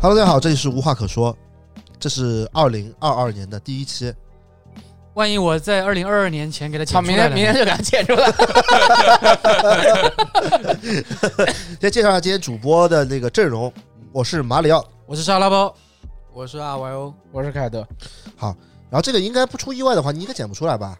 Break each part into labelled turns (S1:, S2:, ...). S1: Hello，大家好，这里是无话可说，这是二零二二年的第一期。
S2: 万一我在二零二二年前给他
S3: 操，
S2: 剪出
S3: 啊明
S2: 来
S3: 天
S2: 了
S3: 明天就给他剪出来。
S1: 先介绍一下今天主播的那个阵容，我是马里奥。
S2: 我是沙拉包，
S3: 我是 R Y O，我是凯德。
S1: 然后这个应该不出意外的话，你应该剪不出来吧？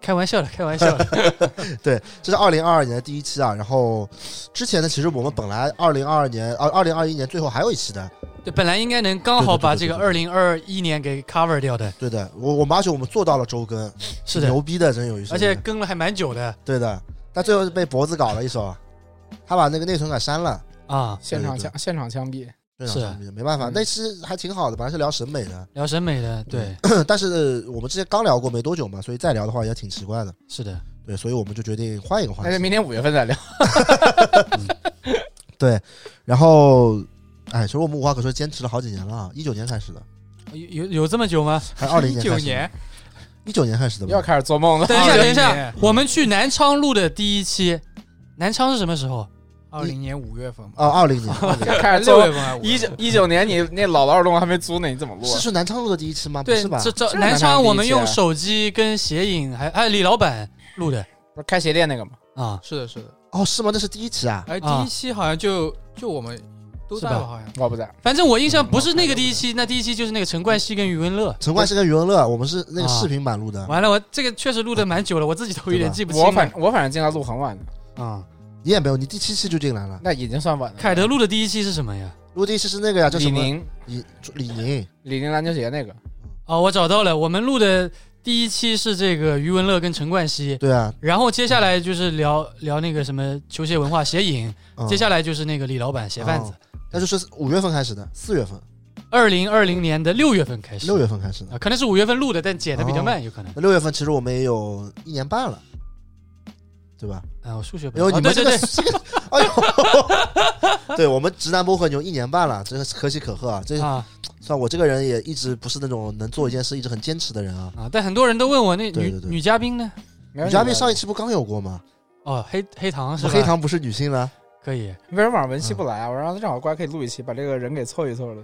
S2: 开玩笑的，开玩笑 的。
S1: 对，这是二零二二年的第一期啊。然后之前呢，其实我们本来二零二二年啊，二零二一年最后还有一期的，
S2: 对，本来应该能刚好把
S1: 对
S2: 这
S1: 对
S2: 个
S1: 对
S2: 二零二一年给 cover 掉的，
S1: 对的。我我们而且我们做到了周更，
S2: 是的，
S1: 牛逼的，真有一说。
S2: 而且跟了还蛮久的
S1: 对的，但最后被脖子搞了一手，他把那个内存给删了。
S2: 啊。
S3: 现场
S1: 对对
S3: 枪，现场枪毙。
S1: 非常
S2: 是
S1: 牛逼没办法，
S3: 嗯
S1: 那期还挺好的，本来是聊审美的，
S2: 聊审美的， 对，
S1: 但是我们之前刚聊过没多久嘛，所以再聊的话也挺奇怪的。
S2: 是的，
S1: 对，所以我们就决定换一个话
S3: 那就
S1: 题。
S3: 明年五月份再聊。
S1: 对，然后，哎，其实我们无话可说，坚持了好几年了，啊一九年开始的，
S2: 有有有这么久吗？
S3: 啊
S1: 还嗯是二零年？
S3: 九年，
S1: 一九年开始的
S3: 又
S1: 吧？
S3: 开始做梦 了。
S2: 等一下，
S3: 20
S2: 等一下
S3: 年，，
S2: 我们去南昌录的第一期，南昌是什么时候？
S4: 二零年五月份嘛，
S1: 啊，二零年，20年
S3: 开始
S4: 六
S3: 做
S4: 月份还是五
S3: 一
S4: 月
S3: 九
S4: 份？
S3: 一九年，你那老老耳洞还没租呢，你怎么录啊
S1: 是？是南昌路的第一期吗？不
S2: 对
S1: 是吧，？
S2: 这这
S3: 是
S2: 南
S3: 南昌
S2: 昌
S3: 第一
S2: 我们
S3: 期
S2: 用
S3: 啊
S2: 手机跟斜影还还有李老板录的
S3: 不是开鞋店那个吗？
S2: 啊，
S4: 是的，是的。
S1: 哦，是吗？那是第一期啊。
S4: 哎，
S2: 啊
S4: 第一期好像就就我们都在
S2: 是吧
S4: 吧，好像。
S3: 我不在，
S2: 反正我印象不是那个第一期，那第一期就是那个陈冠希跟余文乐。
S1: 陈冠希跟余文乐，我们是那个
S2: 啊
S1: 视频版录的，
S2: 完了，我这个确实录的蛮久了，我自己都有点记不清了。
S3: 我反我反正进来录很晚的，
S2: 啊，
S1: 你也没有，你第七期就进来了。
S3: 那已经算晚了。
S2: 凯德录的第一期是什么呀？
S1: 录第一期是那个呀，叫
S3: 李
S1: 什么？
S3: 宁，
S1: 李李宁，
S3: 李宁篮球鞋那个，
S2: 哦，我找到了，我们录的第一期是这个余文乐跟陈冠希，
S1: 对啊。
S2: 然后接下来就是聊聊那个什么球鞋文化、鞋影，
S1: 嗯哦
S2: 接下来就是那个李老板鞋贩子。
S1: 那就是五月份开始的，四月份、
S2: 二零二零年的六月份开始，
S1: 六月哦份开始的。
S2: 啊，可能是五月份录的，但剪的比较慢，有可能。
S1: 那六月份其实我们也有一年半了，对吧？
S2: 啊，我数学
S1: 哎
S2: 不
S1: 呦，
S2: 好
S1: 你
S2: 对
S1: 们这
S2: 对
S1: 个、
S2: 对，
S1: 这个，哎呦， 对我们直男播客已经有一年半了，真是可喜可贺啊！这
S2: 啊
S1: 算我这个人也一直不是那种能做一件事一直很坚持的人啊。
S2: 啊！但很多人都问我那
S1: 对
S2: 女
S1: 对对
S2: 女嘉宾呢？
S3: 女
S1: 女嘉宾上一期不刚有过吗？
S2: 哦，黑黑糖是
S1: 我
S2: 吧？
S1: 黑糖不是女性了？
S2: 可以，
S3: 为什么晚上文琪不来啊？我让他正好过来可以录一期，把这个人给凑一凑的。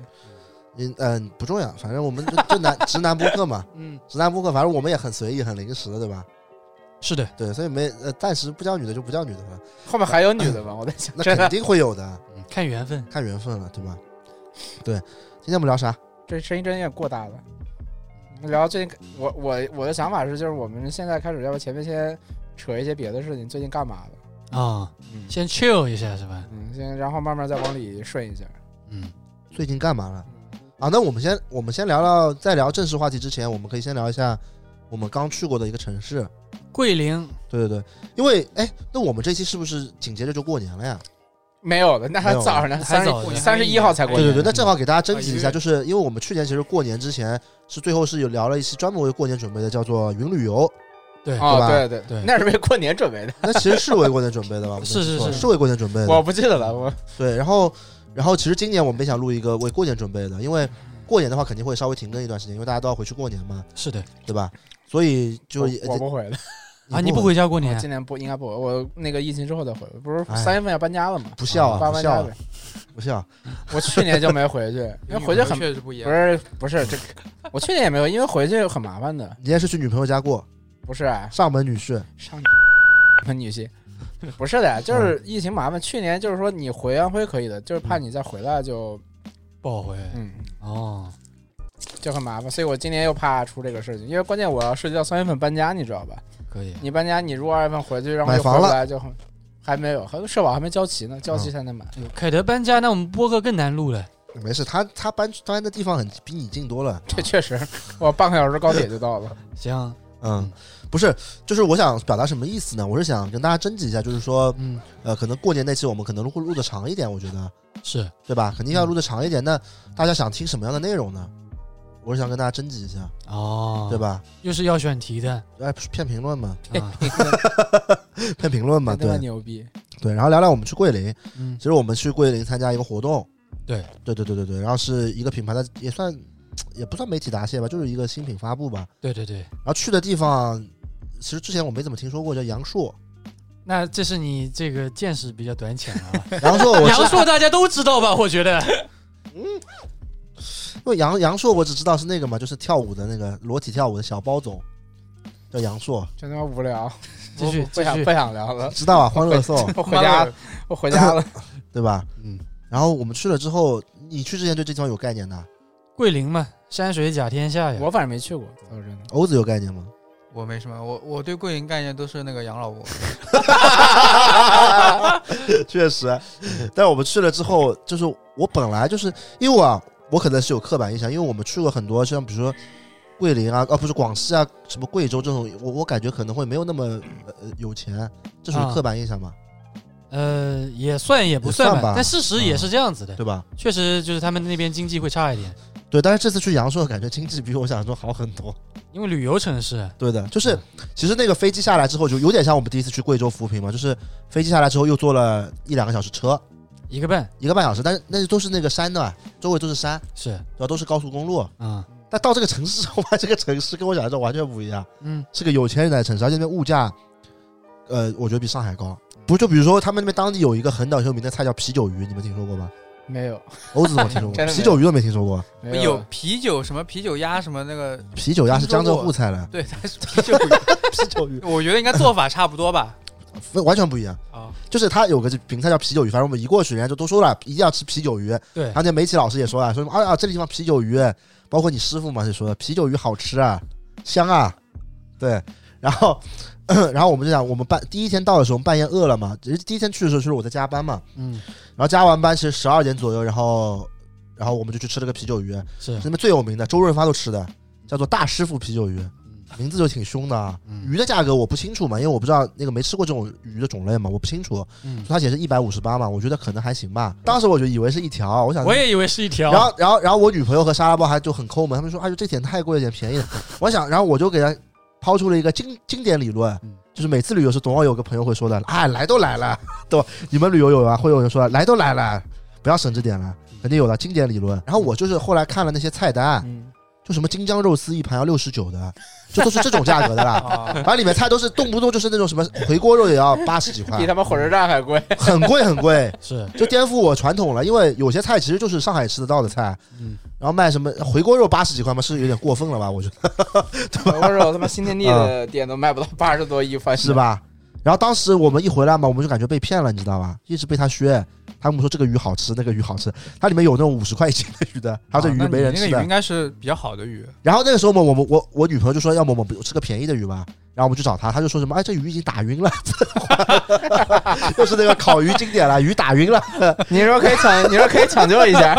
S1: 嗯嗯，不重要，反正我们就就男 直男播客嘛，
S2: 嗯，
S1: 直男播客，反正我们也很随意、很临时的，对吧？
S2: 是的，
S1: 对，所以没呃，暂时不叫女的就不叫女的了，
S3: 后面还有女的吗？我在想，
S1: 嗯那
S3: 真
S1: 肯
S3: 的，
S1: 定会有的，
S2: 嗯看缘分。
S1: 看缘分了，对吧？对，今天我们聊啥？
S3: 这声音真有点过大了。聊最近，我我我的想法是，就是我们现在开始，要不前面先扯一些别的事情，最近干嘛了？
S2: 啊、
S3: 嗯
S2: 先 chill 一下是吧？
S3: 嗯，先然后慢慢再往里顺一下。
S2: 嗯，
S1: 最近干嘛了？啊，那我们先我们先聊聊，在聊正式话题之前，我们可以先聊一下我们刚去过的一个城市。
S2: 桂林
S1: 对对对，因为哎，那我们这期是不是紧接着就过年了呀？
S3: 没有的，那还
S1: 没有
S3: 早着呢，
S2: 还
S3: 三
S2: 早
S3: 十
S2: 着
S3: 三十一号才过
S1: 对对
S3: 年。
S1: 对，那正好给大家征集一下，
S4: 啊
S1: 就是因为我们去年其实过年之前是最后是有聊了一期专门为过年准备的，叫做云旅游。
S2: 对、
S3: 哦，
S1: 对
S3: 对对
S2: 对
S3: 那是为过年准备的，
S1: 那其实是为过年准备的吧？我没
S2: 是是
S1: 记错
S2: 是
S1: 是为过年准备
S3: 我
S1: 的。
S3: 不记得了，我
S1: 对，然后然后其实今年我们也想录一个为过年准备的，因为过年的话肯定会稍微停更一段时间，因为大家都要回去过年嘛，
S2: 是的
S1: 对吧？所以就
S3: 我
S1: 也
S3: 我不回了，
S2: 啊，你不回家过年
S3: 我今年不应该不回，我那个疫情之后再回，不是
S1: 哎
S3: 三月份要搬家了吗？
S1: 不孝啊，
S3: 搬
S1: 不
S3: 完
S1: 孝
S3: 家
S1: 啊
S3: 呗，，
S1: 不孝啊。
S3: 我去年就没回 去，因哎为回去很
S4: 确实不一
S3: 不
S4: 样。
S3: 是不是这个，我去年也没有，因为回去很麻烦的，
S1: 你也是去女朋友家过，
S3: 不是啊
S1: 上门女婿，
S3: 上很 女性，不是的，
S2: 嗯
S3: 就是疫情麻烦。去年就是说你回安徽可以的，就是怕你再回来就
S2: 不好回
S3: 嗯
S2: 哦，
S3: 就很麻烦，所以我今年又怕出这个事情，因为关键我要涉及到三月份搬家，你知道吧？
S2: 可以
S3: 你搬家，你如果二月份回去，然后
S1: 买
S3: 又回
S1: 房
S3: 不
S1: 了
S3: 来就很。还没有，还社保还没交齐呢，交齐才能买。
S2: 哎呦凯德搬家，那我们播客更难录了。
S1: 没事，他他搬搬的地方很比你近多了。
S3: 这确实，我半个小时高铁 就到了。
S2: 行，
S1: 嗯，不是，就是我想表达什么意思呢？我是想跟大家征集一下，就是说，
S2: 嗯，
S1: 呃，可能过年那期我们可能会录的长一点，我觉得，
S2: 是
S1: 对吧？肯定要录的长一点。那大家想听什么样的内容呢？我是想跟大家征集一下，
S2: 哦，
S1: 对？吧？
S2: 又是要选题的
S1: 哎，不是 骗评论嘛，
S2: 啊，
S1: 哎骗评论嘛，
S3: 真他妈
S1: 对
S3: 牛逼！
S1: 对。然后聊聊我们去桂林，
S2: 嗯
S1: 其，实我们去桂林参加一个活动，
S2: 对
S1: 对对对对对，然后是一个品牌的，也算也不算媒体答谢吧，就是一个新品发布吧。
S2: 对对对，
S1: 然后去的地方，其实之前我没怎么听说过，叫阳朔。
S2: 那这是你这个 见识比较短浅啊。
S1: 阳朔我
S2: 阳
S1: 是
S2: 朔大家都知道吧？我觉得
S1: 因为杨杨烁我只知道是那个嘛，就是跳舞的那个裸体跳舞的小包总，叫杨烁，
S3: 真他妈无聊，
S2: 继续
S3: 我不
S2: 继
S3: 想
S2: 续
S3: 不想 聊了，
S1: 知道啊，欢乐颂
S3: 我回家，我回家了。
S1: 对吧？
S5: 嗯，
S1: 然后我们去了之后，你去之前对这地方有概念的，
S2: 桂林嘛，山水甲天下哎呀。
S3: 我反正没去过，说真的。
S1: 欧子有概念吗？
S4: 我没什么，我我对桂林概念都是那个养老国，
S1: 确实，但我们去了之后，就是我本来就是因为我、啊、我可能是有刻板印象，因为我们去过很多像比如说桂林啊，啊不是广西啊，什么贵州这种，我我感觉可能会没有那么呃呃有钱，这属于
S2: 啊
S1: 刻板印象嘛，
S2: 呃，也算也不
S1: 也
S2: 算
S1: 算吧
S2: 但事实也是这样子的，
S1: 对吧？
S2: 确实就是他们那边经济会差一点，
S1: 对，但是这次去阳朔，感觉经济比我想象中好很多。
S2: 因为旅游城市。啊
S1: 对的，就是其实那个飞机下来之后，就有点像我们第一次去贵州扶贫嘛，就是飞机下来之后又坐了一两个小时车，
S2: 一个半
S1: 一个半小时，但是那都是那个山的嘛，周围都是山，
S2: 是
S1: 然后都是高速公路。
S2: 啊，
S1: 但到这个城市之后， 发现这个城市跟我想象中完全不一样，
S2: 嗯
S1: 是个有钱人的城市，而且那边物价，呃，我觉得比上海高。不就比如说他们那边当地有一个很早有名的菜叫啤酒鱼，你们听说过吗？
S3: 没有，
S1: 欧子怎么听说
S3: 真
S1: 过？
S3: 的没有
S1: 啤酒鱼都没听说过，
S3: 没
S4: 有啤酒什么啤酒鸭什么那个，，
S1: 啤酒鸭是江浙沪菜来
S4: 对，它是 啤酒鱼，
S1: 啤酒鱼
S4: 我觉得应该做法差不多吧。
S1: 分 完全不一样。
S4: 啊，
S1: 就是它有个名菜叫啤酒鱼，反正我们一过去，人家就都说了一定要吃啤酒鱼。
S2: 对
S1: 然后那梅奇老师也说了，说什么哎呀这个地方啤酒鱼，包括你师傅嘛就说啤酒鱼好吃啊，香啊，对。然后， 然后我们就想，我们半第一天到的时候，我们半夜饿了嘛。其实第一天去的时候，就是我在加班嘛，
S2: 嗯
S1: 然后加完班其实十二点左右，然后，然后我们就去吃了个啤酒鱼，是
S2: 是
S1: 那边最有名的，周润发都吃的，叫做大师傅啤酒鱼，名字就挺凶的啊。
S2: 嗯
S1: 鱼的价格我不清楚嘛，因为我不知道那个没吃过这种鱼的种类嘛，我不清楚。
S2: 嗯，
S1: 他写是一百五十八嘛，我觉得可能还行吧。当时我就以为是一条，我想。
S2: 我也以为是一条。
S1: 然后，然后，然后我女朋友和沙拉包还就很抠门，他们说：“哎呦，这点太贵了，点便宜了。” 我想，然后我就给他抛出了一个经经典理论，
S3: 嗯
S1: 就是每次旅游时总要有个朋友会说的：“哎，来都来了，对吧？”你们旅游有啊，会有人说：“来都来了，不要省着点了。”肯定有的经典理论。然后我就是后来看了那些菜
S2: 啊
S1: 单，
S3: 嗯，
S1: 就什么京酱肉丝一盘要六十九的，就都是这种价格的 啦。
S3: 哦
S4: 啊，
S1: 然后里面菜都是动不动就是那种什么回锅肉也要八十几块
S2: 啊
S3: 比，他妈火车站还贵。
S1: 很贵很贵。
S2: 是
S1: 就颠覆我传统了，因为有些菜其实就是上海吃得到的菜，
S2: 嗯
S1: 然后卖什么回锅肉八十几块嘛，是有点过分了吧？我觉得
S3: 我说我他妈新天地的店都卖不到八十多一份，
S1: 嗯是？吧？然后当时我们一回来嘛，我们就感觉被骗了，你知道吧？一直被他削，他们说这个鱼好吃，那个鱼好吃，它里面有那种五十块一斤的鱼的，还有这鱼
S4: 啊
S1: 没人
S4: 那
S1: 吃
S4: 你那个鱼
S1: 的
S4: 应。该是比较好的鱼，
S1: 然后那个时候嘛，我们我我女朋友就说，要么我们吃个便宜的鱼吧。然后我们去找他，他就说什么哎，这鱼已经打晕了， 又是那个烤鱼经典了，鱼打晕了，
S3: 你说可以抢，你说可以抢救一下，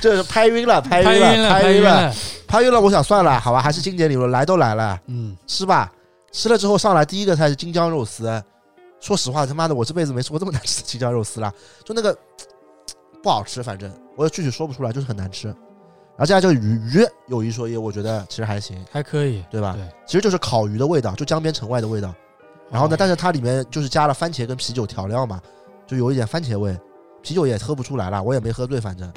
S1: 这是拍晕了，拍
S2: 拍
S1: 晕
S2: 晕
S1: 了，
S2: 了，
S1: 拍
S2: 拍
S1: 晕了，
S2: 了。
S1: 拍晕了。我想算了，好吧，还是经典理论，来都来了，
S2: 嗯，
S1: 吃吧。吃了之后上来第一个菜是京酱肉丝，说实话，他妈的我这辈子没吃过这么难吃的京酱肉丝啦，就那个嘖嘖不好吃，反正我也具体说不出来，就是很难吃。然后接下来就是鱼，鱼有一说一，我觉得其实还行，
S2: 还可以。
S1: 对吧？
S2: 对
S1: 其实就是烤鱼的味道，就江边城外的味道。然后呢，但是它里面就是加了番茄跟啤酒调料嘛，就有一点番茄味，啤酒也喝不出来啦，我也没喝醉，反正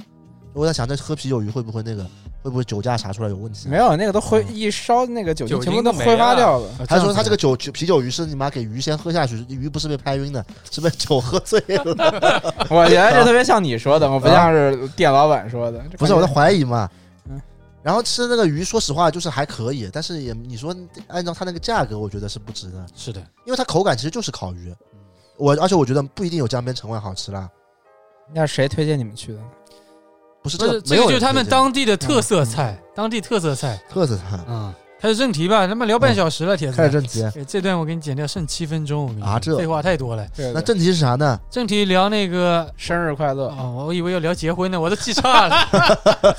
S1: 我在想，这喝啤酒鱼会不会那个，会不会酒驾查出来有问题啊？
S3: 没有那个都挥一烧那个酒精
S4: 酒
S3: 全部
S4: 精
S3: 都
S4: 都没
S3: 挥发
S4: 了
S3: 掉 了。
S2: 啊
S1: 他说他这个
S2: 样子
S1: 酒酒啤酒鱼是你妈给鱼先喝下去，鱼不是被拍晕的，是被酒喝醉了。
S3: 我觉得这特别像你说的，我不
S1: 啊
S3: 像是店老板说的。这
S1: 嗯不是
S3: 感
S1: 我在
S3: 觉
S1: 怀疑嘛
S3: 嗯。
S1: 然后吃那个鱼，说实话就是还可以，但是也你说按照它那个价格，我觉得是不值的，
S2: 是的，
S1: 因为它口感其实就是烤鱼。我而且我觉得不一定有江边城外好吃啦，
S3: 那谁推荐你们去的？
S1: 不是
S2: 不
S1: 这
S2: 是
S1: 个
S2: 这
S1: 没
S2: 个
S1: 有
S2: 就是
S1: 人
S2: 他们
S1: 推荐
S2: 当地的特色菜，当地特色菜。
S1: 特色菜
S2: 嗯，开始正题吧，他妈聊半小时了，铁
S1: 嗯开始
S2: 子。
S1: 正题。
S2: 哎这段我给你剪掉，剩七分钟，我跟你
S1: 啊
S2: 说
S1: 这
S2: 废话太多了。
S3: 对
S1: 那
S3: 对
S1: 正题是啥呢？
S2: 正题聊那个
S3: 生日快
S1: 呃
S3: 乐
S2: 哦，我以为要聊结婚呢，我都记岔了。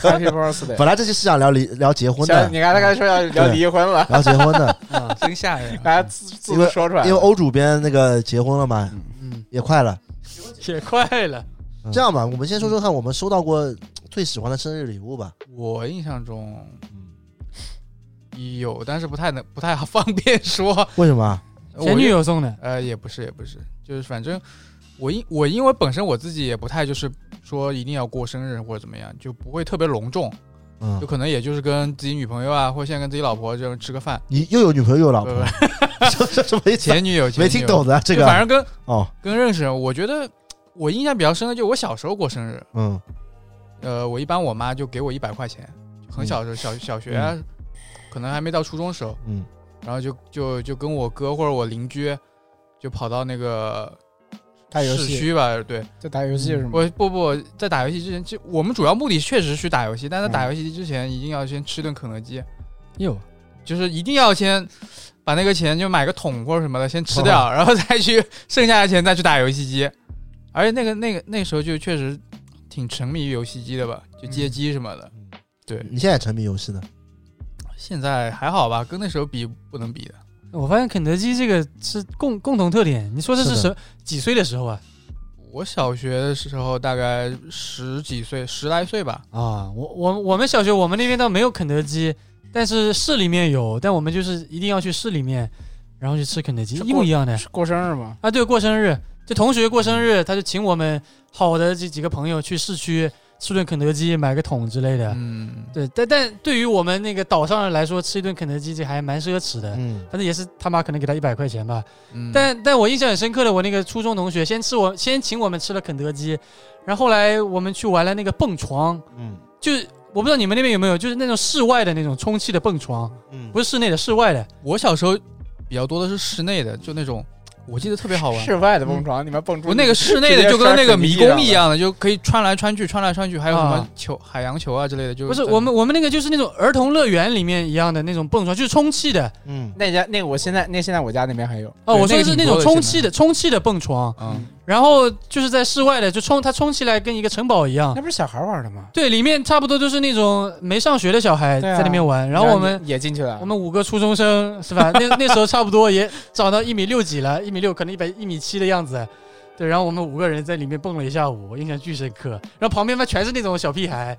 S3: ，Happy Birthday！
S1: 本来这期是想聊离聊结婚
S3: 行，
S1: 的，
S3: 你刚才刚才说要聊
S1: 对
S3: 离婚了，
S1: 聊结婚 的，
S4: 真吓人。
S3: 大家自自
S1: 因
S3: 己
S1: 为
S3: 说出来
S1: 因为
S3: 了。
S1: 欧主编那个结婚了嘛，
S2: 嗯，
S1: 也快了。
S2: 也快了。
S1: 这样吧，我们先说说看我们收到过最喜欢的生日礼物吧。
S4: 我印象中有，但是不太能，不太方便说。
S1: 为什么？
S4: 我
S2: 前女友送的，
S4: 呃，也不是，也不是，就是反正我因我因为本身我自己也不太就是说一定要过生日或者怎么样，就不会特别隆重，
S1: 嗯
S4: 就，可能也就是跟自己女朋友啊，或者现在跟自己老婆这种吃个饭。
S1: 你又有女朋友又有老婆，
S4: 呃
S1: 这这 什么意思啊？
S4: 前女友，前
S1: 没
S4: 女
S1: 听
S4: 友
S1: 懂的啊这
S4: 就
S1: 个
S4: 反
S1: 啊
S4: 正跟
S1: 哦，
S4: 跟认识人，我觉得我印象比较深的就我小时候过生日，
S1: 嗯，
S4: 呃，我一般我妈就给我一百块钱，就很小的时候，小小学、啊
S1: 嗯
S4: 可能还没到初中时候，
S1: 嗯，
S4: 然后就就就跟我哥或者我邻居就跑到那个
S3: 打游
S4: 市
S3: 戏
S4: 区吧，对，
S3: 就打游戏是吗？
S4: 我不不在打游戏之前，就我们主要目的确实去打游戏，但在
S3: 嗯
S4: 打游戏之前一定要先吃顿肯德基，
S2: 哟，
S4: 就是一定要先把那个钱就买个桶或者什么的先吃掉， 然后再去剩下的钱再去打游戏机。而且那个那个那个时候就确实挺沉迷于游戏机的吧，就街
S3: 嗯
S4: 机什么的。对，
S1: 你现在也沉迷游戏呢？
S4: 现在还好吧，跟那时候比不能比的。
S2: 我发现肯德基这个是共共同特点。你说这是
S1: 是
S2: 什
S1: 的
S2: 几岁的时候啊？
S4: 我小学的时候大概十几岁，十来岁吧。
S2: 啊，我我我们小学我们那边倒没有肯德基，但是市里面有，但我们就是一定要去市里面，然后去吃肯德基，
S3: 是
S2: 一模一样的
S3: 是过生日吗？
S2: 啊。对，过生日就同学过生日，他就请我们好的这几个朋友去市区吃顿肯德基，买个桶之类的。
S4: 嗯，
S2: 对，但但对于我们那个岛上人来说，吃一顿肯德基这还蛮奢侈的。
S1: 嗯，
S2: 反正也是他妈可能给他一百块钱吧，
S4: 嗯
S2: 但但我印象很深刻的，我那个初中同学先吃我先请我们吃了肯德基，然后后来我们去玩了那个蹦床，
S1: 嗯
S2: 就是我不知道你们那边有没有，就是那种室外的那种充气的蹦床，
S1: 嗯
S2: 不是室内的，室外的。
S4: 我小时候比较多的是室内的，就那种我记得特别好玩。
S3: 室外的蹦床，你们蹦出
S4: 我那个室内的就跟那个迷宫一，样的，就可以穿来穿去，穿来穿去，还有什么
S2: 啊
S4: 球、海洋球啊之类的，就
S2: 不是我们我们那个就是那种儿童乐园里面一样的那种蹦床，就是充气的。
S1: 嗯
S3: 那家那个我现在那现在我家那边还有，
S2: 哦，
S4: 对
S2: 我说
S4: 那个
S2: 的是那
S4: 挺
S2: 种
S4: 多的
S2: 充
S4: 现
S2: 气
S4: 在
S2: 的充气的蹦床，
S4: 嗯，
S2: 然后就是在室外的，就充它充起来跟一个城堡一样
S3: 那。不是小孩玩的吗？
S2: 对，里面差不多都是那种没上学的小孩
S3: 对啊
S2: 在里面玩，然后我们
S3: 也也进去了，
S2: 我们五个初中生是吧？那那时候差不多也长到一米六几了，一米六可能一百一米七的样子。对，然后我们五个人在里面蹦了一下午，我印象巨深刻。然后旁边嘛全是那种小屁孩，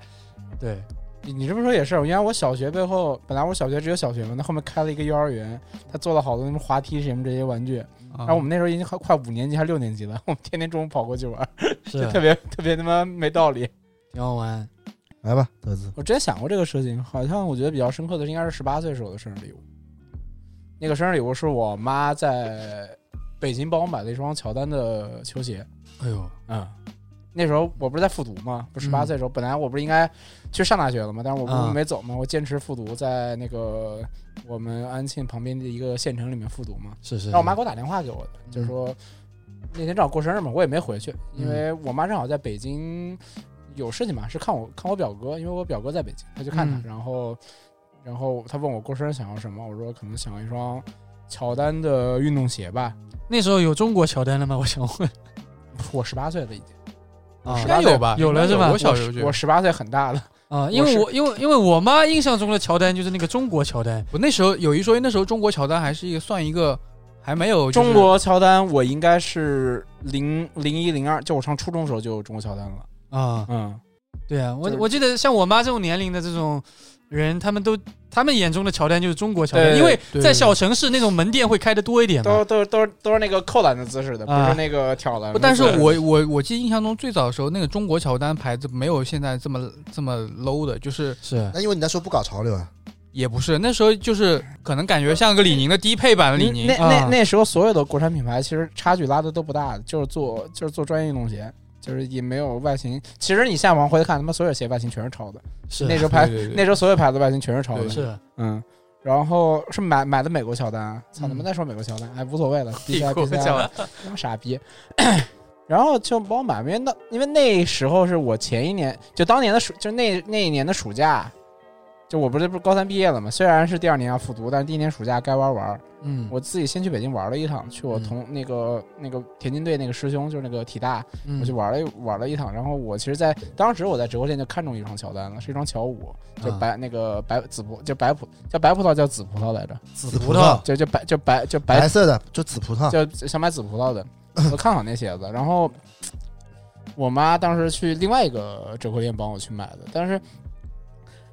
S2: 对，
S3: 你你这么说也是，因为我小学背后本来我小学只有小学嘛，那后面开了一个幼儿园，他做了好多那种滑梯什么这些玩具，
S4: 然
S3: 然后我们那时候已经快快五年级还是六年级了， 我们天天中午跑过去玩，
S2: 是啊
S3: 特别特别他妈没道理。
S2: 挺好玩。
S1: 来吧，德子，
S3: 我之前想过这个事情，好像我觉得比较深刻的是应该是十八岁时候的生日礼物。那个生日礼物是我妈在北京帮我买了一双乔丹的球鞋。
S2: 哎呦，
S3: 嗯，那时候我不是在复读嘛，不十八
S2: 嗯
S3: 岁的时候，本来我不是应该去上大学了嘛，但是我不
S2: 啊
S3: 是没走嘛，我坚持复读，在那个我们安庆旁边的一个县城里面复读嘛。
S2: 是是，
S3: 然后我妈给我打电话给我的，就是说
S2: 嗯
S3: 那天正好过生日嘛，我也没回去，因为我妈正好在北京有事情嘛，是看我看我表哥，因为我表哥在北京，她去看他，
S2: 嗯
S3: 然后然后她问我过生日想要什么，我说可能想要一双乔丹的运动鞋吧，
S2: 那时候有中国乔丹了吗？我想问
S3: 我十八岁了已经。
S2: 啊
S4: 应
S3: 是
S4: 该有吧？
S2: 有了是吧
S4: 我小时候就
S3: 我
S4: 有
S3: 十八岁很大了，
S2: 啊，因为我因为因为我妈印象中的乔丹就是那个中国乔丹，
S4: 我那时候有一说一，那时候中国乔丹还是一个算一个还没有就是
S3: 中国乔丹我应该是零零一零二，就我上初中的时候就有中国乔丹了。
S2: 啊，
S3: 嗯，
S2: 对啊，我
S3: 就是
S2: 我记得像我妈这种年龄的这种人，他们都他们眼中的乔丹就是中国乔丹，
S3: 对
S2: 因为
S4: 对
S2: 在
S4: 对
S2: 小城市那种门店会开的多一点嘛
S3: 都。都都都是那个扣篮的姿势的，不
S2: 啊
S3: 是那个挑篮的姿
S4: 不
S3: 势。
S4: 但是我我我记得印象中最早的时候，那个中国乔丹牌子没有现在这么这么 low 的，就是
S2: 是，
S1: 那因为你那时候不搞潮流啊，
S4: 也不是那时候就是可能感觉像个李宁的低配版的李宁
S3: 那，
S2: 啊
S3: 那那时候所有的国产品牌其实差距拉的都不大，就是做就是做专业运动鞋，就是也没有外形。其实你现在往回看，他妈所有鞋外形全是抄的，
S2: 是
S3: 那时候牌
S4: 啊对对对
S3: 那时候所有牌子外形全是抄
S4: 对
S3: 的。
S2: 是
S3: 嗯，然后是买买的美国乔丹，啊操他
S2: 嗯
S3: 妈再说美国乔丹，哎无所谓了，低下
S4: 美国
S3: 低
S4: 乔
S3: 下
S4: 丹，
S3: 他妈傻逼。 然后就帮我买，因为那因为那时候是我前一年，就当年的暑，就那那一年的暑假，就我不是不是高三毕业了嘛，虽然是第二年要复读，但是第一年暑假该玩玩，
S2: 嗯，
S3: 我自己先去北京玩了一趟，去我同那个那个田径队那个师兄，就是那个体大，
S2: 嗯
S3: 我去玩了一玩了一趟。然后我其实在，当时我在直播间就看中一双乔丹了，是一双乔五，就
S2: 啊
S3: 白、那个白紫葡，就白葡叫白葡萄叫紫葡萄来着，
S2: 紫
S1: 葡萄
S3: 就就白就白就白
S1: 白色的就紫葡萄，
S3: 就想买紫葡 萄的，我看好那鞋子，然后我妈当时去另外一个折扣店帮我去买的，但是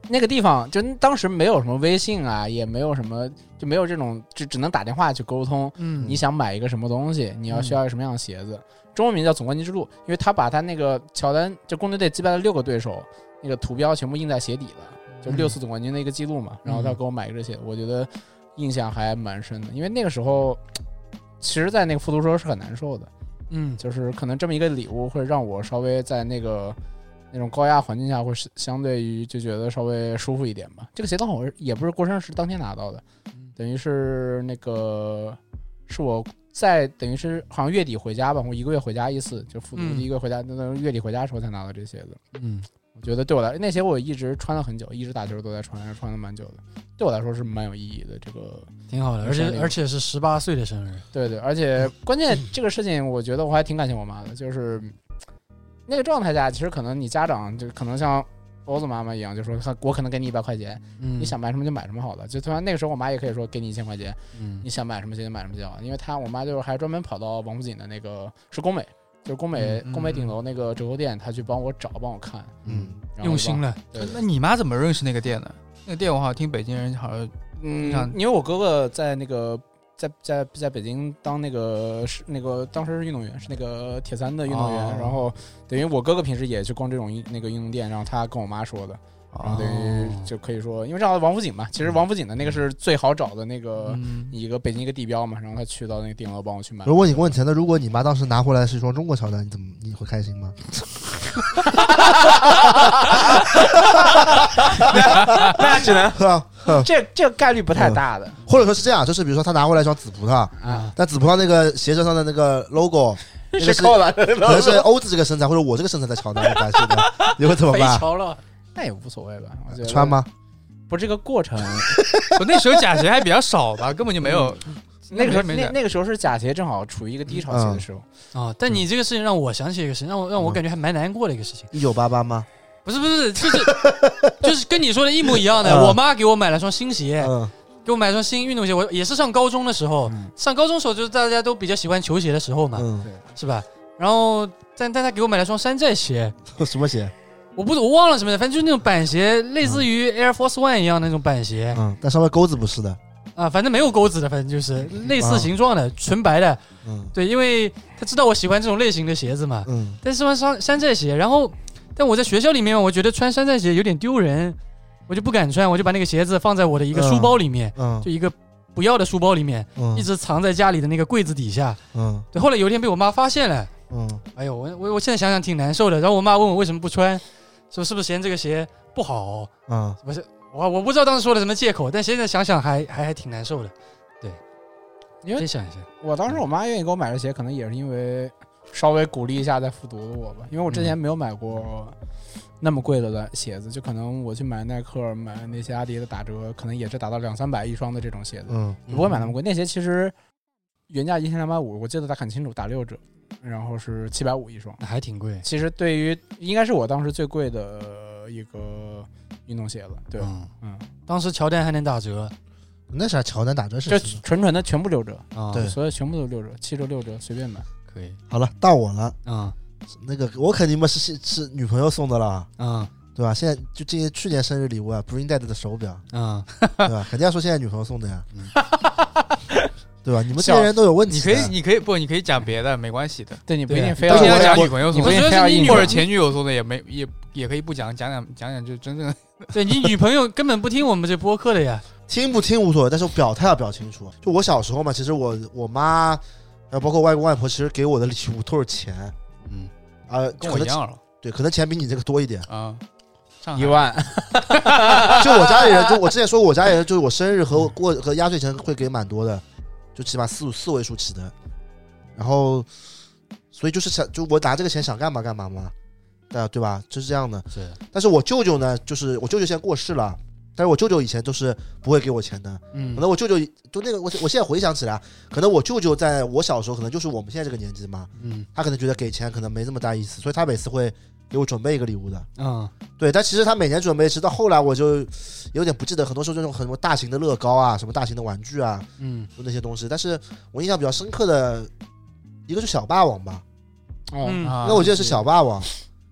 S3: 那个地方就当时没有什么微信啊，也没有什么，就没有这种，就只能打电话去沟通。
S2: 嗯，
S3: 你想买一个什么东西，你要需要一个什么样的鞋子？中文名叫总冠军之路，因为他把他那个乔丹就公牛队击败了六个对手，那个图标全部印在鞋底了，就六次总冠军的一个记录嘛。然后他给我买一个这些，我觉得印象还蛮深的，因为那个时候。其实，在那个复读时候是很难受的，
S2: 嗯
S3: 就是可能这么一个礼物会让我稍微在那个那种高压环境下会是相对于就觉得稍微舒服一点吧。这个鞋刚好是也不是过生日当天拿到的，
S2: 嗯
S3: 等于是那个是我在等于是好像月底回家吧，我一个月回家一次，就复读
S2: 嗯
S3: 第一个月回家，那那月底回家的时候才拿到这鞋子。
S2: 嗯，
S3: 我觉得对我来那鞋我一直穿了很久，一直打球都在穿，穿了蛮久的。对我来说是蛮有意义的这个
S2: 挺好的，而
S3: 生
S2: 且
S3: 日
S2: 而且是十八岁的生日，
S3: 对对，而且关键这个事情，我觉得我还挺感谢我妈的，就是那个状态下，其实可能你家长就可能像包子妈妈一样，就说她我可能给你一百块钱，
S2: 嗯
S3: 你想买什么就买什么好了。就突然那个时候，我妈也可以说给你一千块钱，
S2: 嗯
S3: 你想买什么鞋就买什么鞋好了，因为她我妈就是还专门跑到王府井的那个是工美，就是工美
S4: 嗯嗯
S3: 工美顶楼那个折扣店，她去帮我找帮我看，
S1: 嗯，
S3: 然后
S2: 用心
S3: 了。
S2: 了，
S3: 对对
S4: 那你妈怎么认识那个店的？那个店我好像听北京人好像
S3: 嗯
S4: 像，
S3: 因为我哥哥在那个在在在北京当那个是那个当时是运动员，是那个铁三的运动员。
S4: 哦
S3: 然后等于我哥哥平时也去逛这种运那个运动店，然后他跟我妈说的，
S1: 哦
S3: 然后等于就可以说，因为正好王府井嘛，其实王府井的那个是最好找的那个、
S4: 嗯
S3: 一个北京一个地标嘛，然后他去到那个顶楼帮我去买。
S1: 我问你个问题，那如果你妈当时拿回来是一双中国乔丹，你怎么你会开心吗？
S3: 那只能
S1: 呵
S3: 这这个概率不太大的
S1: 啊或者说是这样，就是比如说她拿回来一双紫葡萄，
S3: 啊，
S1: 但紫葡萄那个鞋舌上的那个 logo 那个是
S3: 够了，
S1: 可能是欧子这个身材或者我这个身材在乔丹里发现的，你会怎么
S2: 肥
S1: 办？
S2: 潮了，
S3: 那也无所谓吧，我觉得
S1: 穿？吗？
S3: 不，这个过程。
S4: 我那时候假鞋还比较少吧，根本就没有。
S3: 嗯那 个时候，
S4: 没
S3: 那那个时候是假鞋正好处于一个低潮期的时候，
S2: 啊！但你这个事情让我想起一个事情，让我让我
S1: 嗯
S2: 感觉还蛮难过的一个事情。
S1: 一九八八吗？
S2: 不是不是，就是就是跟你说的一模一样 的。
S4: 啊
S1: 嗯
S2: 我妈给我买了双新鞋，
S1: 嗯
S2: 给我买了双新运动鞋。我也是上高中的时候，
S3: 嗯
S2: 上高中的时候就是大家都比较喜欢球鞋的时候嘛，
S1: 嗯，
S2: 是吧？然后但但她给我买了双山寨鞋，
S1: 什么鞋？
S2: 我不我忘了什么的，反正就是那种板鞋，类似于 Air Force One 一样的那种板鞋、
S1: 嗯，但上面钩子不是的。
S2: 啊，反正没有钩子的，反正就是类似形状的，纯白的。
S1: 嗯
S2: 对，因为她知道我喜欢这种类型的鞋子嘛。
S1: 嗯，
S2: 但是穿山山寨鞋，然后但我在学校里面，我觉得穿山寨鞋有点丢人，我就不敢穿，我就把那个鞋子放在我的一个
S1: 嗯
S2: 书包里面，
S1: 嗯
S2: 就一个不要的书包里面，
S1: 嗯
S2: 一直藏在家里的那个柜子底下。
S1: 嗯
S2: 对，后来有一天被我妈发现了，
S1: 嗯
S2: 哎呦，我我我现在想想挺难受的。然后我妈问我为什么不穿，说是不是嫌这个鞋不好，
S1: 嗯，
S2: 不是我我不知道当时说的什么借口，但现在想想还还还挺难受的。对，
S3: 因为
S2: 再想一下，
S3: 我当时我妈愿意给我买这鞋，可能也是因为稍微鼓励一下在复读的我吧，因为我之
S1: 嗯
S3: 前没有买过那么贵的的鞋子，就可能我去买耐克、买那些阿迪的打折，可能也是打到两三百一双的这种鞋子，
S1: 嗯
S3: 也不会买那么贵。那鞋其实原价一千两百五，我记得打很清楚，打六折，然后是七百五一双。
S2: 那还挺贵。
S3: 其实对于应该是我当时最贵的一个运动鞋了，对，
S2: 嗯，
S3: 嗯，
S2: 当时乔丹还能打折
S1: 那啥乔丹打折是
S3: 这
S1: 什么？
S3: 纯纯的全部六折，
S2: 啊，
S1: 对
S3: 所有全部都六折，七折六折随便买。
S2: 可以，
S1: 好了，到我了。
S2: 嗯
S1: 那个我肯定嘛是是是女朋友送的了，
S2: 嗯
S1: 对吧？现在就这些去年生日礼物啊，Brain Dead 的手表，
S2: 嗯，
S1: 对吧？肯定要说现在女朋友送的呀
S2: 嗯，
S1: 对吧？你们这些人都有问 题
S4: 你可
S1: 的。
S4: 以，你可以不，你可以讲别的，没关系的。
S3: 对你不一
S2: 对
S3: 定非
S1: 对我
S3: 要
S4: 不一定
S1: 我
S4: 要讲女朋友
S3: 你
S4: 送
S3: 不
S4: 的
S2: 我
S3: 一定
S2: 说
S3: 非要
S2: 是
S3: 以
S2: 你
S3: 女
S2: 女
S3: 朋
S4: 或者
S3: 友
S4: 前女友送的，也没也也可以不讲，讲讲讲讲就真正
S2: 对你女朋友根本不听我们这播客的呀。
S1: 听不听无所谓，但是我表态要表清楚。就我小时候嘛，其实我我妈，还有包括外公外婆，其实给我的礼物都是钱，
S2: 嗯，
S1: 呃，
S4: 跟
S1: 可
S4: 我一
S1: 能
S4: 样了
S1: 对，可能钱比你这个多一点。
S4: 啊。上海
S3: 一 万，
S1: 就我家里人，就我之前说，我家里人就是我生日和过和压岁钱会给蛮多的，就起码四五四位数起的。然后，所以就是想，就我拿这个钱想干嘛干嘛嘛，对啊对吧？就是这样的。
S2: 是
S1: 但是我舅舅呢，就是我舅舅现在过世了，但是我舅舅以前都是不会给我钱的。
S2: 嗯
S1: 可能我舅舅就那个，我我现在回想起来，可能我舅舅在我小时候，可能就是我们现在这个年纪嘛，
S2: 嗯
S1: 他可能觉得给钱可能没那么大意思，所以他每次会给我准备一个礼物的。
S2: 嗯
S1: 对，但其实他每年准备，直到后来我就有点不记得，很多时候就那种很多大型的乐高啊，什么大型的玩具啊，
S2: 嗯
S1: 就那些东西。但是我印象比较深刻的一个是小霸王吧，
S3: 嗯，
S2: 嗯
S4: 啊
S1: 那我记得是小霸王。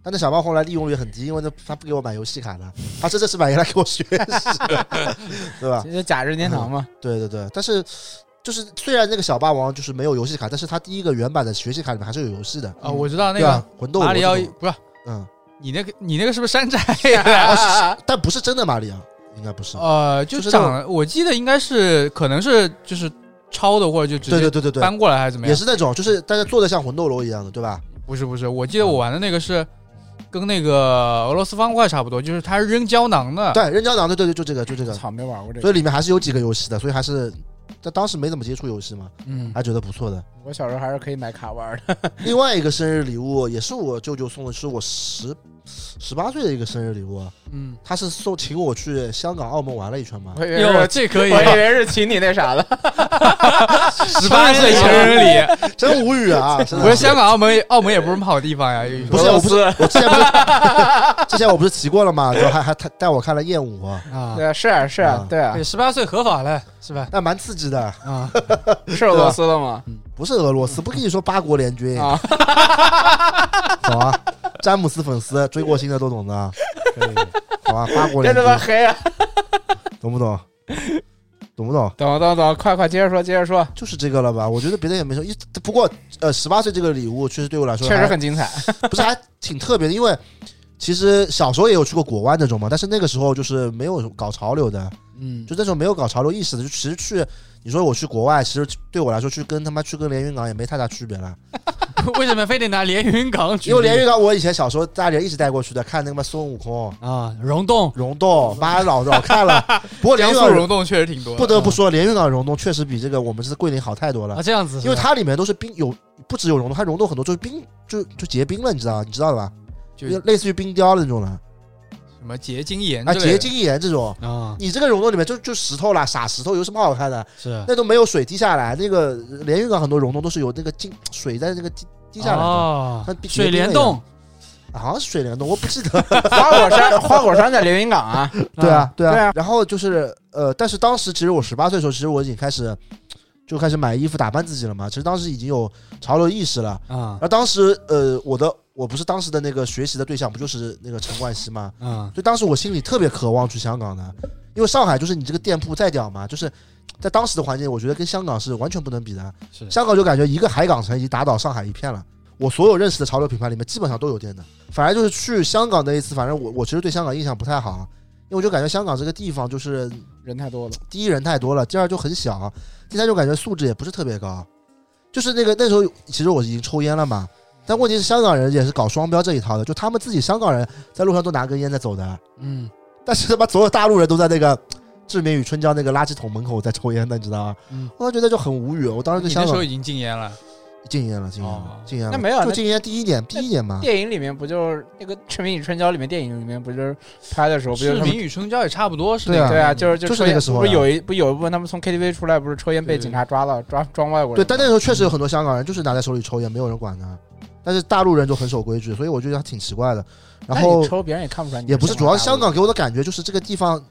S1: 但那小霸王后来利用率很低，因为那他不给我买游戏卡了，他真的是买来给我学习的， 对吧？
S3: 这就假日天堂 嘛，
S1: 对对对，但是就是虽然那个小霸王就是没有游戏卡，但是它第一个原版的学习卡里面还是有游戏的，
S4: 啊，我知道那
S1: 对吧
S4: 个？
S1: 魂斗罗
S4: 马里奥
S1: 这种
S4: 不是
S1: 嗯，
S4: 你那个你那个是不是山寨的？
S1: 但不是真的马里奥，应该不是。
S4: 呃，就
S1: 就是
S4: 长，我记得应该是可能是就是抄的，或者就直
S1: 对对
S4: 接
S1: 对对对，
S4: 搬过来还是怎么
S1: 也
S4: 样？
S1: 是那种，就是但是做的像魂斗罗一样的，对吧？
S4: 不是不是，我记得我玩的那个是跟那个俄罗斯方块差不多，就是它是扔胶囊的。
S1: 对，扔胶囊，对对对，就这个，就这个。
S3: 操，没玩过这
S1: 所以
S3: 个。
S1: 里面还是有几个游戏的，所以还是在当时没怎么接触游戏嘛，
S3: 嗯，
S1: 还觉得不错的。
S3: 我小时候还是可以买卡玩的。
S1: 另外一个生日礼物也是我舅舅送的，是我十十八岁的一个生日礼物啊，
S2: 嗯，
S1: 他是送请我去香港、澳门玩了一圈嘛。
S3: 我以为
S2: 哟，
S3: 是，
S2: 这可以啊
S3: 我以为是请你那啥了。
S4: 十八岁成人礼，
S1: 真无语啊！真的嗯
S4: 不是香港、澳门，澳门也不是什么好地方呀。
S1: 不是啊
S3: 俄罗
S1: 我不是
S3: 斯
S1: 我之前不是之前我不是 提过了嘛，就还还他带我看了艳舞啊，
S2: 啊，
S3: 对啊，是啊，是啊
S1: 啊，
S3: 对啊，
S2: 对，十八岁合法了是吧？
S1: 但蛮刺激的，
S2: 啊，
S3: 是俄罗斯的吗？
S1: 不是俄罗斯，不跟你说八国联军
S3: 啊，
S1: 好啊，詹姆斯粉丝追过星的都懂的，啊好吧，八国
S3: 这
S1: 联
S3: 他
S1: 军
S3: 妈黑啊！
S1: 懂不懂？懂不懂？
S3: 等等等，快快接着说，接着说，
S1: 就是这个了吧？我觉得别的也没说，一不过呃，十八岁这个礼物确实对我来说
S3: 确实
S1: 还
S3: 很精彩。
S1: 不是还挺特别的，因为其实小时候也有去过国外那种嘛，但是那个时候就是没有搞潮流的，
S3: 嗯，
S1: 就那时候没有搞潮流意识的，就其实去你说我去国外，其实对我来说去跟他妈去跟连云港也没太大区别了，
S2: 为什么非得拿连云港举例？
S1: 因为连云港我以前小时候大连一直带过去的，看那个嘛孙悟空、
S2: 啊，溶洞
S1: 溶洞，妈老老看 了，不过连
S4: 江
S1: 云
S4: 苏
S1: 港
S4: 溶洞确实挺多的，
S1: 不得不说连云港溶洞确实比这个我们这桂林好太多了
S2: 啊，。这样子是
S1: 因
S2: 吧，
S1: 为它里面都是冰，有不只有溶洞，它溶洞很多就是冰，就就结冰了，你知道你知道的吧？
S4: 就
S1: 就类似于冰雕的那种了，
S4: 什么结晶岩
S1: 啊，
S4: 之类
S1: 结
S4: 的
S1: 晶岩这种，
S2: 啊
S1: 你这个溶洞里面就就石头啦，傻石头有什么好看的？
S2: 是
S1: 那都没有水滴下来，那个连云港很多溶洞都是有那个晶水在那个滴滴下来的，
S2: 哦
S1: 它比
S2: 水帘洞，
S1: 啊好像是水帘洞，我不记得。
S3: 花果山，花果山在连云港 啊。
S1: 对啊，对啊。
S3: 对啊
S1: 然后就是呃，但是当时其实我十八岁的时候，其实我已经开始就开始买衣服打扮自己了嘛，其实当时已经有潮流意识了。
S2: 啊
S1: 而当时呃，我的我不是当时的那个学习的对象不就是那个陈冠希吗？
S2: 啊
S1: 所以当时我心里特别渴望去香港的，因为上海就是你这个店铺再屌嘛，就是在当时的环境，我觉得跟香港是完全不能比的。
S2: 是
S1: 香港就感觉一个海港城已经打倒上海一片了。我所有认识的潮流品牌里面，基本上都有店的。反正就是去香港那一次，反正我我其实对香港印象不太好，因为我就感觉香港这个地方就是
S3: 人太多了，
S1: 第一人太多了，第二就很小，第三就感觉素质也不是特别高。就是那个那时候，其实我已经抽烟了嘛，但问题是香港人也是搞双标这一套的，就他们自己香港人在路上都拿根烟在走的，
S2: 嗯
S1: 但是他妈所有大陆人都在那个《志明与春娇》那个垃圾桶门口在抽烟的，你知道吗？
S2: 嗯
S1: 我当时觉得就很无语，我当时对
S4: 你
S1: 香
S4: 那时
S1: 港
S4: 候已经禁烟了，
S1: 禁烟了，禁烟
S4: 哦
S1: 了，禁烟了。
S3: 那没有
S1: 就
S3: 那
S1: 禁烟第一年，第一年嘛。
S3: 电影里面不就是那个《赤名与春娇》里面电影里面不就是拍的时候不就
S4: 是
S3: 是他
S4: 《
S3: 们
S4: 明与春娇》也差不多是
S1: 对啊
S3: 对啊，就是就
S1: 就是
S3: 抽
S1: 那
S3: 烟
S1: 个时候
S3: 不是
S1: 呀
S3: 有一不有一部分他们从 KTV 出来不是抽烟被
S4: 对
S3: 警察抓了，抓装外国人
S1: 对，
S3: 吗。
S1: 但那时候确实有很多香港人就是拿在手里抽烟，没有人管的。但是大陆人就很守规矩，所以我觉得他挺奇怪的。然
S3: 那
S1: 后
S3: 你抽别人也看不出来你
S1: 也不是，主要是
S3: 大
S1: 香
S3: 陆人
S1: 港给我的感觉就是这个地方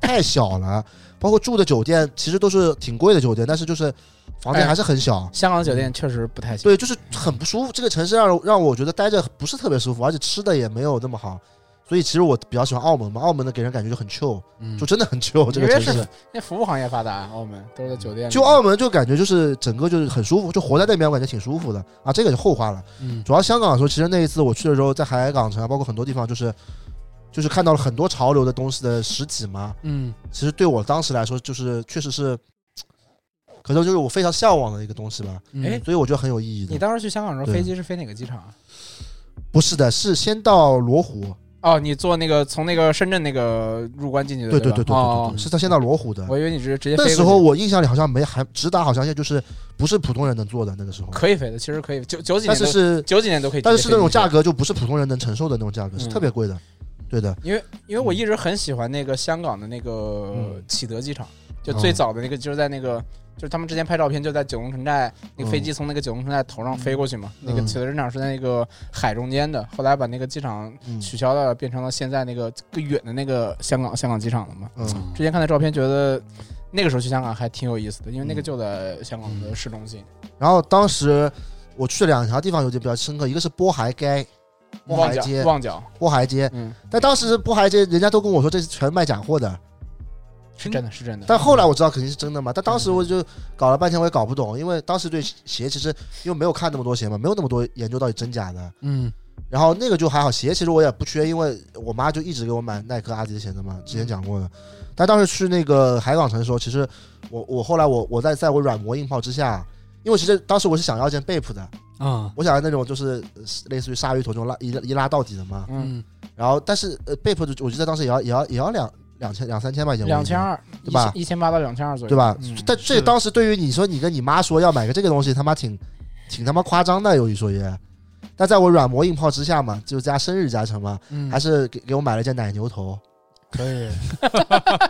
S1: 太小了，包括住的酒店其实都是挺贵的酒店，但是就是房
S3: 哎
S1: 间还是很小。
S3: 香港酒店确实不太行。
S1: 对，就是很不舒服。这个城市让让我觉得待着不是特别舒服，而且吃的也没有那么好。所以其实我比较喜欢澳门嘛，澳门的给人感觉就很 chill，
S2: 嗯
S1: 就真的很 chill 这个
S3: 因为
S1: 城
S3: 是
S1: 市。
S3: 那服务行业发达，啊澳门都是在酒店里面。
S1: 嗯就澳门就感觉就是整个就是很舒服，就活在那边我感觉挺舒服的啊。这个就后话了。
S2: 嗯
S1: 主要香港的时候，其实那一次我去的时候，在海港城啊，包括很多地方，就是就是看到了很多潮流的东西的实体嘛。
S2: 嗯
S1: 其实对我当时来说，就是确实是，可能就是我非常向往的一个东西吧。
S2: 哎
S1: 所以我觉得很有意义的。
S3: 你当时去香港的时候，
S1: 对
S3: 飞机是飞哪个机场啊？
S1: 不是的，是先到罗湖，
S3: 哦，你坐那个从那个深圳那个入关进去的，
S1: 对
S3: 对
S1: 对对对对
S3: 哦
S1: 对，，是到先到罗湖的。
S3: 我以为你直接直接飞
S1: 那
S3: 过去
S1: 时候我印象里好像没还直达，好像也就是不是普通人能坐的那个时候，
S3: 可以飞的，其实可以，九九几
S1: 但是
S3: 年都
S1: 是
S3: 九几年都可以，
S1: 但是是那种价
S3: 格。
S1: 格就不是普通人能承受的那种价格，是
S3: 嗯
S1: 特别贵的。对的，
S3: 因为因为我一直很喜欢那个香港的那个
S1: 嗯哦
S3: 启德机场，就最早的那个就是在那个。就是他们之前拍照片，就在九龙城寨，那个飞机从那个九龙城寨头上飞过去嘛。那个
S1: 嗯
S3: 启德机场是在那个海中间的，后来把那个机场
S1: 嗯
S3: 取消了，变成了现在那个更远的那个香港香港机场了嘛。
S1: 嗯，
S3: 之前看的照片，觉得那个时候去香港还挺有意思的，因为
S1: 嗯
S3: 那个就在香港的市中心。
S1: 然后当时我去了两条地方有点比较深刻，一个是波海街，波
S3: 旺
S1: 海
S3: 角，
S1: 街，哎
S3: 旺角，
S1: 波海街。
S3: 嗯，
S1: 但当时波海街人家都跟我说这是全卖假货的，
S3: 是真的，是真的。
S1: 但后来我知道肯定是真的嘛。但当时
S3: 嗯
S1: 我就搞了半天我也搞不懂，因为当时对鞋其实因为没有看那么多鞋嘛，没有那么多研究到底真假的。
S2: 嗯
S1: 然后那个就还好，鞋其实我也不缺，因为我妈就一直给我买耐克、阿迪的鞋子嘛，之前讲过的。但当时去那个海港城的时候，其实我我后来我我在在我软磨硬泡之下，因为其实当时我是想要一件 Bape 的，
S2: 啊，
S1: 我想要那种就是呃类似于鲨鱼头这种拉一一拉到底的嘛。
S3: 嗯，
S1: 然后，但是呃，被迫就我记得当时也要也要也要两两千两三千吧，也
S3: 两千二，
S1: 对吧
S3: 一千八到两千二左右，
S1: 对吧？
S3: 嗯
S1: 但
S4: 是
S1: 这
S4: 的
S1: 当时对于你说你跟你妈说要买个这个东西，他妈挺挺他妈夸张的，有一说一。但在我软磨硬泡之下嘛，就加生日加成嘛，
S2: 嗯
S1: 还是给给我买了一件奶牛头。
S2: 可以，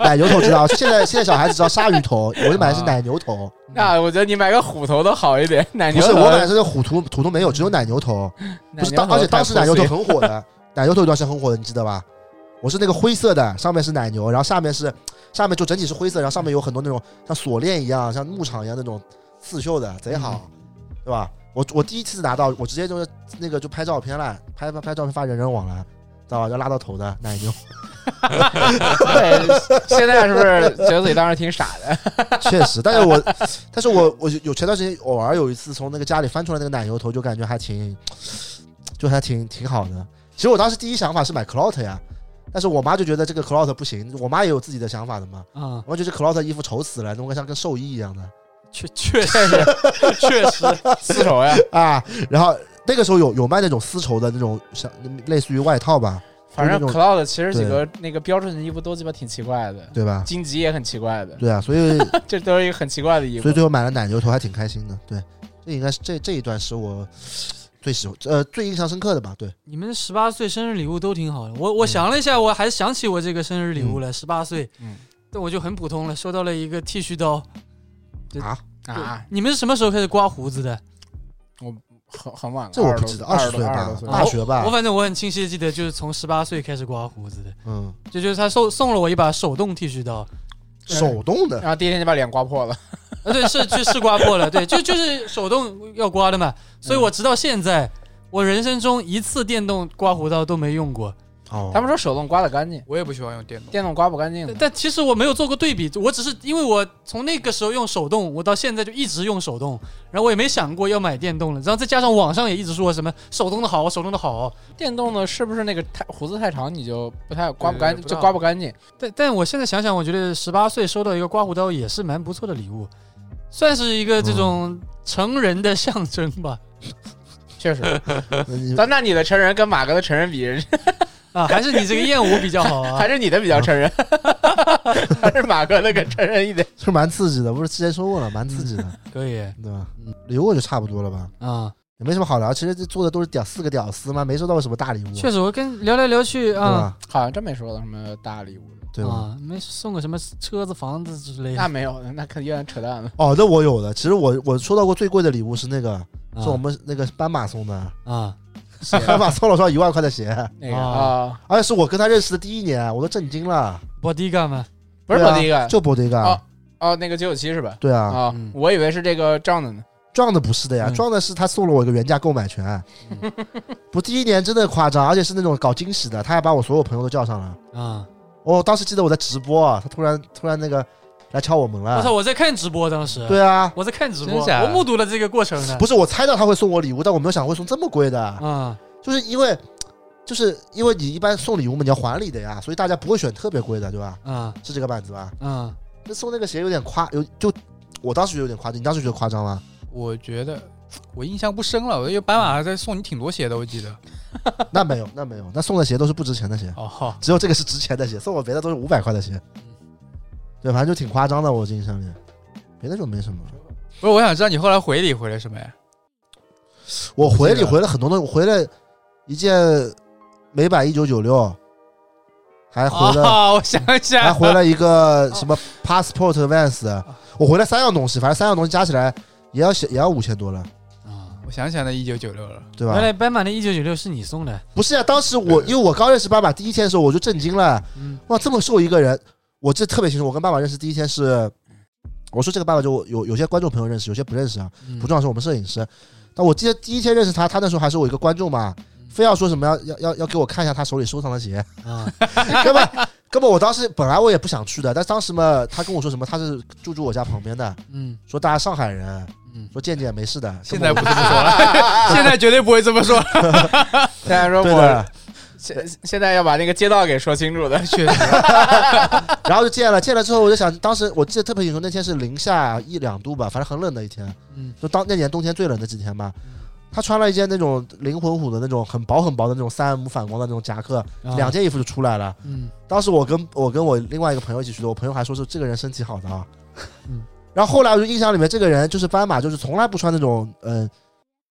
S1: 奶牛头知道，现在现在小孩子知道鲨鱼头，我就买的是奶牛头，
S3: 那我觉得你买个虎头都好一点， 奶
S1: 不
S3: 牛
S1: 是
S3: 头啊
S1: 我买的是虎头，虎头没有，只有奶牛头。不是当，而且当时奶牛头 很火的，奶牛头有段时间很火的，你记得吧？我是那个灰色的，上面是奶牛，然后下面是下面就整体是灰色，然后上面有很多那种像锁链一样、像牧场一样那种刺绣的，贼好，对吧？我我第一次拿到，我直接就是那个就拍照片了，拍拍拍照片发人人网了，知道吧？要拉到头的奶牛，
S3: 对，现在是不是觉得自己当时挺傻的？
S1: 确实，但是我 但是我我有前段时间偶尔有一次从那个家里翻出来那个奶牛头，就感觉还挺，就还挺挺好的。其实我当时第一想法是买 Clout 呀，但是我妈就觉得这个 Clout 不行，我妈也有自己的想法的嘛。
S2: 啊，
S1: 我妈觉得这 Clout 衣服丑死了，弄个像跟寿衣一样的
S4: 确确实 确实，
S3: 丝绸呀，
S1: 啊。然后那个时候有有卖那种丝绸的那种像类似于外套吧，
S3: 反正
S1: 就那种
S3: Cloud 其实几个那个标准的衣服都鸡巴挺奇怪的，
S1: 对吧？
S3: 荆棘也很奇怪的，
S1: 对啊，所以
S3: 这都是一个很奇怪的衣
S1: 所
S3: 服
S1: 以。最后买了奶牛头还挺开心的。对，这应该是这这一段是我最喜欢呃最印象深刻的吧？对，
S2: 你们十八岁生日礼物都挺好的。我我想了一下，我还想起我这个生日礼物了，十八岁，
S3: 嗯
S2: 但我就很普通了，收到了一个剃须刀。对
S1: 啊，
S3: 啊，
S2: 你们是什么时候开始刮胡子的？
S3: 很很晚了，
S1: 这我不记得，二
S3: 二
S1: 十
S3: 多
S1: 岁
S3: 二十
S1: 吧
S3: 多，岁，啊
S1: 大学吧
S2: 我，反正我很清晰的记得，就是从十八岁开始刮胡子的。
S1: 嗯，
S2: 这就是他送送了我一把手动剃须刀，
S1: 手动
S2: 哎
S1: 的，
S3: 然后第一天就把脸刮破
S1: 哦
S3: 了。
S2: 啊，对，是去是刮破了，对，就就是手动要刮的嘛，所以我直到现在，我人生中一次电动刮胡刀都没用过，
S1: 哦，
S3: 他们说手动刮的干净，
S4: 我也不喜欢用电动。
S3: 电动刮不干净的
S2: 但。但其实我没有做过对比，我只是因为我从那个时候用手动，我到现在就一直用手动，然后我也没想过要买电动了，然后再加上网上也一直说什么手动的好，手动的好，
S3: 电动的是不是那个太胡子太长，你就不太刮不
S4: 对
S3: 干
S4: 对
S3: 净，
S4: 对
S3: 就刮不干净。
S2: 但但我现在想想，我觉得十八岁收到一个刮胡刀也是蛮不错的礼物，算是一个这种成人的象征 吧，
S3: 确实，
S1: 那你
S3: 但那你的成人跟马哥的成人比，
S2: 啊，还是你这个燕舞比较好啊
S3: 还。是你的比较成人，
S1: 啊
S3: 还是马哥的更成人一点。
S1: 是蛮刺激的，不是之前说过了，蛮刺激的，
S2: 可以啊、
S1: 对吧？礼物就差不多了吧，也没什么好聊。其实这做的都是屌四个屌丝嘛，没收到过什么大礼物，
S2: 确实，我跟聊来聊去
S1: 对
S2: 啊
S1: 吧？
S3: 好像真没收到什么大礼物，
S1: 对吧？
S2: 啊，没送个什么车子、房子之类的。
S3: 那没有，那可有点扯淡了。
S1: 哦，那我有的。其实我我收到过最贵的礼物是那个，
S2: 啊
S1: 是我们那个斑马送的，
S2: 啊，
S3: 鞋
S1: 斑马送了双一万块的鞋，
S3: 那个
S2: 啊
S3: 啊，
S1: 而且是我跟他认识的第一年，我都震惊了。
S2: 博迪干嘛？
S3: 不是
S1: 对啊
S3: 我第一个，
S1: 就博迪嘎
S3: 哦，哦，那个九九七是吧？
S1: 对啊，
S3: 啊
S2: 嗯，
S3: 我以为是这个账的呢。
S1: 撞的不是的呀，
S2: 嗯
S1: 撞的是他送了我一个原价购买权。不，第一年真的夸张，而且是那种搞惊喜的，他还把我所有朋友都叫上了。
S2: 啊！
S1: 我当时记得我在直播，啊，他突然突然那个来敲我门
S2: 我操！
S1: 了。
S2: 我在看直播，当时
S1: 对啊，
S2: 我在看直播，
S4: 真假
S2: 我目睹了这个过程呢。
S1: 不是我猜到他会送我礼物，但我没有想会送这么贵的，
S2: 啊
S1: 就是因为就是因为你一般送礼物嘛，你要还礼的呀，所以大家不会选特别贵的，对吧？
S2: 啊
S1: 是这个板子吧？
S2: 啊！
S1: 那送那个鞋有点夸，有就我当时觉得有点夸张，你当时觉得夸张吗？
S4: 我觉得我印象不深了，我因为斑马还在送你挺多鞋的，我记得。
S1: 那没有，那没有，那送的鞋都是不值钱的鞋，
S4: 哦，
S1: 只有这个是值钱的鞋，送我别的都是五百块的鞋，对，反正就挺夸张的，我印象里，别的就没什么。
S4: 不是，我想知道你后来回礼回了什么呀？
S1: 我回
S4: 不记
S1: 礼
S4: 得
S1: 回了很多东西，我回了一件美版一九九六，还回了、
S4: 哦， 我想一
S1: 还
S4: 下，
S1: 回了一个什么 passport vans，我回了三样东西，反正三样东西加起来也要也要五千多了，
S2: 啊！
S4: 我想起来那一九九六了。
S1: 对
S2: 原
S1: 吧？
S2: 来斑马的一九九六是你送的，
S1: 不是啊，当时我因为我刚认识爸爸第一天的时候我就震惊了，
S2: 嗯
S1: 哇，这么瘦一个人，我这特别清楚。我跟爸爸认识第一天是，我说这个爸爸就有有些观众朋友认识，有些不认识啊，
S2: 嗯
S1: 不重要，是我们摄影师。但我记得第一天认识他，他那时候还是我一个观众嘛，非要说什么要要要要给我看一下他手里收藏的鞋，
S2: 啊
S1: 根本根本我当时本来我也不想去的，但当时嘛，他跟我说什么，他是住住我家旁边的，
S2: 嗯
S1: 说大家上海人，
S2: 嗯
S1: 说健健没事的。
S4: 现
S1: 根
S4: 在
S1: 本
S4: 不这么说了，现在绝对不会这么说了。
S3: 现在说
S1: 对
S3: 我
S1: 的，
S3: 现现在要把那个街道给说 清楚的，
S4: 确实，
S1: 然后就见了，见了之后我就想，当时我记得特别清楚，那天是零下一两度吧，反正很冷的一天，
S2: 嗯
S4: 嗯
S1: 就当那年冬天最冷的几天吧。他穿了一件那种灵魂虎的那种很薄很薄的那种三 M 反光的那种夹克，啊
S4: 啊
S1: 两件衣服就出来了。
S3: 嗯
S1: 当时我跟我跟我另外一个朋友一起去的，我朋友还说是这个人身体好的啊。
S3: 嗯
S1: 然后后来我就印象里面，这个人就是斑马，就是从来不穿那种嗯、呃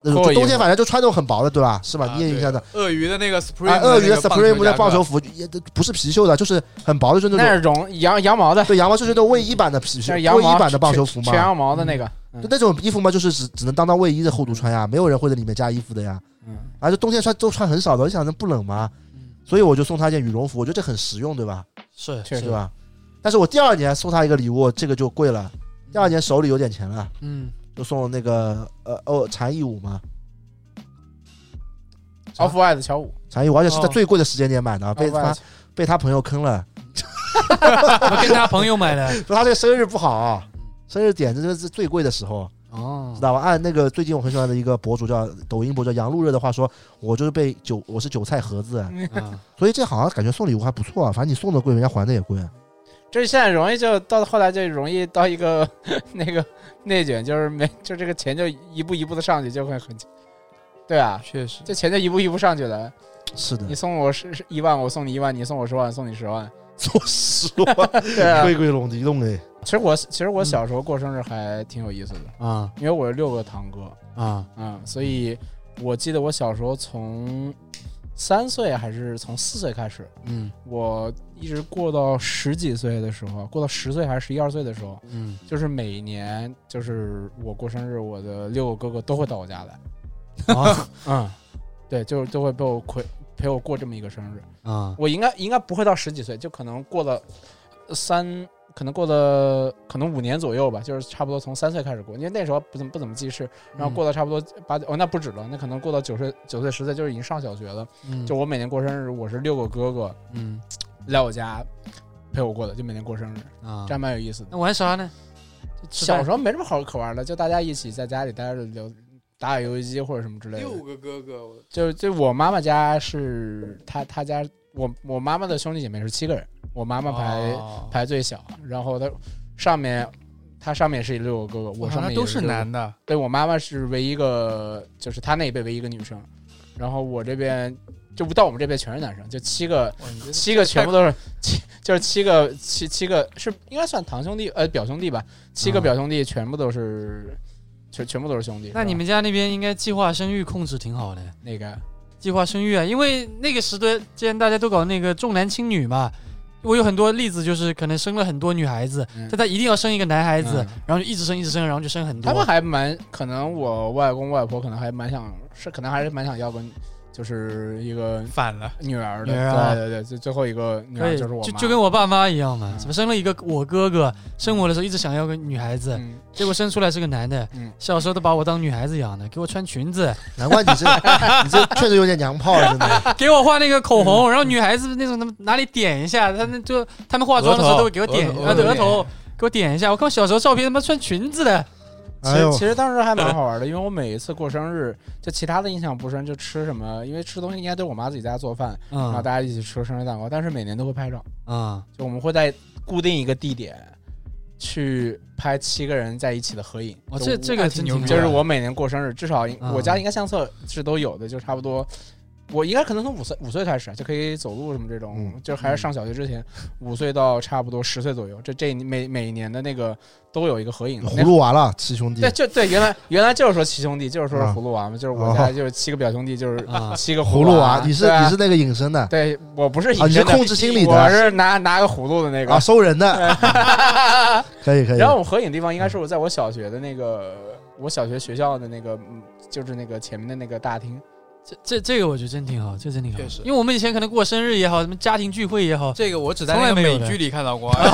S1: 那种
S4: 厚
S1: 就
S4: 衣服
S1: 冬天反正就穿那种很薄的，对吧？是吧？
S4: 啊
S1: 你也印象的，
S4: 鳄鱼的那个 Supreme，
S1: 啊，鳄鱼的
S4: 的那个棒球
S1: Supreme 的
S4: 夹克
S1: 棒球，服也都不是皮袖的，就是很薄的，就是那
S3: 那
S1: 种
S3: 是绒羊羊毛的，
S1: 对羊毛，就是那种卫衣版的皮
S3: 那
S1: 袖，
S3: 是羊
S1: 卫
S3: 毛
S1: 衣版的棒球服嘛
S3: 全。羊毛的那个，
S1: 就那种衣服嘛，就是只只能当当卫衣的厚度穿呀，没有人会在里面加衣服的呀。
S3: 嗯
S1: 而且冬天穿都穿很少的，我就想着不冷吗？
S3: 嗯，
S1: 所以我就送他一件羽绒服，我觉得这很实用，对吧？
S2: 是
S3: 确
S1: 对
S3: 实，
S1: 吧？但是我第二年送他一个礼物，这个就贵了。第二年手里有点钱了，
S3: 嗯，
S1: 就送那个呃哦禅意舞嘛，
S3: 奥弗外的乔五，
S1: 禅意舞，而且是在
S2: 哦
S1: 最贵的时间点买的，啊被
S3: Off-White
S1: 他被他朋友坑了，
S2: 我跟他朋友买的，
S1: 说他这个生日不好、啊生日点这个是最贵的时候，
S3: 哦
S1: 知，道吧？按那个最近我很喜欢的一个博主叫抖音博主叫杨路热的话说，我就是被韭我是韭菜盒子，
S2: 啊
S1: 所以这好像感觉送礼物还不错啊，反正你送的贵，人家还的也贵。
S3: 这现在容易就到后来就容易到一个 那个内卷，就是没就这个钱就一步一步的上去，就会很，对啊，
S4: 确实
S3: 这钱就一步一步上去了。
S1: 是的
S3: 你，送我十一万，我送你一万；你送我十万，送你十万。
S1: 做实 话，
S3: 对啊，
S1: 贵贵拢的动哎，
S3: 其实我其实我小时候过生日还挺有意思的，
S2: 啊
S3: 因为我有六个堂哥，
S2: 啊！
S3: 嗯，所以我记得我小时候从三岁还是从四岁开始，
S2: 嗯
S3: 我一直过到十几岁的时候，过到十岁还是十一二岁的时候，
S2: 嗯，
S3: 就是每年就是我过生日，我的六个哥哥都会到我家来，
S2: 啊
S3: 嗯，对，就是都会被我陪陪我过这么一个生日。
S2: 啊
S3: 我应该应该不会到十几岁，就可能过了三，可能过了可能五年左右吧，就是差不多从三岁开始过，因为那时候不怎么不怎么记事，
S4: 嗯
S3: 然后过到差不多八九哦，那不止了，那可能过到九岁九岁十岁就是已经上小学了。
S2: 嗯
S3: 就我每年过生日，我是六个哥哥
S2: 嗯
S3: 来我家陪我过的，就每年过生日，
S4: 嗯
S2: 啊
S3: 这，还蛮有意思的
S2: 那。玩啥呢？就吃饭
S3: 小时候没什么好可玩的，就大家一起在家里待着聊。打打游戏机或者什么之类的，
S4: 六个哥哥，我
S3: 就就我妈妈家是她她家我我妈妈的兄弟姐妹是七个人，我妈妈排、
S4: 哦
S3: 排最小，然后她上面她上面是六个哥哥，我上
S4: 好
S3: 面
S4: 像
S3: 也
S4: 都是
S3: 六个
S4: 男，的，
S3: 对我妈妈是唯一一个就是她那一辈唯一一个女生，然后我这边就到我们这边全是男生，就七个
S4: 哇你这
S3: 七个全部都是七就是七个七七个是应该算堂兄弟呃表兄弟吧，七个
S2: 啊
S3: 表兄弟全部都是。全全部都是兄弟，
S2: 那你们家那边应该计划生育控制挺好的，
S3: 那个
S2: 计划生育啊，因为那个时段之前大家都搞那个重男轻女嘛。我有很多例子，就是可能生了很多女孩子，
S3: 嗯
S2: 但她一定要生一个男孩子，
S3: 嗯
S2: 然后就一直生一直生，然后就生很多。
S3: 他们还蛮可能，我外公外婆可能还蛮想，是可能还是蛮想要个，就是一个
S4: 反了，
S3: 女儿的。
S2: 女儿啊
S3: 对对对，最最后一个女
S2: 可
S3: 儿
S2: 以
S3: 就是我妈。
S2: 就就跟我爸妈一样嘛，
S3: 嗯
S2: 怎么生了一个我哥哥，生我的时候一直想要个女孩子，
S3: 嗯
S2: 结果生出来是个男的，
S3: 嗯
S2: 小时候都把我当女孩子养的，给我穿裙子，
S1: 难怪你 这你这确实有点娘炮了，真的。
S2: 给我画那个口红，然后女孩子那种他们哪里点一下，他们就他们化妆的时候都会给我点
S4: 额头
S2: 啊，对
S4: 额头
S2: 额头给我点一下。我看我小时候照片，他妈穿裙子的，
S3: 其
S1: 哎
S3: 实
S1: 呦
S3: 其，实当时还蛮好玩的，因为我每一次过生日，就其他的印象不深，就吃什么，因为吃东西应该都是我妈自己在家做饭，然后
S2: 嗯
S3: 大家一起吃生日蛋糕，但是每年都会拍照，
S2: 嗯
S3: 就我们会在固定一个地点去拍七个人在一起的合影。
S2: 哦，
S3: 就
S2: 这
S3: 我
S2: 这个真
S4: 牛
S2: 挺
S4: 逼
S3: 就是
S4: 的
S3: 我每年过生日，至少应
S2: 嗯
S3: 我家应该相册是都有的，就差不多。我应该可能从五岁五岁开始就可以走路什么这种，
S1: 嗯
S3: 就还是上小学之前，五岁到差不多十岁左右，这这每每年的那个都有一个合影。
S1: 葫
S2: 嗯
S3: 那
S1: 芦娃了，七兄弟
S3: 对，，就对，原来原来就是说七兄弟，就是说
S1: 嗯
S3: 是
S1: 啊
S3: 葫芦娃嘛，就是我家
S1: 哦
S3: 就是七个表兄弟，就是
S2: 啊
S3: 七个
S1: 葫芦
S3: 芦
S1: 娃，你是
S3: 对啊
S1: 你是那个隐身的
S3: 对我不是
S1: 啊，你
S3: 隐
S1: 是
S3: 身的，
S1: 控制心理
S3: 我
S1: 的
S3: 是拿拿个葫芦的那
S1: 啊，
S3: 个。
S1: 收人的， 可以可以
S3: 然。后我们合影的地方应该是我在我小学的那个我小学学校的那个，嗯就是那个前面的那个大厅。
S2: 这这这个我觉得真挺好，这真挺好
S4: 确实，
S2: 因为我们以前可能过生日也好，什么家庭聚会也好，
S4: 这个我只在
S2: 从来
S4: 那个
S2: 没有
S4: 美
S2: 的
S4: 剧里看到 过，
S1: 哎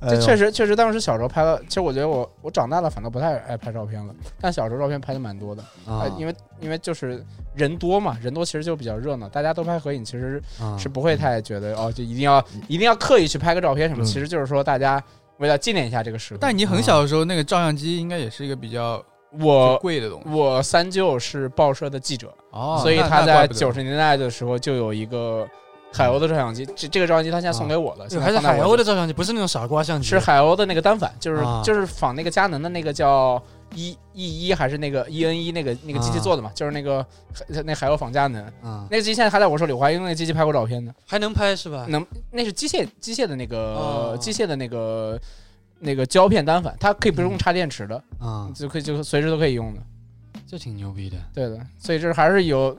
S3: 这
S1: 呦
S3: 确实确实，当时小时候拍了，其实我觉得我我长大了反倒不太爱拍照片了，但小时候照片拍的蛮多的，
S2: 啊
S3: 呃因为因为就是人多嘛，人多其实就比较热闹，大家都拍合影，其实
S2: 啊
S1: 哎
S3: 是不会太觉得哦，就一定要一定要刻意去拍个照片什么，
S1: 嗯
S3: 其实就是说大家为了纪念一下这个时刻。
S4: 但你很小的时候，那个照相机应该也是一个比较
S3: 我
S4: 贵的东西
S3: 我三舅是报社的记者，
S4: 哦
S3: 所以
S4: 那
S3: 他
S4: 那
S3: 在
S4: 怪不得
S3: 九十年代的时候就有一个海鸥的照相机，这这个照相机他现在送给我了，
S2: 对
S3: 现
S2: 还
S3: 在
S2: 是
S3: 放在
S2: 海
S3: 我
S2: 鸥
S3: 家
S2: 的照相机，不是那种傻瓜相机，
S3: 是海鸥的那个单反，就是、
S2: 啊
S3: 就是仿那个佳能的那个叫一 E 一还是那个 E N 一那个那个机器做的嘛，就是那个那海鸥仿佳能，
S5: 啊，
S3: 那个机器现在还在我手里，我还用那个机器拍过照片呢。
S2: 还能拍
S1: 啊
S2: 是吧？
S3: 能，那是机械机械的那个、
S2: 哦
S3: 机械的那个那个胶片单反，它可以不
S1: 嗯
S3: 用插电池的，
S5: 啊，
S3: 就可以就随时都可以用的。
S2: 这挺牛逼的。
S3: 对的，所以这还是有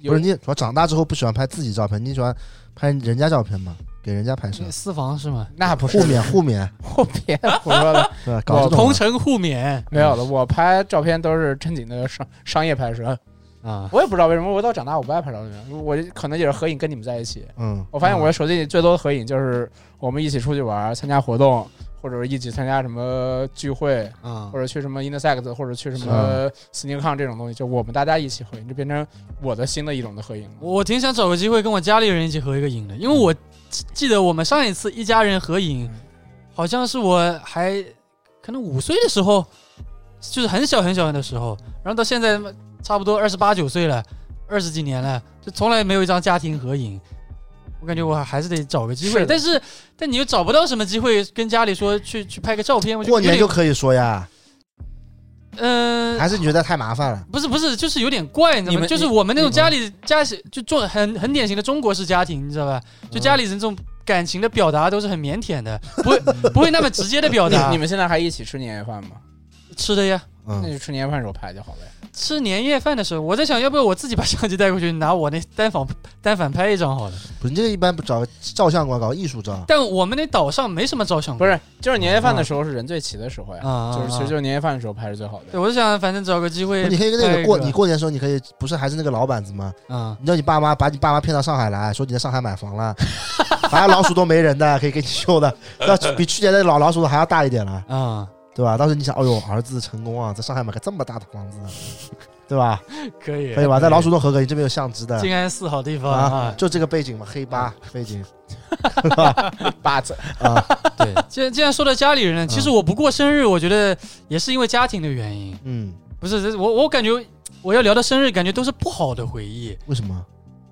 S3: 有
S1: 不是你主要长大之后不喜欢拍自己照片，你喜欢拍人家照片嘛，给人家拍摄，
S2: 私房是吗？
S3: 那不是
S1: 互免互免，
S3: 我别胡说了，
S1: 对吧？搞这种
S2: 同
S1: 的
S2: 城互免
S3: 没有了。我拍照片都是正经的商商业拍摄，
S2: 啊，
S3: 我也不知道为什么，我到长大我不爱拍照片，我可能也是合影跟你们在一起。
S1: 嗯，
S3: 我发现我的手机里最多的合影就是我们一起出去玩、参加活动，或者是一起参加什么聚会，
S5: 啊
S3: 或，者去什么 Intersect，或者去什么 SneakCon 这种东西，就我们大家一起合影，就变成我的新的一种的合影了。
S2: 我挺想找个机会跟我家里人一起合一个影的，因为我记记得我们上一次一家人合影，好像是我还可能五岁的时候，就是很小很小的时候，然后到现在差不多二十八九岁了，二十几年了，就从来没有一张家庭合影。我感觉我还是得找个机
S3: 是
S2: 会，
S3: 的
S2: 但是但你又找不到什么机会跟家里说去去拍个照片，我
S1: 过年就
S2: 有
S1: 可以说呀，
S2: 点嗯、
S1: 还是你觉得太麻烦了？
S2: 不是不是，就是有点怪，你知
S4: 你
S2: 道吗？
S4: 们
S2: 就是我们那种家里家就中很很典型的中国式家庭，你知道吧？就家里人这种感情的表达都是很腼腆的，不会不会那么直接的表
S3: 你
S2: 达。
S3: 你们现在还一起吃年夜饭吗？
S2: 吃的呀，
S3: 那
S1: 嗯，
S3: 就吃年夜饭时候拍就好了呀。
S2: 吃年夜饭的时候，我在想要不要我自己把相机带过去，拿我那单反单反拍一张好了。
S1: 不是你这个一般不找照相馆搞艺术照，
S2: 但我们那岛上没什么照相
S3: 不
S2: 馆
S3: 是，就是年夜饭的时候是人最齐的时候呀，
S2: 啊，
S3: 就是其实
S2: 啊
S3: 就是年夜饭的时候拍是最好的
S2: 对，。我就想反正找个机会，
S1: 你可以跟那
S2: 拍
S1: 个
S2: 一
S1: 过你过年的时候，你可以不是还是那个老板子吗？
S2: 啊，
S1: 你叫你爸妈把你爸妈骗到上海来，说你在上海买房 了，反正老鼠都没人的，可以给你修的，那比去年的老老鼠还要大一点了，
S2: 啊，
S1: 对吧？当时你想，哎呦，儿子成功啊，在上海买个这么大的房子，对吧？
S2: 可以
S1: 可以吧？在老鼠洞合格，哎你这边有相机的
S2: 静安寺好地方
S1: 啊
S2: 啊，，
S1: 就这个背景嘛，黑八背景
S3: 八字
S1: 啊，
S2: 对， 既然既然说到家里人
S3: 嗯
S2: 呢，其实我不过生日，我觉得也是因为家庭的原因。
S1: 嗯，
S2: 不是，这我我感觉我要聊到生日，感觉都是不好的回忆。
S1: 为什么？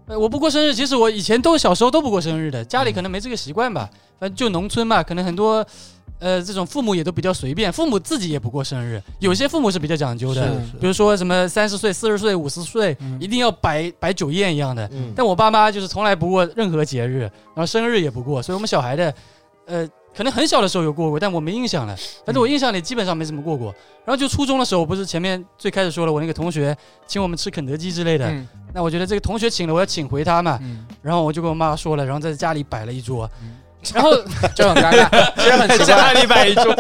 S2: 呃，我不过生日，其实我以前都小时候都不过生日的，家里可能没这个习惯吧。反正就农村嘛，可能很多呃这种父母也都比较随便，父母自己也不过生日。有些父母是比较讲究的，
S3: 是
S2: 比如说什么三十岁、四十岁、五十岁，
S3: 嗯
S2: 一定要摆摆酒宴一样的。
S1: 嗯，
S2: 但我爸妈就是从来不过任何节日，然后生日也不过，所以我们小孩的，呃，可能很小的时候有过过，但我没印象了。反
S3: 嗯
S2: 正我印象里基本上没怎么过过。然后就初中的时候，不是前面最开始说了，我那个同学请我们吃肯德基之类的，
S3: 嗯
S2: 那我觉得这个同学请了，我要请回他嘛。
S3: 嗯，
S2: 然后我就跟我妈说了，然后在家里摆了一桌
S3: 嗯，
S2: 然后
S3: 就很尴尬，其实很奇 怪，
S4: 里摆一桌，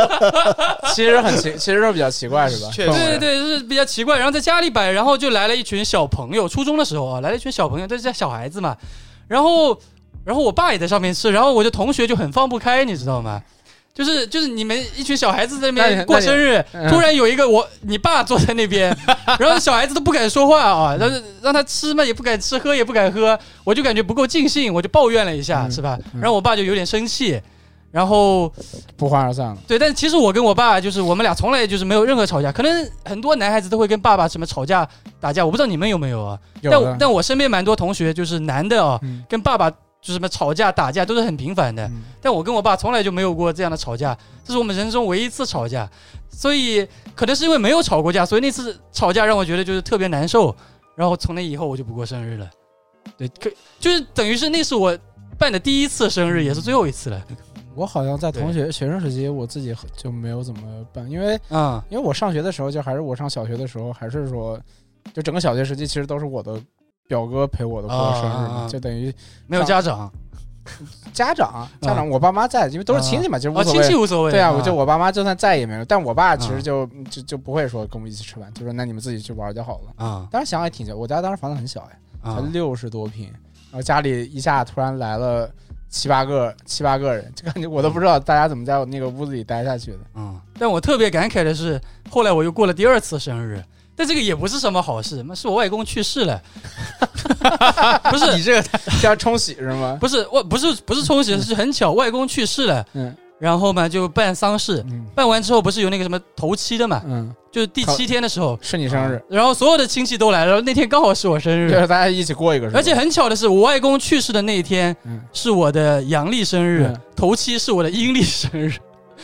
S3: 其实很奇，其实是比较奇怪是吧？
S4: 确
S2: 对对
S4: 实，
S2: 对，就是比较奇怪。然后在家里摆，然后就来了一群小朋友，初中的时候啊，来了一群小朋友，都是小孩子嘛。然后，然后我爸也在上面吃，然后我的同学就很放不开，你知道吗？就是就是你们一群小孩子在那
S3: 那
S2: 边
S3: 你
S2: 过生日
S3: 那你嗯，
S2: 突然有一个我你爸坐在那 边，然后小孩子都不敢说话啊，然后让他吃嘛也不敢吃，喝也不敢喝，我就感觉不够尽兴，我就抱怨了一下，
S3: 嗯
S2: 是吧？
S3: 嗯
S2: 然后我爸就有点生气，然后
S3: 不欢而散了。
S2: 对，但其实我跟我爸就是我们俩从来就是没有任何吵架，可能很多男孩子都会跟爸爸什么吵架打架，我不知道你们有没有啊？
S3: 有
S2: 但
S3: 的
S2: 我但我身边蛮多同学就是男的啊，
S3: 嗯
S2: 跟爸爸就是什么吵架打架都是很频繁的，
S3: 嗯
S2: 但我跟我爸从来就没有过这样的吵架，这是我们人生中唯一一次吵架，所以可能是因为没有吵过架，所以那次吵架让我觉得就是特别难受，然后从那以后我就不过生日了，对，可就是等于是那是我办的第一次生日，也是最后一次了，
S3: 我好像在同学学生时期，我自己很就没有怎么办，因为
S2: 嗯
S3: 因为我上学的时候，就还是我上小学的时候，还是说，就整个小学时期其实都是我的表哥陪我的过生日
S2: 啊啊
S3: 嘛，
S2: 啊
S3: 就等于
S2: 没有家长。
S3: 家长家长我爸妈在，因为都是亲戚嘛，其实无
S2: 啊，
S3: 所
S2: 亲
S3: 谓
S2: 戚。无所谓。
S3: 对啊，我就我爸妈就算在也没有，但我爸其
S2: 啊
S3: 实就就就不会说跟我一起吃饭，就说那你们自己去玩就好了。
S2: 啊
S3: 当时想想也挺小，我家当时房子很小哎，才
S2: 啊
S3: 六十多平，然后家里一下突然来了七八个七八个人，就感觉我都不知道大家怎么在我那个屋子里待下去的。
S2: 嗯！但我特别感慨的是，后来我又过了第二次生日，但这个也不是什么好事，那是我外公去世了， 不
S4: 你
S2: 是
S4: 这个
S3: 这要冲洗是吗？
S2: 不是我不是不是冲喜，是很巧，外公去世了，
S3: 嗯
S2: 然后嘛就办丧事，
S3: 嗯
S2: 办完之后不是有那个什么头七的嘛，
S3: 嗯，
S2: 就是第七天的时候，
S3: 是你生日，
S2: 然后所有的亲戚都来了，然后那天刚好是我生
S3: 就
S2: 日，
S3: 是大家一起过一个是
S2: 嗯
S3: 吧，
S2: 而且很巧的是，我外公去世的那一天
S3: 嗯
S2: 是我的阳历生日
S3: 嗯，
S2: 头七是我的阴历生日，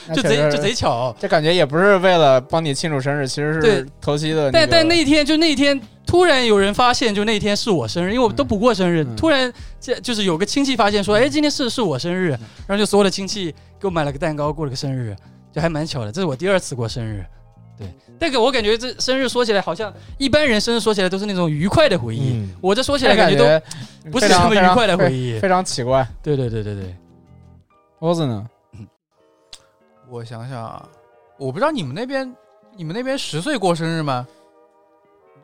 S3: 那
S2: 就
S3: 确
S2: 贼
S3: 实
S2: 就是贼巧。
S3: 这感觉也不是为了帮你庆祝生日，其实
S2: 对
S3: 是头七的个。
S2: 但但那天就那天突然有人发现，就那天是我生日，因为我都不过生日。
S3: 嗯
S2: 突然这就是有个亲戚发现说，哎，今天是是我生日，然后就所有的亲戚给我买了个蛋糕，过了个生日，就还蛮巧的。这是我第二次过生日，对。但给我感觉这生日说起来好像一般人生日说起来都是那种愉快的回忆，
S1: 嗯，
S2: 我这说起来
S3: 这
S2: 感
S3: 感
S2: 觉都不是
S3: 非
S2: 什么
S3: 常
S2: 愉快的回，
S3: 非常
S2: 忆
S3: 非。常奇怪。
S2: 对对对对对，
S3: 欧子呢？
S4: 我想想啊，我不知道你们那边，你们那边十岁过生日吗？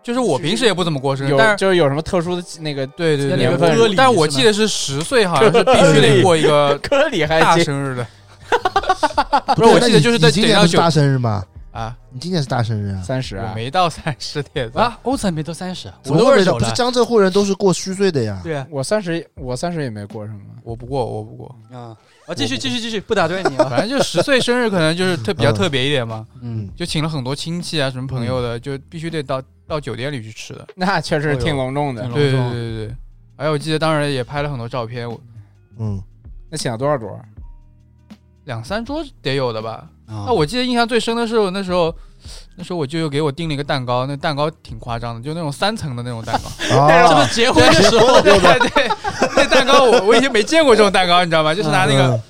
S4: 就是我平时也不怎么过生日，
S3: 有
S4: 但是
S3: 就是有什么特殊的那个
S4: 对对
S2: 在
S4: 对
S3: 哪个婚
S4: 我
S2: 礼，
S4: 但是我
S2: 是吗
S4: 记得是十岁，好像是必须得过一
S2: 呃
S4: 个
S3: 科里还
S4: 大
S3: 接
S4: 生日的
S1: 不
S4: 是我记得就是在
S1: 你今年不是
S4: 顶上
S1: 大生日吗？
S4: 啊，
S1: 你今年是大生日啊？
S3: 三十
S4: 我
S3: 啊？
S4: 没到三十点子，
S2: 啊，欧子还没到三十，
S1: 怎
S2: 我
S1: 么
S2: 都
S1: 会
S2: 二
S1: 没
S2: 十
S1: 到
S2: 九
S1: 不是
S2: 了。
S1: 江浙沪人都是过虚岁的呀？
S2: 对啊，
S3: 我三十，我三十也没过什么。
S4: 我不过，我不过，
S2: 啊，啊，继续继续继续，不打断 你啊。
S4: 反正就十岁生日可能就是特比较特别一点嘛，
S2: 嗯，
S4: 就请了很多亲戚啊，什么朋友的，就必须得到到酒店里去吃的。
S3: 那确实挺隆重
S2: 哎
S3: 的
S2: 呦。
S4: 对对
S2: 隆重
S4: 对对对，哎，我记得当时也拍了很多照片，我
S1: 嗯，
S3: 那请了多少桌？
S4: 两三桌得有的吧。
S2: 那
S4: 那我记得印象最深的是我那时候，那时候我舅舅给我订了一个蛋糕，那蛋糕挺夸张的，就那种三层的那种蛋糕。
S2: 这不
S1: 啊，
S2: 是结婚的时候
S4: 对对对，那蛋糕我我以前没见过这种蛋糕，
S2: 啊
S4: 你知道吗？就是拿那
S1: 嗯
S4: 个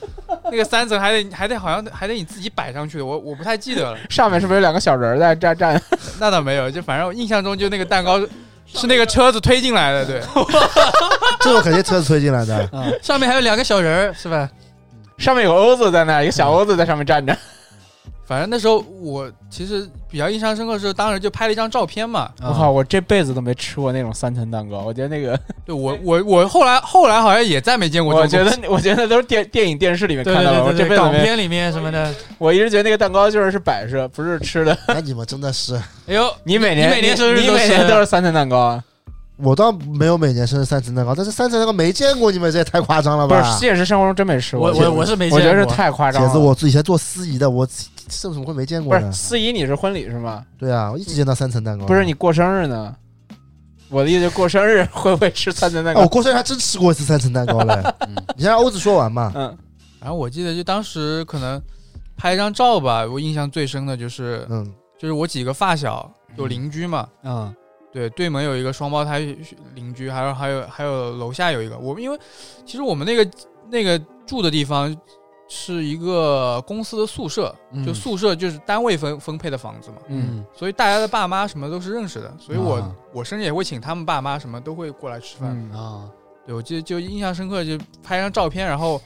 S4: 那个三层，还得还得好像还得你自己摆上去的，我我不太记得了。
S3: 上面是不是有两个小人儿在站站？
S4: 那倒没有，就反正我印象中就那个蛋糕 是那个车子推进来的，对。
S1: 这种肯定车子推进来的。
S2: 啊， 上面还有两个小人儿是吧？
S3: 上面有个欧子在那，一个小欧子在上面站
S2: 啊
S3: 着。
S4: 反正那时候我其实比较印象深刻的是，当时就拍了一张照片嘛。
S2: 啊
S3: 我靠，我这辈子都没吃过那种三层蛋糕。我觉得那个，
S4: 对我我我后来后来好像也再没见过这
S3: 我
S4: 种
S3: 觉
S4: 东西。
S3: 得我觉得都是电电影电视里面
S2: 对
S3: 看
S2: 对
S3: 到的。
S2: 对
S3: 我这
S2: 对
S3: 辈
S2: 对，
S3: 子
S2: 港
S3: 没，
S2: 片里面什么
S4: 嗯
S2: 的。
S3: 我一直觉得那个蛋糕就是是摆设，不是吃的。
S1: 那你们真的是，
S2: 哎呦，
S3: 你每年
S2: 你每年生日
S3: 你
S2: 都
S3: 每
S2: 是
S3: 年都是三层蛋糕啊？
S1: 我倒没有每年生日三层蛋糕，但是三层蛋糕没见过，你们这也太夸张了
S3: 不是，
S1: 吧？
S3: 现实生活中真没吃过。
S2: 我我我是没见
S3: 我
S2: 过，
S3: 觉得是太夸张
S1: 茄
S3: 了。
S1: 子，我自己以前做司仪的，我这怎么会没见
S3: 不
S1: 过
S3: 是
S1: 呢？
S3: 司仪，你是婚礼是吗？
S1: 对啊，我一直见到三层蛋糕。
S3: 不是你过生日呢？我的意思，过生日 会不会吃三层蛋
S1: 哦，我
S3: 糕？
S1: 过生日还真吃过一次三层蛋糕嘞。 你先让欧子说完嘛。
S3: 嗯，
S4: 然后我记得就当时可能拍一张照吧，我印象最深的就是
S1: 嗯，
S4: 就是我几个发小
S2: 嗯
S4: 有邻居嘛，
S2: 啊，
S4: 对，对门有一个双胞胎邻居，还有还有还有楼下有一个。我们因为其实我们那个那个住的地方是一个公司的宿舍，
S2: 嗯
S4: 就宿舍就是单位分分配的房子嘛。
S3: 嗯，
S4: 所以大家的爸妈什么都是认识的，所以我、
S2: 啊
S4: 我生日也会请他们爸妈什么都会过来吃饭。
S3: 嗯
S2: 啊，
S4: 对我记得就印象深刻，就拍张照片，然后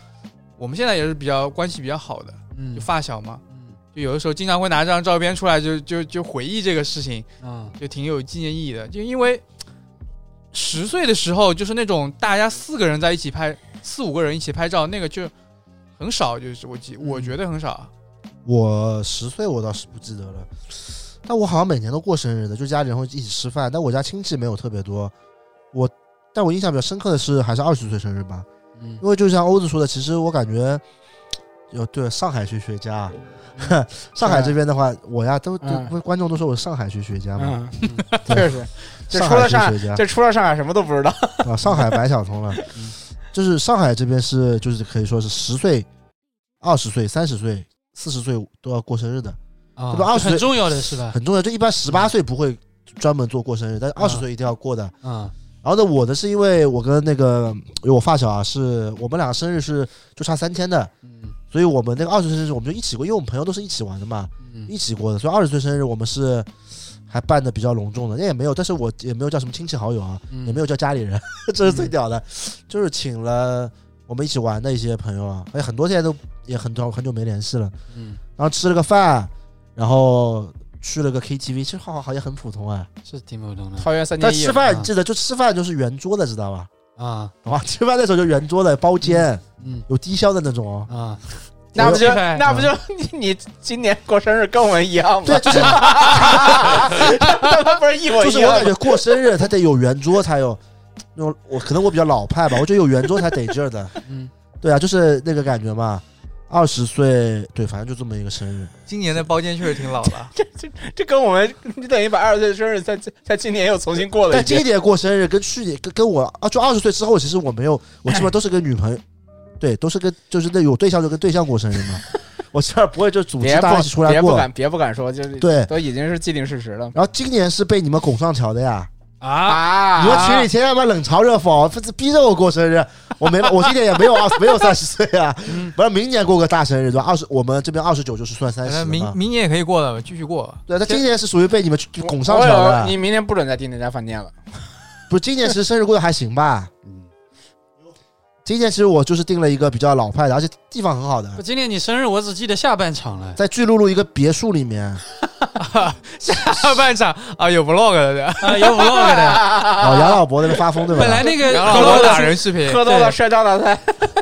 S4: 我们现在也是比较关系比较好的，
S2: 嗯
S4: 就发小嘛，
S2: 嗯
S4: 就有的时候经常会拿这张照片出来就，就就回忆这个事情，
S2: 啊，
S4: 就挺有纪念意义的。就因为十岁的时候，就是那种大家四个人在一起拍，四五个人一起拍照，那个就很少，就是我记我觉得很少。
S1: 我十岁我倒是不记得了，但我好像每年都过生日的，就家里人会一起吃饭，但我家亲戚没有特别多。我，但我印象比较深刻的是还是二十岁生日吧，
S2: 嗯
S1: 因为就像欧子说的，其实我感觉，有对上海学学家， 上海这边的话，我呀都都
S3: 嗯
S1: 不是观众都说我是上海学学家嘛，
S3: 嗯，
S1: 对
S3: 确实，这
S1: 上
S3: 除了上
S1: 海
S3: 海
S1: 学学家
S3: 这除了上海什么都不知道。
S1: 啊，上海白想通了，
S2: 嗯
S1: 就是上海这边是就是可以说是十岁、二十岁、三十岁、四十岁都要过生日的，
S2: 啊
S1: 这不20
S2: 很重要的是吧？
S1: 很重要。就一般十八岁不会专门做过生日，但是二十岁一定要过的。
S2: 啊，
S1: 然后呢，我的是因为我跟那个有我发小啊，是我们俩生日是就差三天的，
S2: 嗯
S1: 所以我们那个二十岁生日我们就一起过，因为我们朋友都是一起玩的嘛，
S2: 嗯
S1: 一起过的。所以二十岁生日我们是还办的比较隆重的，那也没有，但是我也没有叫什么亲戚好友啊，
S2: 嗯
S1: 也没有叫家里人， 这是最屌的，就是请了我们一起玩的一些朋友啊，而且很多现在都也很多很久没联系了。
S2: 嗯，
S1: 然后吃了个饭，然后去了个 KTV，其实好好好也很普通啊。
S2: 是挺普通的
S3: 桃园三
S1: 但
S3: 结义
S1: 吃饭
S2: 啊
S1: 你记得，就吃饭就是圆桌的，知道吧？
S2: 啊，
S1: 哇， 吃饭那时候就圆桌的，包间
S2: 嗯
S1: 有低消的那种哦。
S2: 啊，
S3: 那不就
S2: 我有
S3: 那不就你你今年过生日跟我们一样吗？
S1: 对， 就是
S3: 他妈不是一模
S1: 就
S3: 一
S1: 是我
S3: 样
S1: 感
S3: 吗？
S1: 觉过生日他得有圆桌才有那种，我可能我比较老派吧，我觉得有圆桌才得劲儿 的。
S2: 嗯，
S1: 对啊，就是那个感觉嘛。二十岁，对，反正就这么一个生日。
S4: 今年的包间确实挺老 了，
S3: 这跟我们你等于把二十岁的生日在在今年又重新过了一
S1: 但今
S3: 遍。
S1: 年过生日跟去年跟跟我啊，就二十岁之后，其实我没有，我基本都是跟女朋友，对，都是跟就是那有对象就跟对象过生日嘛。 我这儿不会就组织
S3: 别
S1: 大家一起出
S3: 不
S1: 来
S3: 别不
S1: 过。
S3: 敢别不敢说，就是
S1: 对
S3: 都已经是既定事实了
S1: 然后今年是被你们拱上桥的呀！
S2: 啊，
S3: 啊
S1: 你说群里天天他妈冷嘲热讽，逼着我过生日，我没我今年也没有二没有三十岁啊，
S3: 嗯
S1: 不然明年过个大生日对吧？二十我们这边二十九就是算三十
S4: 那明
S1: 嘛。
S4: 明年也可以过了，继续过。
S1: 对，他今年是属于被你们
S3: 我
S1: 拱上桥
S3: 我有
S1: 的
S3: 你，明天不准再订那家饭店了。
S1: 不是？今年其实生日过得还行吧？嗯今年其实我就是定了一个比较老派的，而且地方很好的
S2: 我，今年你生日我只记得下半场 了
S1: 在巨鹿路一个别墅里面。
S4: 下 半场啊，有 vlog 的对吧，
S2: 啊，有 vlog 的。
S1: 哦，杨老伯在那发疯对 吧？
S2: 本来那个
S4: 然后啊我
S2: vlog 的
S4: 打人视频，
S3: 喝多了摔跤打菜，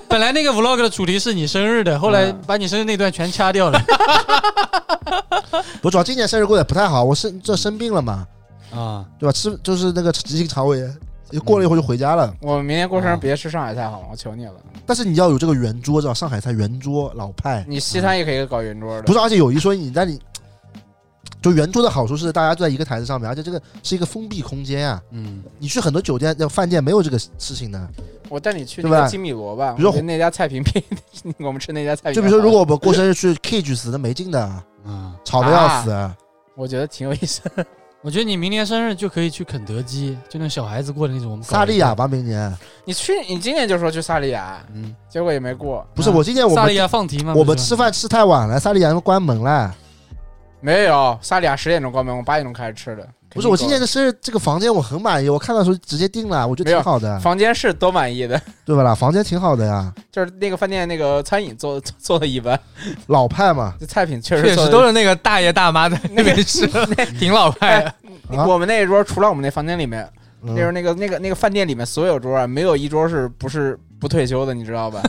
S2: 本来那个 vlog 的主题是你生日的，后来
S3: 嗯
S2: 把你生日那段全掐掉了。
S1: 我主要今年生日过得也不太好，我生这生病了嘛，
S2: 啊，
S1: 对吧？吃就是那个急性肠胃炎，就过了一会儿就回家了。
S3: 我明天过生日别吃上海菜好吗？我求你了，
S1: 但是你要有这个圆桌，知道上海菜圆桌老派，
S2: 嗯
S3: 你西餐也可以搞圆桌的，
S1: 不是？而且有一说一，你在你就圆桌的好处是大家坐在一个台子上面，而且这个是一个封闭空间啊。
S3: 嗯，
S1: 你去很多酒店、要饭店没有这个事情
S2: 哎
S1: 的。
S3: 我带你去那
S1: 对
S3: 个
S1: 吧
S3: 金米罗吧，
S1: 比如说
S3: 我觉得那家菜品比 我们吃那家菜品
S1: 就
S3: 好，
S1: 比如说，如果我们过生日去 K 举死，那没劲的，
S2: 嗯，
S1: 吵得要死。啊
S3: 我觉得挺有意思的，
S2: 我觉得你明年生日就可以去肯德基，就那小孩子过的那种。我们搞
S1: 萨莉
S2: 一
S1: 亚
S2: 个，
S1: 吧，明年
S2: 啊
S3: 你去你今年就说去萨莉亚，
S2: 嗯，
S3: 结果也没过，
S1: 不是
S2: 啊
S1: 我今年哎我
S2: 萨
S1: 们
S2: 莉亚放题吗？
S1: 我们
S2: 不是
S1: 吃饭吃太晚了，萨莉亚关门了。
S3: 没有萨莉亚十点钟关门，我八点钟开始吃的，
S1: 不是我今年的
S3: 的
S1: 生日，这个房间我很满意，我看到的时候直接定了，我觉得
S3: 没有
S1: 挺好的，
S3: 房间是都满意的，
S1: 对吧啦？房间挺好的呀，
S3: 就是那个饭店那个餐饮做 做做的一般，
S1: 老派嘛。
S3: 这菜品确实
S4: 确
S3: 做
S4: 实
S3: 得
S4: 都是那个大爷大妈在那边吃，挺老派的。
S1: 啊
S3: 我们那一桌除了我们那房间里面，
S1: 嗯
S3: 就是那个那个那个饭店里面所有桌啊，没有一桌是不是不退休的，你知道吧？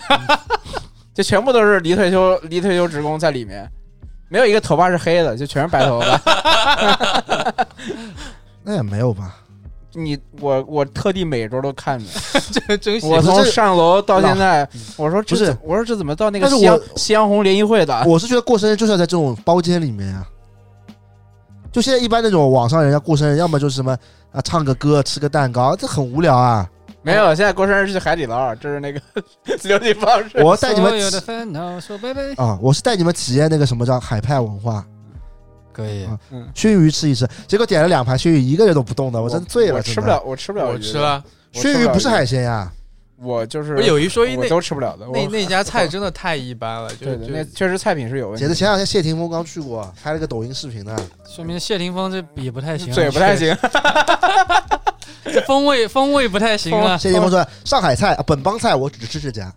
S3: 就全部都是离退休离退休职工在里面，没有一个头发是黑的，就全是白头发。
S1: 那也没有吧？
S3: 你我我特地每桌都看着，
S4: 这真行
S3: 我
S1: 不
S3: 从
S1: 是这
S3: 上楼到现在，我说这
S1: 不是
S3: 怎我说这怎么到那个
S1: 但是
S3: 夕阳
S1: 我
S3: 夕阳红联谊会的？
S1: 我是觉得过生日就是要在这种包间里面啊。就现在一般那种网上人家过生日，要么就是什么啊，唱个歌，吃个蛋糕，这很无聊啊。
S3: 没有，现在过生日是去海底捞，这是那个 流行方式。
S1: 我带你们
S2: 所有
S1: 体
S2: 的烦恼说拜拜。
S1: 啊，我是带你们体验那个什么叫海派文化，
S2: 可以
S1: 啊熏鱼吃一吃，结果点了两盘熏鱼，一个人都不动的，我真醉了。
S3: 我吃
S1: 真
S3: 不
S1: 的
S3: 了，我吃不了，
S4: 我吃，了，
S3: 我
S1: 熏
S3: 吃
S1: 鱼
S3: 了
S1: 不是
S3: 鱼
S1: 海鲜呀，
S3: 我就是
S4: 不是有一说一，
S3: 我
S4: 那
S3: 都吃不了的。我
S4: 那那家菜真的太一般了，就
S3: 对的，那
S4: 就
S3: 确实菜品是有问
S1: 姐
S3: 题
S1: 子
S3: 的，
S1: 前两天谢霆锋刚去过，拍了个抖音视频呢。
S2: 说明谢霆锋这也不太行，啊
S3: 嘴不太，行。
S2: 这风味风味不太行啊
S3: 啊
S2: 了。
S1: 谢
S3: 哦
S1: 霆锋说：“上海菜，啊本帮菜，我只吃这家。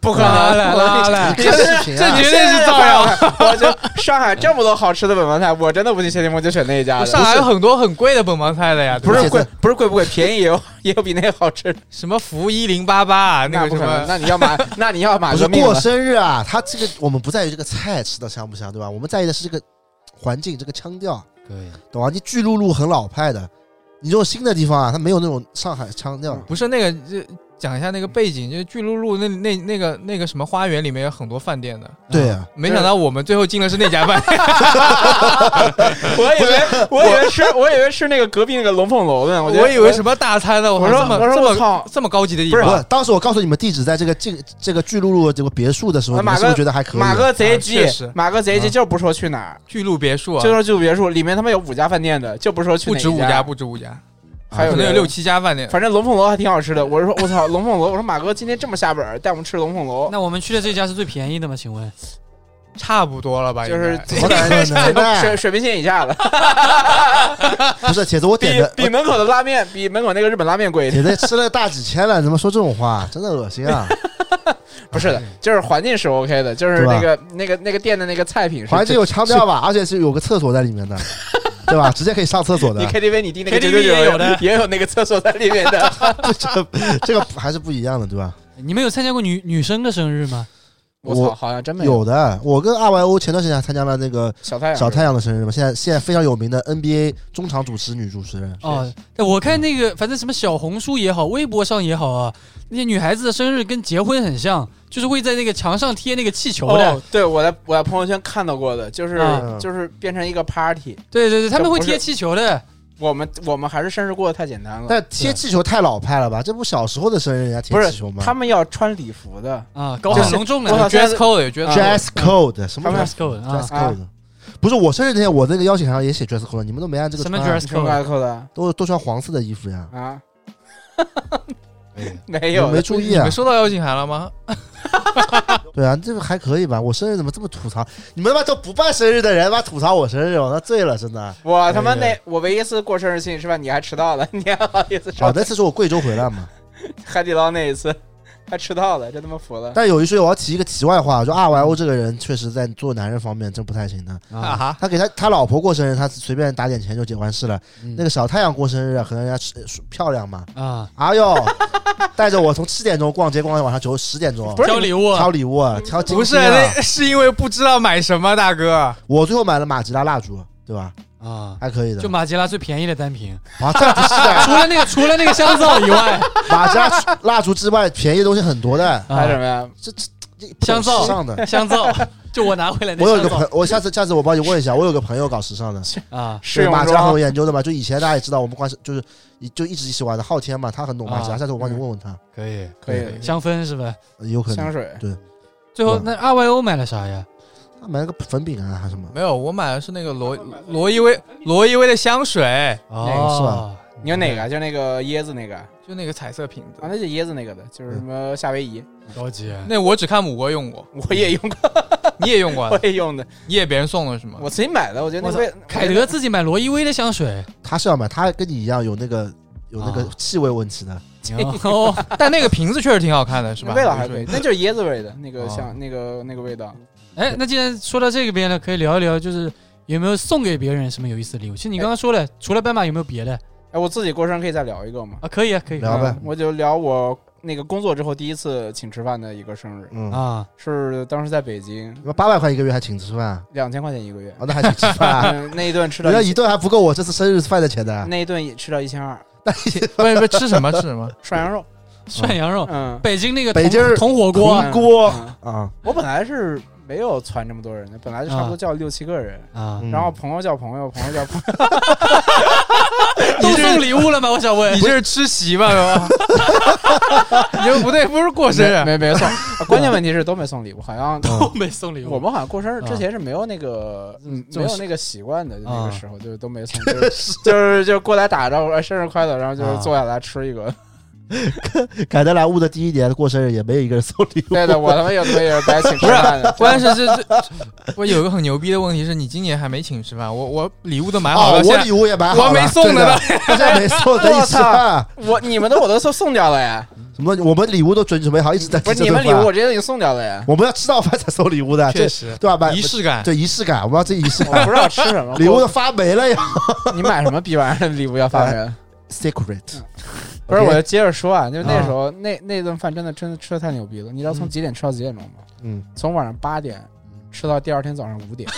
S3: 不 可
S2: 拉
S3: 能，
S2: 了拉了
S1: 这视频啊
S4: 这绝对是造谣。
S3: 我就上海这么多好吃的本帮菜，我真的不信谢霆锋就选那一家的。
S4: 上海有很多很贵的本帮菜的呀，对
S3: 不
S4: 吧
S3: 是贵，不是贵不贵，便宜也有也有比那个好吃的。
S4: 什么福一零八八啊那
S3: 那
S4: 个
S3: 不
S4: 什
S3: 可能，
S4: 么，
S3: 那你要 马，那你要马
S1: 不是
S3: 革命
S1: 过
S3: 了。
S1: 生日啊，他这个我们不在于这个菜吃的香不香，对吧？我们在意的是这个环境、这个腔调，
S2: 可以，
S1: 懂吧？你巨鹿路很老派的，你这种新的地方啊，它没有那种上海腔
S3: 嗯
S1: 调。
S4: 不是那个这讲一下那个背景，就是巨鹿路那那那个那个什么花园里面有很多饭店的，
S1: 对
S3: 嗯
S1: 啊，
S4: 没想到我们最后进的是那家饭店，
S3: 我以为我以为是我以为是那个隔壁那个龙凤楼呢，我觉得
S4: 我以为什么大餐呢，
S3: 我
S4: 说
S3: 说
S4: 这么
S3: 我说我
S4: 这么
S3: 操，
S4: 这么高级的地
S3: 不是啊
S1: 不
S4: 方
S1: 是，当时我告诉你们地址在这个这这个巨鹿路这个别墅的时候，
S3: 啊
S1: 你们
S3: 马
S1: 是不
S3: 哥
S1: 是觉得还可以？
S3: 马哥贼
S4: 啊
S3: 鸡
S4: 确实，
S3: 马哥贼鸡
S1: 啊
S3: 就是不说去哪儿，
S4: 巨鹿别墅啊
S3: 就，说住别墅里面他妈有五家饭店的，就不说去
S4: 不
S3: 哪一
S4: 止五
S3: 家
S4: 家，不止五家，
S3: 还有
S4: 可能有
S3: 人
S4: 六七家饭店。
S3: 反正龙凤楼还挺好吃的。我说我操，龙凤楼！我说马哥今天这么下本儿，带我们吃龙凤楼，
S2: 那我们去的这家是最便宜的吗？请问？
S4: 差不多了吧？
S3: 就是
S4: 应该
S1: 怎么可能
S3: 水
S1: 呢？
S3: 水平线以下的，
S1: 不是，铁子， 我点
S3: 比
S1: 的
S3: 比门口的拉面，比门口那个日本拉 面贵一点。
S1: 铁子吃了大几千了，怎么说这种话？真的恶心 啊！
S3: 不是的，就是环境是 OK 的，就是
S1: 对吧
S3: 那个那个那个店的那个菜品是
S1: 环境有腔调吧，而且是有个厕所在里面的，对吧？直接可以上厕所的
S3: 你。KTV 你订那个
S2: KTV
S3: 999
S2: 也有的
S3: 也有那个厕所在里面的。
S1: 这 这个还是不一样的，对吧？
S2: 你们有参加过女女生的生日吗？
S3: 我操，
S1: 我
S3: 好像真没哎
S1: 有的，我跟 R Y O 前段时间还参加了那个
S3: 小太阳，
S1: 小太阳的生日嘛，现在现在非常有名的 NBA 中场主持女主持人，
S2: 哦，但我看那个，反正什么小红书也好，微博上也好啊，那些女孩子的生日跟结婚很像，就是会在那个墙上贴那个气球的。
S3: 哦，对我在我在朋友圈看到过的，就是
S2: 嗯
S3: 就是变成一个 party，
S2: 对对对，他们会
S3: 这不是
S2: 贴气球的。
S3: 我们我们还是生日过得太简单了。
S1: 但贴气球太老派了吧？这不小时候的生日人家贴
S3: 不是
S1: 气球吗？
S3: 他们要穿礼服的，啊
S2: 啊，搞很隆重的
S3: 我操
S4: 有 dress code 有 dress
S1: dress
S4: code，
S1: code 什么
S3: 他们
S2: dress code 啊
S1: dress，code？不是我生日那天，我那个邀请函上也写 dress code，你们都没按这个
S2: 什么
S1: 穿啊
S2: dress
S3: 你穿
S2: code？
S3: 外扣的
S1: 都都穿黄色的衣服呀？
S3: 啊？
S1: 哎
S3: 没
S1: 你
S3: 有
S1: 们没
S3: 的，
S1: 注意
S4: 你
S1: 啊
S4: 们？收到邀请函了吗？
S1: 对啊，这个还可以吧？我生日怎么这么吐槽？你们他妈都不办生日的人，他妈吐槽我生日，哦我那醉了，真的。
S3: 我他妈
S1: 哎
S3: 那我唯一一次过生日庆是吧？你还迟到了，你 还好意思
S1: 好
S3: 说
S1: 啊的，那次是我贵州回来嘛。
S3: 海底捞那一次 还迟到了，真他妈服了。
S1: 但有一说一，我要提一个题外话，就 R Y O 这个人确实在做男人方面真不太行的。
S4: 啊
S2: 啊，
S4: 哈，
S1: 他给他他老婆过生日，他随便打点钱就结完事了。那个小太阳过生日，可能人家是是漂亮嘛，
S2: 啊，
S1: 哎呦， 带着我从七点钟逛街逛到晚上九十点钟，
S3: 不是
S2: 挑礼物啊
S1: 挑礼物啊，挑精
S4: 不是，
S1: 心啊
S4: 那是因为不知道买什么，大哥。
S1: 我最后买了马吉拉蜡烛，对吧？
S2: 啊，
S1: 还可以的，
S2: 就马吉拉最便宜的单品，
S1: 啊，这不是的，
S2: 除了那个除了那个香皂以外，
S1: 马吉拉蜡烛之外，便宜的东西很多的，
S3: 还有什
S2: 啊，
S3: 么呀？
S1: 这这这不懂
S2: 香皂
S1: 时尚的。
S2: 香皂， 就我拿回来
S1: 我有一
S2: 那
S1: 个
S2: 香
S1: 朋友，我下次下次我帮你问一下，我有个朋友搞时尚的，
S2: 皂啊，
S3: 试
S1: 对
S3: 用
S1: 马吉拉很
S3: 装
S1: 有研究的嘛，就以前大家也知道，我们关系就是就一直一起玩的昊天嘛，他很懂马吉拉，
S2: 啊
S1: 下次我帮你问问他，呃
S2: 可以，
S3: 可以，
S2: 香氛是吧？
S1: 有可
S3: 香
S1: 能
S3: 水
S2: 最后那 R Y O 买了啥呀？
S1: 他买了个粉饼啊还是什么，
S4: 没有，我买的是那个罗罗意威罗意威的香水，
S1: 是吧
S2: 哦，
S3: 你有哪
S1: 嗯
S3: 个？就那个椰子那个啊，
S4: 就那个彩色瓶子。
S3: 那就椰子那个的，就是什么
S1: 嗯
S3: 夏威夷，
S2: 高级啊？
S4: 那我只看母哥用过，
S3: 我也用过，
S4: 你也用 过
S3: 我
S4: 啊，
S3: 也用
S1: 嗯
S3: 的，
S4: 你也别人送的是吗？
S3: 我自己买的，我觉得那味
S2: 凯德自己买罗意威的香水，
S1: 他是要买，他跟你一样有那个有那个
S2: 啊
S1: 气味问题的，
S2: 哦，
S4: 但那个瓶子确实挺好看的，是吧？
S3: 那味道还可以，那就是椰子味的那
S4: 哦
S3: 个香，那个那个味道。
S2: 哎，那既然说到这个边了，可以聊一聊，就是有没有送给别人什么有意思的礼物？其实你刚刚说
S1: 哎
S2: 了，除了斑马有没有别的
S3: 哎，我自己过生日可以再聊一个吗？
S2: 啊？可以啊，可以
S1: 聊呗
S3: 嗯我就聊我那个工作之后第一次请吃饭的一个生日，
S1: 嗯，
S2: 啊，
S3: 是当时在北京，
S1: 那八百块一个月还请吃饭啊？
S3: 两千块钱一个月，
S1: 哦，那还请吃饭 啊？
S3: 嗯那一顿吃
S1: 人
S3: 到
S1: 家
S3: 一
S1: 一顿还不够我这次生日饭的钱的。
S3: 那一顿也吃到一千二，
S4: 不是不是吃什么吃 什么？
S3: 涮羊肉，
S2: 涮羊肉，
S3: 嗯，
S2: 北京那个
S1: 北京儿
S2: 铜铜火哦锅
S1: 铜锅
S3: 嗯
S1: 啊，
S3: 我本来是没有攒这么多人的，本来就差不多叫六七个人，
S2: 啊，
S1: 嗯
S3: 然后朋友叫朋友，朋友叫朋友，
S2: 都送礼物了吗？我想问
S4: 你，这是吃席吧？是吧你这不对，不是过生日，
S3: 没没没送。啊关键问题是都没送礼物，好 像
S2: 都没送礼物，
S3: 我们好像过生日之前是没有那个嗯
S2: 这
S3: 没
S2: 种
S3: 有那个习惯的，就那
S2: 啊
S3: 个时候就是都没送，就是就是就过来打个招呼，哎生日快乐，然后就是
S2: 啊
S3: 坐下来吃一个。
S1: 凯德莱坞的第一年过生日也没有一个人送礼 物，
S3: 对的，我他妈有他妈也白请吃饭的，
S4: 关键是 这这，我有一个很牛逼的问题是你今年还没请吃饭，我我礼物都买好
S1: 哦
S4: 了，，现
S1: 我
S4: 在
S1: 礼物也买好了，
S4: 我没送呢
S1: 真的，大家没送，等你吃饭。
S3: 我你们的我都送送掉了呀，
S1: 什么？我们礼物都准准备好，一直在
S3: 不
S1: 吃
S3: 是
S1: 这
S3: 你
S1: 顿
S3: 们
S1: 饭
S3: 礼物，我直接给你送掉 了呀，
S1: 我们要吃到饭才送礼物的，
S4: 确
S1: 啊这
S4: 实
S1: 对吧？买
S4: 仪式感。
S1: 对仪式感，我们要这 仪式
S3: 我
S1: 感
S3: 不，知道吃什么
S1: 礼物都发霉了呀。
S3: 我你买什么逼玩意儿的礼物要发人？
S1: Secret，
S3: 不是，
S1: OK
S3: 我就接着说啊，就那时候那那顿饭真的真的吃的太牛逼了，你知道从几点吃到几点钟吗？
S1: 嗯，
S3: 从晚上八点吃到第二天早上五点，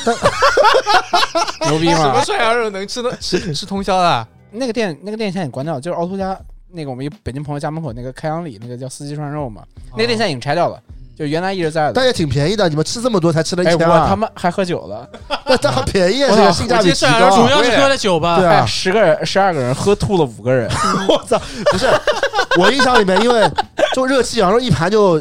S3: 牛逼
S4: 什么
S3: 吗？
S4: 涮羊肉能吃 的吃吃通宵的 啊？
S3: 那个店那个店现在已经关掉了，就是凹凸家那个我们一北京朋友家门口那个开阳里那个叫四季涮肉嘛，
S4: 啊
S3: 那个店现在已经拆掉了，
S4: 嗯
S3: 就原来一直在的。
S1: 但也挺便宜的。你们吃这么多才吃了一
S3: 哎，
S1: 千
S3: 我他
S1: 二，
S3: 妈还喝酒了，
S1: 那这很便宜，啊
S4: 我
S1: 这
S4: 操
S1: 个性价比极
S4: 我
S2: 主
S1: 高啊
S4: 记。
S2: 要是喝了酒吧
S1: 对，
S3: 哎，
S1: 啊，
S3: 十个人十二个人喝吐了五个人，
S1: 我操，不是。我印象里面，因为就热气羊肉一盘就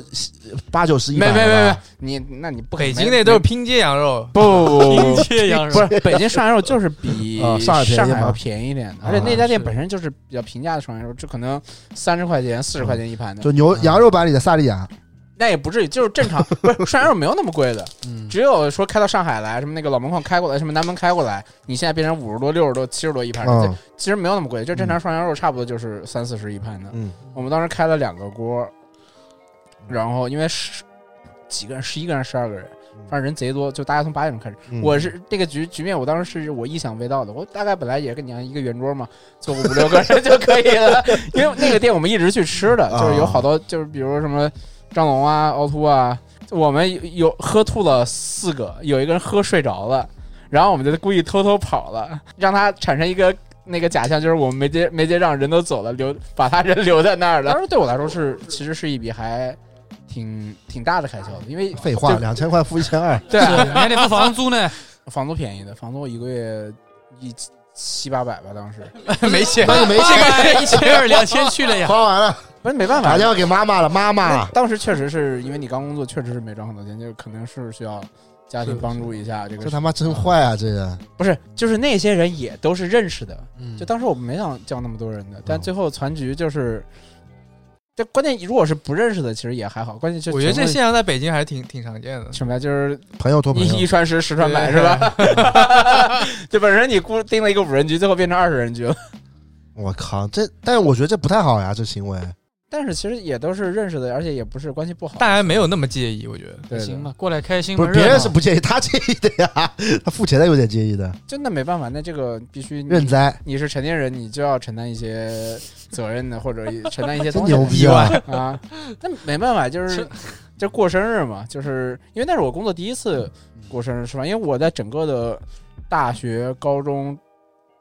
S1: 八九十一百
S3: 没
S1: 了吧，
S3: 没没没，你那你不可
S4: 北京
S3: 没
S4: 那都是拼接羊肉，
S3: 不不不不
S2: 拼
S3: 不
S2: 切羊
S3: 不
S2: 肉，
S3: 是北京涮羊肉就是 比
S1: 啊上
S3: 上
S1: 海便宜嘛
S3: 要便宜一点的，
S4: 啊
S3: 而且那家店本身就是比较平价的涮羊肉，就可能三十块钱、四十块钱一盘的
S1: 就，牛羊肉版里的萨莉亚，
S3: 那也不至于，就是正常， 不是涮羊肉没有那么贵的，
S2: 嗯
S3: 只有说开到上海来，什么那个老门框开过来，什么南门开过来，你现在变成五十多、六十多、七十多一盘，
S1: 嗯
S3: 其实没有那么贵，就正常涮羊肉差不多就是三四十一盘的。
S1: 嗯，
S3: 我们当时开了两个锅，然后因为十几个人，十一个人、十二个人，反正人贼多，就大家从八点钟开始。
S1: 嗯
S3: 我是这个局局面，我当时是我意想未到的。我大概本来也跟你一样一个圆桌嘛，坐个五六个人就可以了。因为那个店我们一直去吃的，
S1: 啊
S3: 就是有好多，就是比如什么张龙啊、凹凸啊，我们有有喝吐了四个，有一个人喝睡着了，然后我们就故意偷偷跑了，让他产生一个。那个假象就是我们没结没结账，人都走了，留把他人留在那儿了。当时对我来说是其实是一笔还挺挺大的开销的，因为
S1: 废话，
S3: 就
S1: 两千块 付一千二，
S3: 对啊
S2: 是，你还得付房租呢，
S3: 房租便宜的，房租我一个月一七八百吧，当时
S4: 没钱，
S3: 啊
S1: 那你没
S2: 八
S1: 钱，
S2: 百、一千二、两千去了呀。
S1: 花 完了，
S3: 不是没办法
S1: 打，电话给妈妈了，妈妈
S4: 啊
S3: 那当时确实是因为你刚工作，确实是没赚很多钱，就肯定是需要家
S4: 是
S3: 庭
S4: 是
S3: 帮助一下。这个
S1: 这他妈真坏啊！这人，
S3: 不是，就是那些人也都是认识的，
S1: 嗯
S3: 就当时我们没想叫那么多人的，但
S1: 嗯
S3: 最后残局就是，但关键如果是不认识的，其实也还好，关键就
S4: 我觉得这
S3: 全部
S4: 现象在北京还是挺挺常见的。
S3: 什么呀，就是
S1: 朋友托朋
S3: 一一
S1: 友，
S3: 传十，十传百，是吧？ 就本身你估定了一个五人局，最后变成二十人局了。
S1: 我靠，这但是我觉得这不太好呀，这行为。
S3: 但是其实也都是认识的，而且也不是关系不好。
S4: 大家没有那么介意，我觉得。
S3: 对的
S2: 行吧，，过来开心
S1: 不
S2: 嘛。
S1: 是别人是
S2: 热闹
S1: 不介意，他介意的呀，他付钱的有点介意的，
S3: 真的没办法，那这个必须你
S1: 认栽，
S3: 你是成年人，你就要承担一些责任的，或者承担一 些
S1: 真
S3: 东西
S1: 牛逼啊！
S3: 啊。那没办法， 就是就过生日嘛，就是因为那是我工作第一次过
S2: 嗯
S3: 生日吃饭，因为我在整个的大学、高中、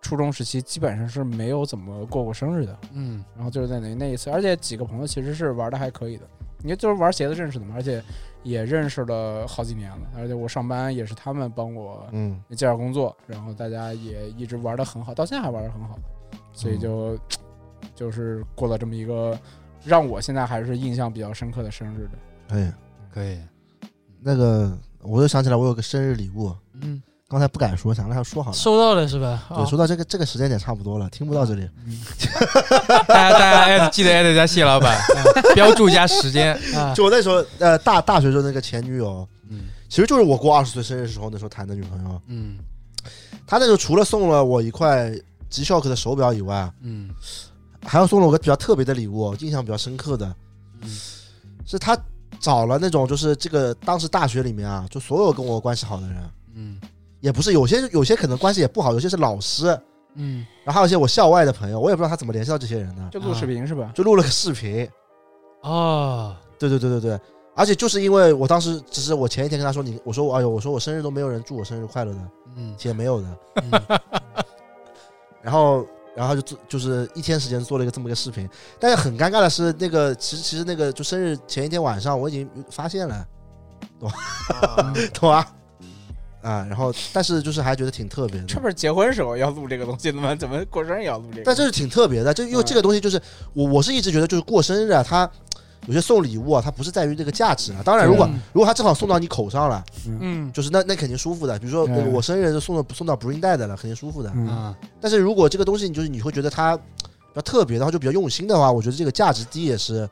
S3: 初中时期基本上是没有怎么过过生日的。
S2: 嗯，
S3: 然后就是在那那一次，而且几个朋友其实是玩的还可以的，你就是玩鞋子认识的嘛，而且也认识了好几年了，而且我上班也是他们帮我
S1: 嗯，
S3: 介绍工作，然后大家也一直玩的很好，到现在还玩的很好，所
S1: 嗯
S3: 以就、就是过了这么一个让我现在还是印象比较深刻的生日的。
S1: 可以。
S2: 可以，
S1: 嗯哎那个，我又想起来，我有个生日礼物，
S2: 嗯，
S1: 刚才不敢说，想让他说好了。
S2: 啊收到了是吧？哦
S1: 对，说到这个这个时间点差不多了，听不到这里。
S4: 大家大家艾特记得艾特一下谢老 板，标注一下时间。
S2: 啊啊，
S1: 就我那时候，呃，大大学时候那个前女友，
S2: 嗯
S1: 其实就是我过二十岁生日时候那时候谈的女朋友。
S2: 嗯
S1: 她那时候除了送了我一块 G Shock 的手表以外，
S2: 嗯
S1: 还要送了我个比较特别的礼物，印象比较深刻的，
S2: 嗯
S1: 是她找了那种就是这个当时大学里面啊，就所有跟我关系好的人，
S2: 嗯
S1: 也不是有些有些可能关系也不好，有些是老师，
S2: 嗯，
S1: 然后还有一些我校外的朋友，我也不知道她怎么联系到这些人的，
S3: 就录视频是吧？
S1: 就录了个视频。
S2: 哦，
S1: 对对对对对，而且就是因为我当时只是我前一天跟她说你，我说我哎呦，我说我生日都没有人祝我生日快乐的，
S2: 嗯
S1: 也没有的，
S2: 嗯
S1: 然后然后就做就是一天时间做了一个这么个视频，但是很尴尬的是，那个其实其实那个就生日前一天晚上我已经发现了，懂吧 懂吧？啊，然后但是就是还觉得挺特别
S3: 这
S1: 的，
S3: 不是结婚时候要录这个东西的吗？怎么过生日也要录这个？
S1: 但这是挺特别的，就因为这个东西就是我我是一直觉得就是过生日啊，它有些送礼物啊，它不是在于这个价值啊，当然如果
S2: 嗯
S1: 如果它正好送到你口上了，
S2: 嗯
S1: 就是那那肯定舒服的，比如说
S3: 嗯
S1: 我生日就送到送到 bring 带的了，肯定舒服的，
S3: 嗯，
S2: 啊，
S1: 但是如果这个东西，你就是你会觉得它比较特别，然后就比较用心的话，我觉得这个价值低也是，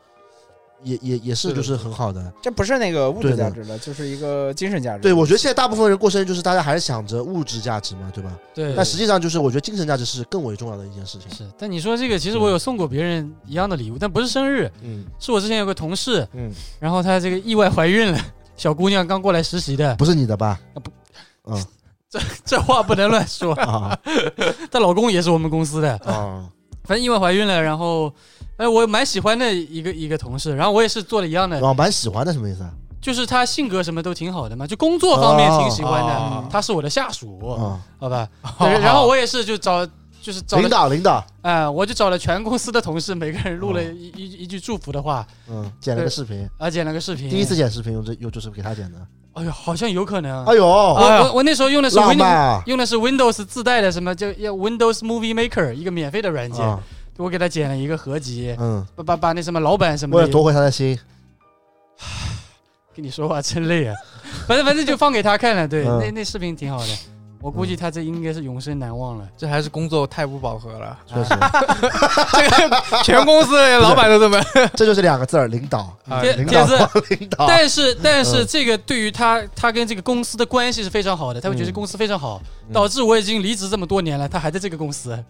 S1: 也也也是
S4: 是的
S1: 就是很好的。
S3: 这不是那个物质
S1: 对的
S3: 价值了，就是一个精神价值。
S1: 对，我觉得现在大部分人过生日就是大家还是想着物质价值嘛，对吧？
S2: 对，
S1: 但实际上就是我觉得精神价值是更为重要的一件事情。
S2: 是，但你说这个，其实我有送过别人一样的礼物，但不是生日，
S1: 嗯
S2: 是我之前有个同事，
S1: 嗯，
S2: 然后她这个意外怀孕了，小姑娘刚过来实习 的，
S1: 不是你的吧？
S2: 啊不，
S1: 嗯。
S2: 这话不能乱说
S1: 啊
S2: 她老公也是我们公司的，
S1: 啊，
S2: 反正意外怀孕了，然后，哎，我蛮喜欢的一个一个同事，然后我也是做了一样的，
S1: 啊，蛮喜欢的什么意思啊？
S2: 就是她性格什么都挺好的嘛，就工作方面挺喜欢
S4: 哦
S2: 的，她是我的下属，
S1: 啊，
S2: 好吧？对然后我也是就找。就是找
S1: 领
S2: 了，
S1: 导领导，
S2: 哎、我就找了全公司的同事，每个人录了
S1: 哦
S2: 一一一句祝福的话，
S1: 嗯，剪了个
S2: 对
S1: 视频，
S2: 啊，剪了个视频。
S1: 第一次，剪视频，用这又就是给他剪的。
S2: 哎呦，好像有可能。
S1: 哎呦，
S2: 我
S4: 哎呀
S2: 我我哦那时候用的是
S1: 浪
S2: Windows，
S1: 漫啊！
S2: 用的是 Windows 自带的什么叫叫 Windows Movie Maker 一个免费的软件，
S1: 啊，
S2: 我给他剪了一个合集，
S1: 嗯，
S2: 把把把那什么老板什么
S1: 为了
S2: 的
S1: 夺回他的心，
S2: 跟你说话真累啊，反正反正就放给他看了，对，
S1: 嗯
S2: 那那视频挺好的，我估计他这应该是永生难忘了。
S4: 这还是工作太不饱和了，
S1: 确实，
S4: 这个 全公司的老板都这么。
S1: 这就是两个字儿，领导。
S4: 啊
S2: 接
S1: 领
S2: 接
S1: 导
S2: 着，
S1: 领导，
S2: 但是但是
S1: 嗯
S2: 这个对于他他跟这个公司的关系是非常好的，他会觉得
S1: 嗯
S2: 公司非常好，
S1: 嗯
S2: 导致我已经离职这么多年了，他还在这个公司，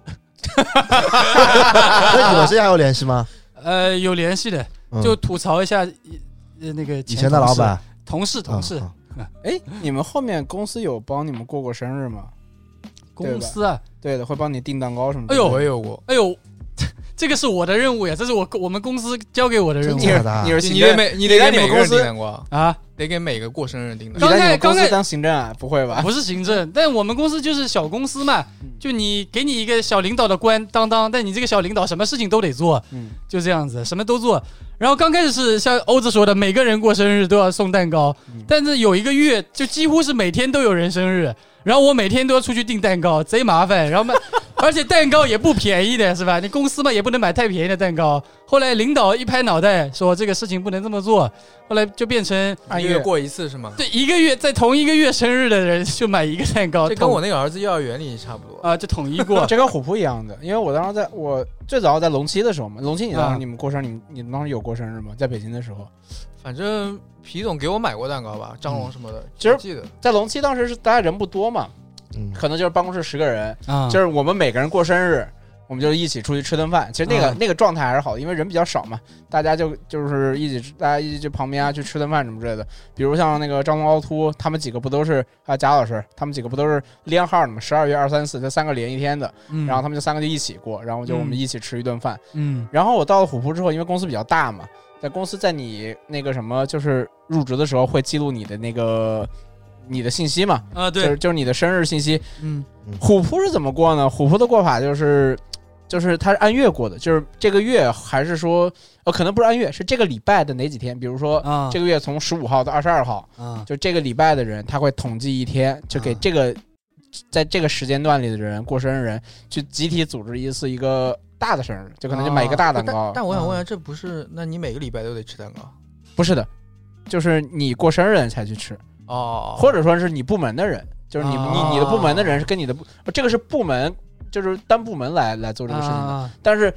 S1: 那你们之间还有联系吗？
S2: 呃，有联系的，
S1: 嗯
S2: 就吐槽一下呃那个
S1: 以前的老板，
S2: 同事同事
S1: 嗯嗯
S3: 哎，你们后面公司有帮你们过过生日吗？
S2: 公司啊，
S3: 对的，会帮你订蛋糕什么的。
S2: 哎呦
S4: 我也有过，
S2: 哎呦， 这个是我的任务呀，这是我我们公司交给我的任
S1: 真
S2: 务
S3: 你
S1: 假的？
S3: 你是行
S4: 你得
S3: 政，
S4: 每你
S3: 你
S4: 得
S3: 在
S4: 给
S3: 你
S4: 每
S3: 们
S4: 个
S3: 公
S4: 人订
S3: 司，
S4: 蛋糕，
S2: 啊，
S4: 得给每个过生日订
S3: 你
S4: 蛋糕。
S3: 在你们
S2: 刚
S3: 公
S2: 才
S3: 司当行政啊？不会吧？
S2: 不是行政，但我们公司就是小公司嘛
S3: 嗯，
S2: 就你给你一个小领导的官当当，但你这个小领导什么事情都得做，
S3: 嗯，
S2: 就这样子，什么都做。然后刚开始是像欧子说的，每个人过生日都要送蛋糕
S3: 嗯，
S2: 但是有一个月就几乎是每天都有人生日，然后我每天都要出去订蛋糕，贼麻烦。然后嘛， 而且蛋糕也不便宜的，是吧？你公司嘛也不能买太便宜的蛋糕。后来领导一拍脑袋说这个事情不能这么做，后来就变成
S3: 按
S4: 一个
S3: 月，
S4: 月过一次是吗？
S2: 对一个月在同一个月生日的人就买一个蛋糕，
S4: 这跟我那个儿子幼儿园里差不多。
S2: 啊就统一过
S3: 这跟虎扑一样的，因为我当时在我最早在龙七的时候嘛，龙七你当时
S2: 嗯
S3: 你们过生日，你们你们当时有过生日吗？在北京的时候，
S4: 反正皮总给我买过蛋糕吧，张龙什么的，
S3: 其实
S4: 我记得
S3: 在龙七当时是大家人不多嘛，
S1: 嗯，
S3: 可能就是办公室十个人，
S2: 啊
S3: 就是我们每个人过生日，我们就一起出去吃顿饭。其实那
S2: 啊
S3: 个、
S4: 嗯
S3: 那个状态还是好的，因为人比较少嘛，大家就就是一起吃大家一起去旁边啊去吃顿饭什么之类的。比如像那个张龙、凹凸他们几个不都是啊贾老师他们几个不都是连号的嘛？十二月二三四这三个连一天的，
S2: 嗯
S3: 然后他们就三个就一起过，然后就我们一起吃一顿饭。
S2: 嗯
S3: 然后我到了虎扑之后，因为公司比较大嘛，在公司在你那个什么就是入职的时候会记录你的那个你的信息嘛，
S2: 啊
S3: 就
S2: 对
S3: 是就是你的生日信息。
S4: 嗯
S3: 虎扑是怎么过呢？虎扑的过法就是，就是它是按月过的，就是这个月还是说，呃，可能不是按月，是这个礼拜的哪几天？比如说
S2: 啊
S3: 这个月从十五号到二十二号，
S2: 啊
S3: 就这个礼拜的人，他会统计一天，就给
S2: 啊
S3: 这个在这个时间段里的人过生日人去集体组织一次一个大的生日，就可能就买一个大蛋糕嗯
S4: 但。但我想问，下，这不是？那你每个礼拜都得吃蛋糕？
S3: 不是的，就是你过生日人才去吃，
S4: 哦，
S3: 或者说是你部门的人，就是你
S2: 啊
S3: 你你的部门的人是跟你的部，哦这个是部门，就是单部门来来做这个事情的。
S2: 啊
S3: 但是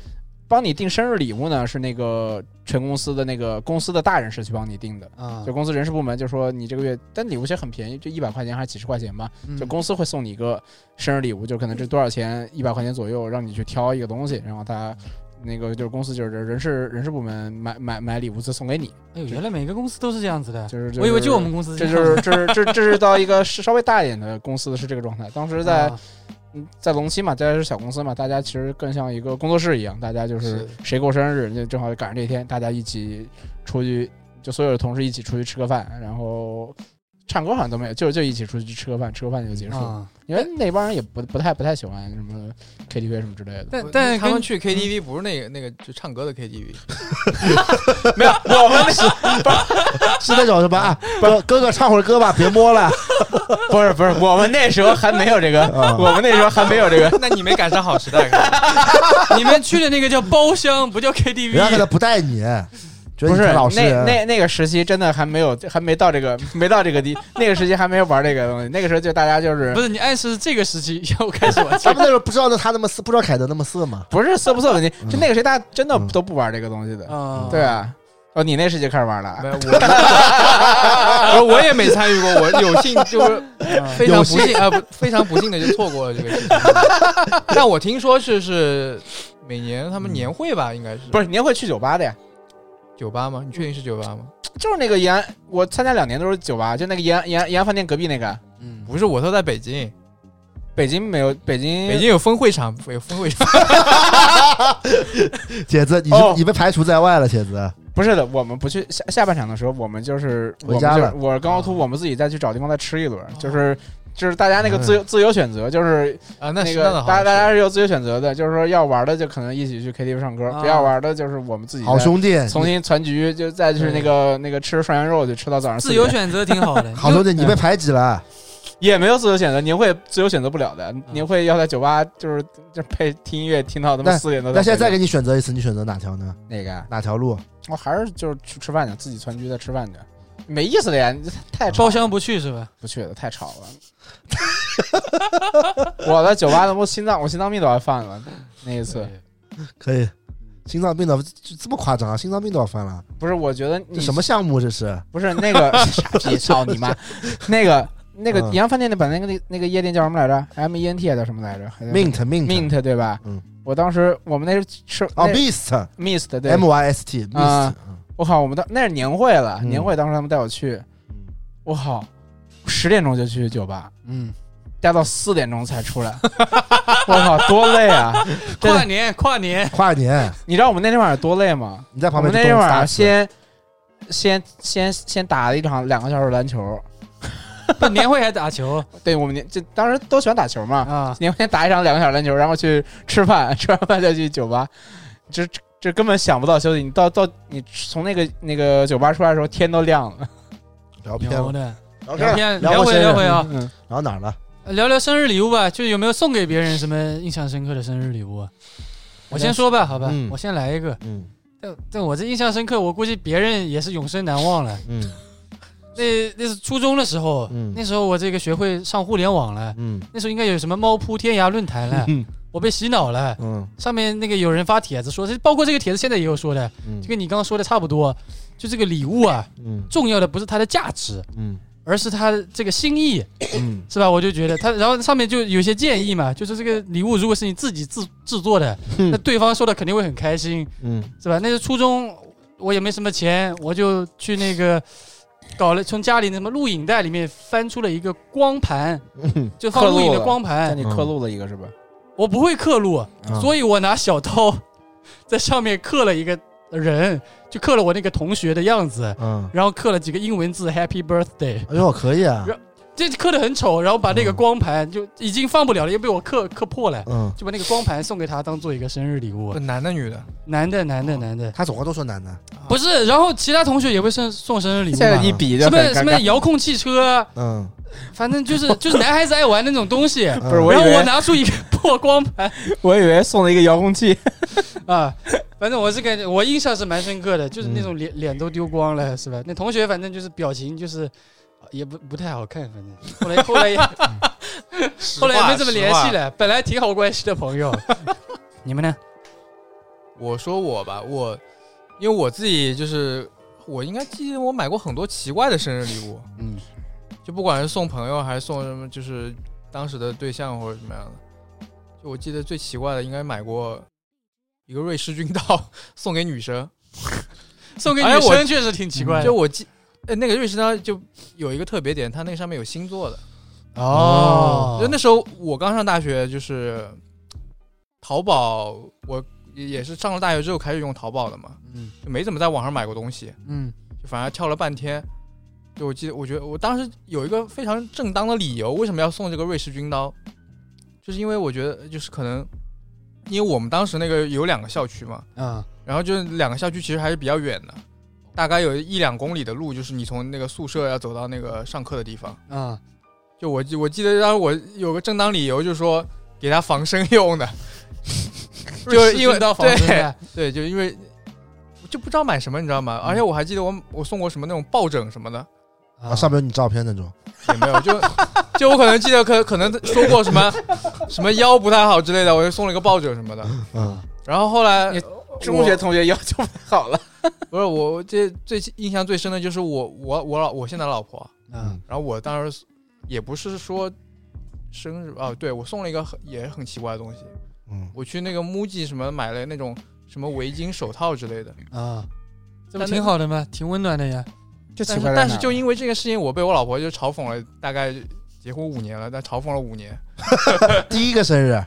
S3: 帮你订生日礼物呢，是那个全公司的那个公司的大人士去帮你订的。
S2: 啊
S3: 就公司人事部门就说你这个月，但礼物其实很便宜，就一百块钱还是几十块钱吧。
S2: 嗯
S3: 就公司会送你一个生日礼物，就可能这多少钱，一百块钱左右，让你去挑一个东西，然后他那个就是公司就是人事人事部门买买买礼物再送给你，
S2: 哎呦原来每个公司都是这样子的，
S3: 就是
S2: 我以为就我们。公司
S3: 这
S2: 样
S3: 就是这是这这是到一个是稍微大一点的公司是这个状态，当时在
S2: 啊
S3: 嗯，在龙溪嘛，大家是小公司嘛，大家其实更像一个工作室一样，大家就是
S4: 是
S3: 谁过生日，那正好赶上这天，大家一起出去，就所有的同事一起出去吃个饭，然后唱歌好像都没有，就就一起出去吃个饭，吃个饭就结束。
S2: 啊
S3: 因为那帮人也不不太不太喜欢什么 KTV 什么之类的。
S2: 但但
S4: 他
S2: 跟
S4: 们去 KTV 不是那个那个就唱歌的 KTV，
S3: 没 有，我们
S1: 是那种什么啊？哥哥哥唱会儿歌吧，别摸了。
S3: 不是不是，我们那时候还没有这个，
S1: 啊
S3: 我们 那时候还没有这个。
S4: 那你没赶上好时代，可
S2: 你们去的那个叫包厢，不叫
S1: 人家可
S2: KTV
S1: 能不带你，觉得你
S3: 不是
S1: 老实
S3: 那
S1: 人。
S3: 那那个时期真的还没有还没到这个没到这个地， 那个时期还没有玩这个东西，那个时候就大家就是
S2: 不是你暗示这个时期要开始玩
S1: 咱们那时候不知道那他那么色，不知道凯德那么色嘛。
S3: 不是色不色问题，就那个谁，大家真的
S1: 嗯
S3: 都不玩这个东西的。
S2: 啊
S3: 对 啊，哦，你那时就开始玩
S4: 嗯没
S3: 了。
S4: 有我我 我也没参与过，我有幸就是
S3: 嗯
S4: 非常
S1: 有
S4: 不
S1: 幸
S4: 幸啊，不非常不幸的就错过了这个事情。但我听说是是每年他们年会吧，应该是
S3: 不是，您会去酒吧的呀？
S4: 酒吧吗？你确定是酒吧吗？
S3: 就是那个延安，我参加两年都是酒吧，就那个延安延安延安饭店隔壁那个。
S2: 嗯
S4: 不是，我都在北京，
S3: 北京没有，北京
S4: 北京有分会场，有分会场。
S1: 铁子，你是
S3: 哦
S1: 你被排除在外了，铁子。
S3: 不是的，我们不去下下半场的时候，我们就是我
S1: 回
S3: 们
S1: 家
S3: 就是
S1: 了
S3: 我
S4: 哦
S3: 跟凹凸，我们自己再去找地方再吃一轮，
S4: 嗯
S3: 就是就是大家那个自由自由选择，就是
S4: 啊，那
S3: 那
S4: 是
S3: 个
S4: 那
S3: 大
S4: 倒好
S3: 家
S4: 吃。
S3: 大家是有自由选择的，就是说要玩的就可能一起去 KTV 唱歌，
S2: 啊
S3: 不要玩的就是我们自己
S1: 好
S3: 再
S1: 兄弟，
S3: 重新攒局，就再去那个那个吃涮羊肉，就吃到早上四
S2: 自
S3: 点。
S2: 由选择挺好的，
S1: 好兄弟，你被排挤了。
S3: 也没有自由选择，您会自由选择不了的，您会要在酒吧就是就配听音乐听到他妈
S1: 那
S3: 四点多。
S1: 那现在再给你选择一次，你选择哪条呢？
S3: 哪个啊？
S1: 哪条 路？
S3: 我还是就是去吃饭去，自己团聚再吃饭去，没意思的呀，你太吵
S2: 包
S3: 了
S2: 厢不去是吧？
S3: 不去了，太吵了。 我在酒吧的，我心脏我心脏病都要犯了，那一次
S1: 可以。心脏病的这这么夸张啊？心脏病都要犯了？
S3: 不是，我觉得
S1: 这
S3: 你
S1: 什么项目这是？
S3: 不是那个 傻逼，操你妈！那个那个
S1: 嗯
S3: 洋饭店的本来那个那个夜店叫什么来着？M E N T 叫什么来着
S1: mint 嗯 mint
S3: Mint 对吧？
S1: 嗯，
S3: 我当时我们那是吃
S1: 哦
S3: 那
S1: ，beast
S3: Mist 对
S1: m y s t beast
S3: 啊。我靠，我们当那是年会了，
S1: 嗯
S3: 年会当时他们带我去，
S1: 嗯
S3: 我靠，十点钟就去酒吧，
S2: 嗯，
S3: 待到四点钟才出来， 我靠，多累 啊！真
S2: 跨
S3: 的，
S2: 年跨年
S1: 跨年
S3: 你知道我们那天晚上多累吗？
S1: 你在
S3: 我
S1: 旁
S3: 们
S1: 边
S3: 那
S1: 就
S3: 天
S1: 动
S3: 晚上
S1: 仨次
S3: 先先先先打了一场两个小时篮球，
S2: 不年会还打球
S3: 对我们年这当时都喜欢打球嘛，
S2: 啊，
S3: 年会先打一场两个小时篮球，然后去吃饭， 吃完饭再去酒吧，这这这根本想不到休息。你到到你从那个那个酒吧出来的时候，天都亮了。
S1: 聊偏
S2: 牛
S1: 了，
S2: 的
S1: 聊
S2: 聊
S1: 天了
S2: 天
S1: 聊
S2: 聊
S1: 过
S2: 回
S1: 生日
S2: 聊回啊，
S3: 嗯，
S1: 聊哪儿了？
S2: 聊聊生日礼物吧，就有没有送给别人什么印象深刻的生日礼物啊？我先说吧，好吧，
S1: 嗯
S2: 我先来一个。
S1: 嗯
S2: 但但我这印象深刻，我估计别人也是永生难忘了。
S1: 嗯
S2: 那那是初中的时候，
S1: 嗯
S2: 那时候我这个学会上互联网了，
S1: 嗯
S2: 那时候应该有什么猫扑天涯论坛了，
S1: 嗯
S2: 我被洗脑了。
S1: 嗯
S2: 上面那个有人发帖子说，这包括这个帖子现在也有说的，
S1: 嗯
S2: 就跟你刚刚说的差不多。就这个礼物啊，
S1: 嗯
S2: 重要的不是它的价值，
S1: 嗯
S2: 而是它这个心意，
S1: 嗯
S2: 是吧？我就觉得它，然后上面就有些建议嘛，就是这个礼物如果是你自己制制作的，
S1: 嗯
S2: 那对方收到肯定会很开心，
S1: 嗯
S2: 是吧？那是初中，我也没什么钱，我就去那个搞了，从家里那什么录影带里面翻出了一个光盘，
S1: 嗯，
S2: 就放录影的光
S3: 那
S2: 盘。
S3: 你刻录了一个是吧？
S2: 我不会刻录，
S1: 嗯
S2: 所以我拿小刀 在上面刻了一个人，就刻了我那个同学的样子，
S1: 嗯，
S2: 然后刻了几个英文字 “Happy Birthday”。
S1: 哎呦，可以啊，
S2: 这刻的很丑，然后把那个
S1: 嗯
S2: 光盘就已经放不了了，又被我刻刻破了，
S1: 嗯，
S2: 就把那个光盘送给他当做一个生日礼物。
S4: 男的女的，
S2: 男的，男的，男的，
S1: 他总共都说男的，
S2: 不是。然后其他同学也会送送生日礼物
S3: 现
S2: 嘛，
S3: 在一比
S2: 什
S3: 就很
S2: 么
S3: 尴
S2: 什么
S3: 尬。
S2: 遥控汽车，
S1: 嗯，
S2: 反正就是就是男孩子爱玩那种东西。然
S1: 不
S3: 不是我以
S2: 后
S3: 为
S2: 我拿出一个破光盘
S3: 我以为送了一个遥控器，
S2: 啊，反正我是感觉我印象是蛮深刻的，就是那种脸、脸都丢光了，是吧？那同学反正就是表情就是。呃也不不太好看，反正后来后来也后来也没怎么联系
S4: 了。
S2: 了，本来挺好关系的朋友。你们呢？
S4: 我说我吧，我因为我自己就是，我应该记得我买过很多奇怪的生日礼物，
S2: 嗯，
S4: 就不管是送朋友还是送什么，就是当时的对象或者什么样的。就我记得最奇怪的，应该买过一个瑞士军刀送给女生。
S2: 送 给
S4: 哎
S2: 女
S4: 我
S2: 生确实挺奇怪的。
S4: 就我记，呃，那个瑞士军刀就有一个特别点，它那个上面有星座的。
S2: 哦，
S4: 就那时候我刚上大学，就是淘宝，我也是上了大学之后开始用淘宝的嘛，
S2: 嗯
S4: 就没怎么在网上买过东西。
S2: 嗯
S4: 就反而跳了半天。就我记得，我觉得我当时有一个非常正当的理由，为什么要送这个瑞士军刀，就是因为我觉得，就是可能，因为我们当时那个有两个校区嘛，
S2: 啊
S4: 然后就是两个校区其实还是比较远的，大概有一两公里的路，就是你从那个宿舍要走到那个上课的地方。
S2: 啊
S4: 就我记我记得当时我有个正当理由，就是说给他防身用的，就是因为
S2: 到房间
S4: 对
S2: 来
S4: 对，就因为就不知道买什么，你知道吗？而且
S3: 嗯
S4: 我还记得我我送过什么那种抱枕什么的。
S1: 啊，上面有你照片那种，
S4: 也没有，就 就我可能记得可可能说过什么什么腰不太好之类的，我就送了一个抱枕什么的。
S1: 嗯
S4: 然后后来
S3: 你
S4: 我
S3: 中学同学要求不好了。
S4: 不是我这最印象最深的就是我我我老我现在老婆，
S2: 嗯
S4: 然后我当时也不是说生日啊，对我送了一个很也很奇怪的东西，
S1: 嗯
S4: 我去那个 MUJI 什么买了那种什么围巾、手套之类的。
S2: 啊，这不
S4: 但
S2: 挺
S4: 那
S2: 好的吗？挺温暖的呀。
S3: 这奇
S4: 但
S3: 怪
S4: 是
S3: 在
S4: 但
S3: 哪
S4: 是
S3: 儿
S4: 就因为这个事情，我被我老婆就嘲讽了，大概结婚五年了，但嘲讽了五年。
S1: 第一个生日，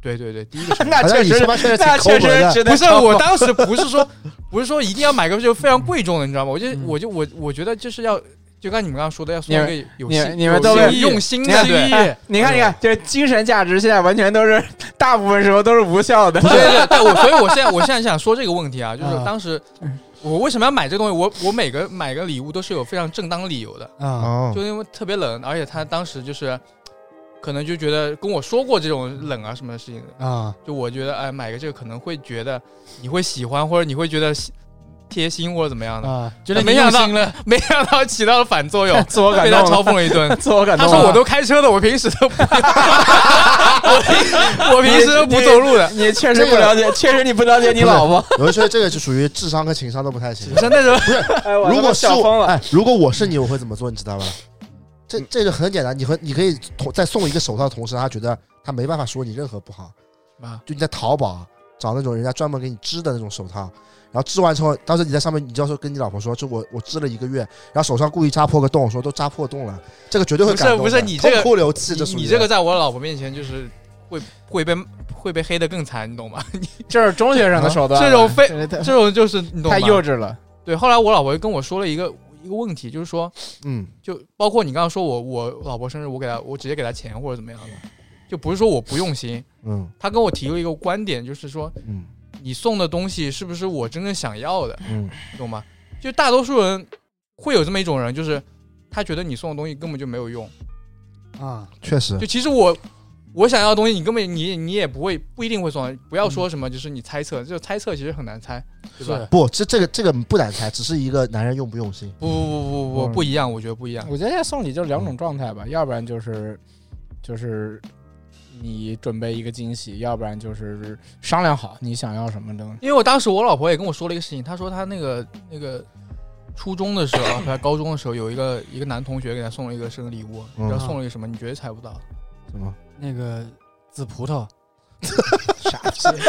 S4: 对对对，第一 个生日
S3: 那
S1: 好像
S3: 确
S1: 你
S3: 实
S1: 他妈确实挺
S3: 那
S1: 抠
S3: 确
S1: 门
S3: 实
S1: 的，
S3: 值得
S4: 不是，
S3: 嘲讽
S4: 我当时不是说 不是说一定要买个就非常贵重的，你知道吗？我就我就我我觉得就是要就刚才你们刚刚说的，要送一个有
S3: 嗯你
S4: 心
S3: 你们
S4: 有
S3: 都
S4: 心
S3: 被
S4: 用心
S3: 你
S4: 的
S3: 看
S4: 对。
S3: 哎你看，你看，这精神价值现在完全都是，大部分时候都是无效的，
S4: 对。对对，但我所以我现在我现在想说这个问题啊，就是
S2: 嗯
S4: 当时我为什么要买这东西？我我每个买个礼物都是有非常正当理由的，
S2: 啊
S1: 哦，
S4: 就因为特别冷，而且他当时就是可能就觉得跟我说过这种冷啊什么事情的，
S2: 啊
S4: 就我觉得哎买个这个可能会觉得你会喜欢或者你会觉得喜贴心或者怎么样的，
S2: 啊！觉得你
S4: 没想
S2: 用
S4: 到
S2: 心了，
S4: 没想到起到了反作用
S3: 自 我感
S4: 被他
S3: 动了。
S4: 嘲讽了一顿
S3: 自我感
S4: 他
S3: 动了。
S4: 说我都开车的，我平时都不，我平我平时都不走路的。
S3: 你确实不了解，确实你不了解你老婆。
S1: 有人说这个就属于智商和情商都不太行
S4: 只。是那种
S3: 哎我他妈
S1: 如果是
S3: 笑
S1: 我，
S3: 疯了，
S1: 哎，如果我是你，我会怎么做？你知道吧？这这个很简单，你和你可以同在送一个手套的同时，他觉得他没办法说你任何不好，
S4: 啊，
S1: 就你在淘宝找那种人家专门给你织的那种手套，然后织完之后，当时你在上面，你就要说跟你老婆说，就我我织了一个月，然后手上故意扎破个洞，说都扎破洞了，这个绝对会
S4: 不是
S1: 感动的
S4: 不是你这
S1: 痛
S4: 个
S1: 哭流涕，这属于
S4: 你你这个在我老婆面前就是会会被会被黑的更惨，你懂吗？
S3: 这是中学生的手段，
S4: 这种非
S3: 这太
S4: 这种就是你懂吗？
S3: 太幼稚了。
S4: 对。后来我老婆跟我说了一个一个问题，就是说，
S1: 嗯
S4: 就包括你刚刚说我我老婆生日，我给她我直接给她钱或者怎么样的，就不是说我不用心。
S1: 嗯
S4: 她跟我提过一个观点，就是说
S1: 嗯
S4: 你送的东西是不是我真正想要的？
S1: 嗯
S4: 懂吗？就大多数人会有这么一种人，就是他觉得你送的东西根本就没有用，
S2: 啊，
S1: 确实
S4: 就其实我我想要的东西，你根本你你也不会不一定会送。不要说什么就是你猜测，就猜测其实很难猜，对吧？
S2: 是
S1: 不，这这个这个不难猜，只是一个男人用不用心。
S4: 不不不不不
S3: 嗯
S4: 不一样，我觉得不一样。
S3: 我觉得现在送礼就是两种状态吧，要不然就是就是你准备一个惊喜，要不然就是商量好你想要什么东西。
S4: 因为我当时我老婆也跟我说了一个事情，她说她那个那个初中的时候，还是高中的时候，有一个一个男同学给她送了一个生日礼物，
S1: 嗯
S4: 你知道送了一个什么？你绝对猜不到，
S1: 什么？
S2: 那个紫葡萄，
S3: 傻逼！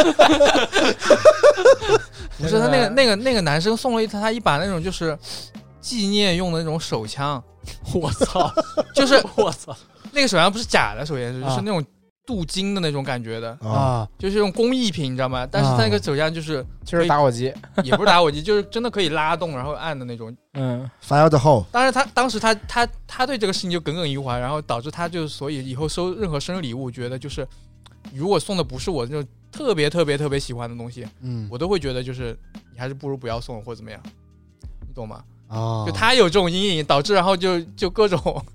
S4: 不是他
S3: 呃
S4: 那个那个那个男生送了一他一把那种就是纪念用的那种手枪，
S2: 我 操，
S4: 就是
S2: 我操
S4: 那个手枪不是假的，首先是
S2: 啊
S4: 就是那种镀金的那种感觉的，
S1: 啊，
S2: 啊！
S4: 就是用工艺品，你知道吗？但是他那个手枪就是
S3: 就是打火机，
S4: 也不是打火机，就是真的可以拉动然后按的那种。
S3: 嗯，
S1: fire the hole，
S4: 当然他当时他他他对这个事情就耿耿于怀，然后导致他就所以以后收任何生日礼物，觉得就是如果送的不是我那种特别特别特别喜欢的东西，
S2: 嗯，
S4: 我都会觉得就是你还是不如不要送或者怎么样，你懂吗？
S2: 啊，
S1: 哦
S4: 就他有这种阴影，导致然后就就各种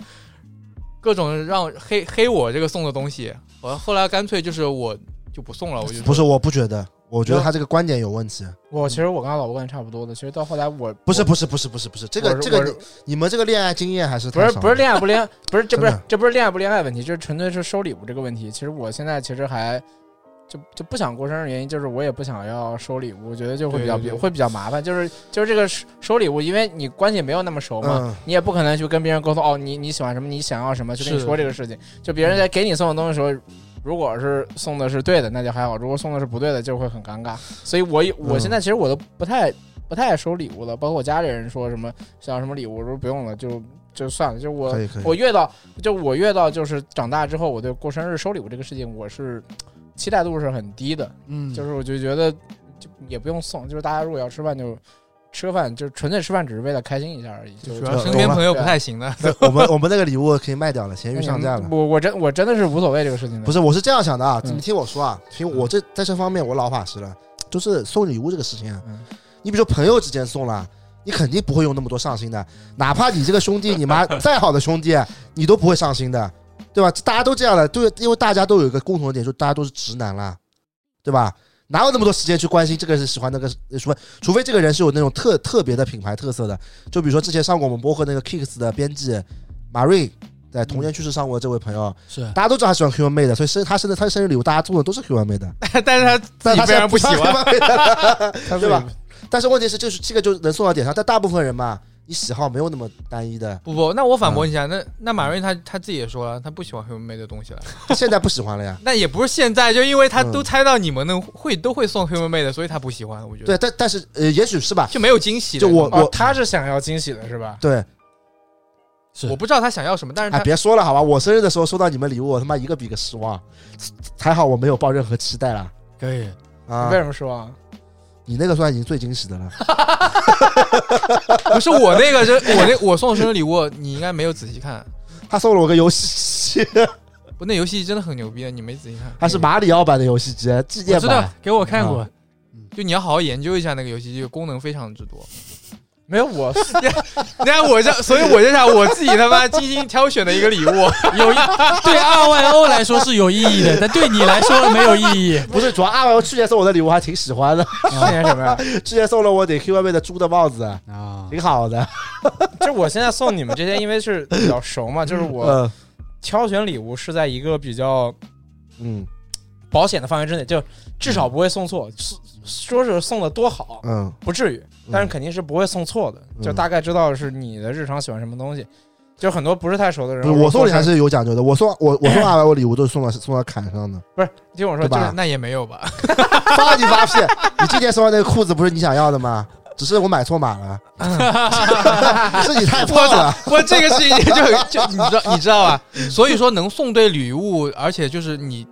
S4: 各种让黑黑我这个送的东西，我后来干脆就是我就不送了，我就
S1: 不是，我不觉得，我觉得他这个观点有问题。
S3: 我其实我跟他老婆观点差不多的，其实到后来我
S1: 不是不是不是不是不是，这
S3: 这
S1: 个这个
S3: 不是
S1: 你你们这个恋爱经验还是
S3: 不是
S1: 太少
S3: 不是恋爱不恋，不是这不
S1: 真
S3: 是
S1: 的
S3: 这不是恋爱不恋爱问题，这纯粹是收礼物这个问题。其实我现在其实还就就不想过生日，原因就是我也不想要收礼物，我觉得就会比较
S4: 对对对
S3: 会比较麻烦，就是就是这个收收礼物，因为你关系没有那么熟嘛，
S1: 嗯
S3: 你也不可能去跟别人沟通哦，你你喜欢什么，你想要什么，去跟你
S4: 是
S3: 说这个事情。就别人在给你送的东西的时候，如果是送的是对的，那就还好；如果送的是不对的，就会很尴尬。所以我我
S1: 嗯
S3: 现在其实我都不太不太收礼物了，包括我家里人说什么想要什么礼物，我说不用了，就就算了。就我
S1: 可以可以
S3: 我越到就我越到就是长大之后，我对过生日收礼物这个事情，我是嗯期待度是很低的。
S2: 嗯，
S3: 就是我就觉得就也不用送，就是大家如果要吃饭就吃个饭，就纯粹吃饭只是为了开心一下而已。就
S4: 主
S1: 就
S4: 要
S1: 是
S4: 身边朋友不太行的，
S1: 对我们我们那个礼物可以卖掉了，闲鱼上架了。
S3: 嗯我我真我真的是无所谓这个事情的，
S1: 不
S3: 是
S1: 是，我是这样想的啊，
S3: 嗯
S1: 你听我说啊，听我这在这方面我老法师了，就是送礼物这个事情啊
S3: 嗯，
S1: 你比如说朋友之间送了。你肯定不会用那么多上心的，哪怕你这个兄弟，你 妈再好的兄弟，你都不会上心的，对吧？大家都这样了，对，因为大家都有一个共同的点，就大家都是直男啦，对吧？哪有那么多时间去关心这个是喜欢那个是，除非除非这个人是有那种特特别的品牌特色的，就比如说之前上过我们播客那个 Kicks 的编辑马瑞，在童年去世上过的这位朋友，
S2: 是
S1: 大家都知道他喜欢 Human Made 的，所以生他生的他生日礼物大家做的都是 Human Made 的，
S4: 但是他自
S1: 但
S4: 己
S1: 他现
S4: 非
S1: 在
S4: 常不喜欢。
S1: 穿 Human Made 的 对
S3: 对
S1: 吧？但是问题是，就是这个就能送到点上，但大部分人嘛，你喜好没有那么单一的，
S4: 不不，那我反驳你一下，那那马瑞他他自己也说了，他不喜欢黑妹的东西了。。
S1: 他现在不喜欢了呀
S4: 那也不是现在，就因为他
S1: 嗯
S4: 都猜到你们的会都会送黑妹的，所以他不喜欢。我觉
S1: 对，
S4: 得
S1: 但但是呃，也许是吧。
S4: 就没有惊喜的。
S1: 就我
S3: 哦，他是想要惊喜的是吧？
S1: 对，
S2: 是
S4: 我不知道他想要什么，但是
S1: 哎，
S4: 他
S1: 别说了好吧，我生日的时候收到你们礼物，我他妈一个比一个失望，还好我没有抱任何期待啦。
S2: 可以，
S1: 啊
S3: 为，什么说啊？
S1: 你那个算已经最惊喜的了。
S4: 不是我那个是我那 我送的生日礼物，你应该没有仔细看。
S1: 他送了我个游戏 机，
S4: 不，那游戏真的很牛逼，你没仔细看。
S1: 还是马里奥版的游戏机，纪
S2: 我
S1: 念
S2: 知道
S1: 版。，
S2: 给我看过，
S4: 就你要好好研究一下那个游戏，这个功能非常之多。
S3: 没有 我，
S4: 你看我这，所以我就想我自己他妈精心挑选的一个礼物，
S2: 有意对二万欧来说是有意义的，但对你来说没有意义。
S1: 不是，主要阿文去年送我的礼物还挺喜欢的，
S3: 去年什么呀？
S1: 之前送了我顶 Human Made 的猪的帽子，
S2: 啊，
S1: 挺好的。
S3: 就我现在送你们这些，因为是比较熟嘛，就是我
S1: 嗯
S3: 挑选礼物是在一个比较
S1: 嗯
S3: 保险的范围之内，就至少不会送错。说说是送的多好，
S1: 嗯
S3: 不至于，但是肯定是不会送错的，
S1: 嗯
S3: 就大概知道是你的日常喜欢什么东西。就很多不是太熟的人，
S1: 不是我送礼还
S3: 是
S1: 是有讲究的，我送我我送阿白我礼物都是送到送到坎上 的，
S3: 不是？听我说，
S1: 对
S3: 就
S1: 吧
S3: 是
S4: 那也没有吧？
S1: 发你发屁！你今天送的那个裤子不是你想要的吗？只是我买错码 了，是你太胖了。
S4: 我这个事情就 就你知道你知道吧？所以说能送对礼物，而且就是你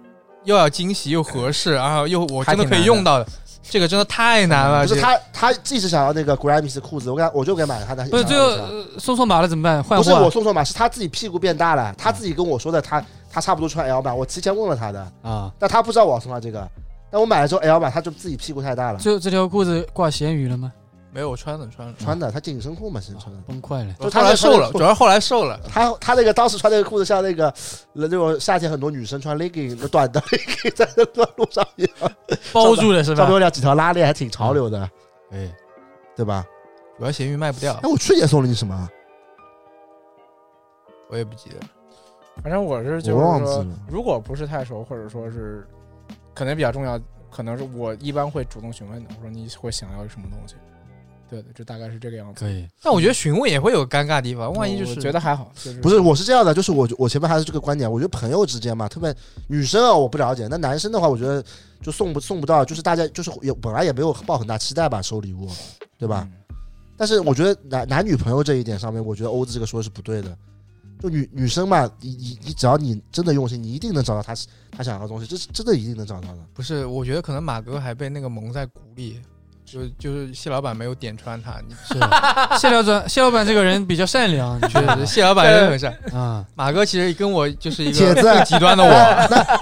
S4: 又要惊喜又合适，然后又我真的可以用到的，这个真的太难了。
S1: 嗯不是
S4: 这个
S1: 他，他一直想要那个 Grammys 的裤子，我给他我就给他买了他的。
S2: 不是最后呃送错码了怎么办？换
S1: 不是
S2: 货
S1: 我送错码，是他自己屁股变大了，他自己跟我说的，他他差不多穿 L 码，我提前问了他的，
S2: 啊！
S1: 但他不知道我要送他这个。但我买了之后 L 码，他就自己屁股太大了。
S2: 最后这条裤子挂咸鱼了吗？啊
S4: 没有，我穿的穿的，
S1: 穿的，他紧身裤嘛，其实穿的。
S2: 崩溃了。
S1: 就他
S4: 后来
S1: 那
S4: 瘦了，
S1: 裤
S4: 主要是后来瘦了。
S1: 他他那个当时穿那个裤子像那个那种夏天很多女生穿 legging 短的 legging 在那段路上 一样，
S2: 包住了是
S1: 上面
S2: 吧？
S1: 有两几条拉链，还挺潮流的，
S3: 嗯
S2: 哎，
S1: 对吧？
S4: 主要咸鱼卖不掉
S1: 哎，，我去年送了你什么啊？
S4: 我也不记得。
S3: 反正我是就
S1: 我忘
S3: 是
S1: 记
S3: 说，
S1: 了。
S3: 如果不是太熟，或者说是可能比较重要，可能是我一般会主动询问的。我说你会想要什么东西？对对，就大概是这个样子。
S2: 可以，
S4: 但我觉得询问也会有尴尬的地方，万一就
S3: 我
S4: 是
S3: 觉得还好，就是
S1: 不是，我是这样的，就是我我前面还是这个观点，我觉得朋友之间嘛，特别女生啊，我不了解，那男生的话，我觉得就送不送不到，就是大家就是也本来也没有抱很大期待吧，收礼物，对
S3: 对
S1: 吧？？但是我觉得男男女朋友这一点上面，我觉得欧子这个说的是不对的。就女女生嘛，你你你只要你真的用心，你一定能找到她她想要的东西，这是真的一定能找到的。
S4: 不是，我觉得可能马哥还被那个蒙在鼓里，就就是谢老板没有点穿他，你
S2: 是谢老板，谢老板这个人比较善良，你觉
S4: 确实
S2: 得
S4: 谢老板真的很善。
S2: 啊？
S4: 马哥其实跟我就是一
S1: 铁
S4: 个
S1: 子
S4: 更极端的我，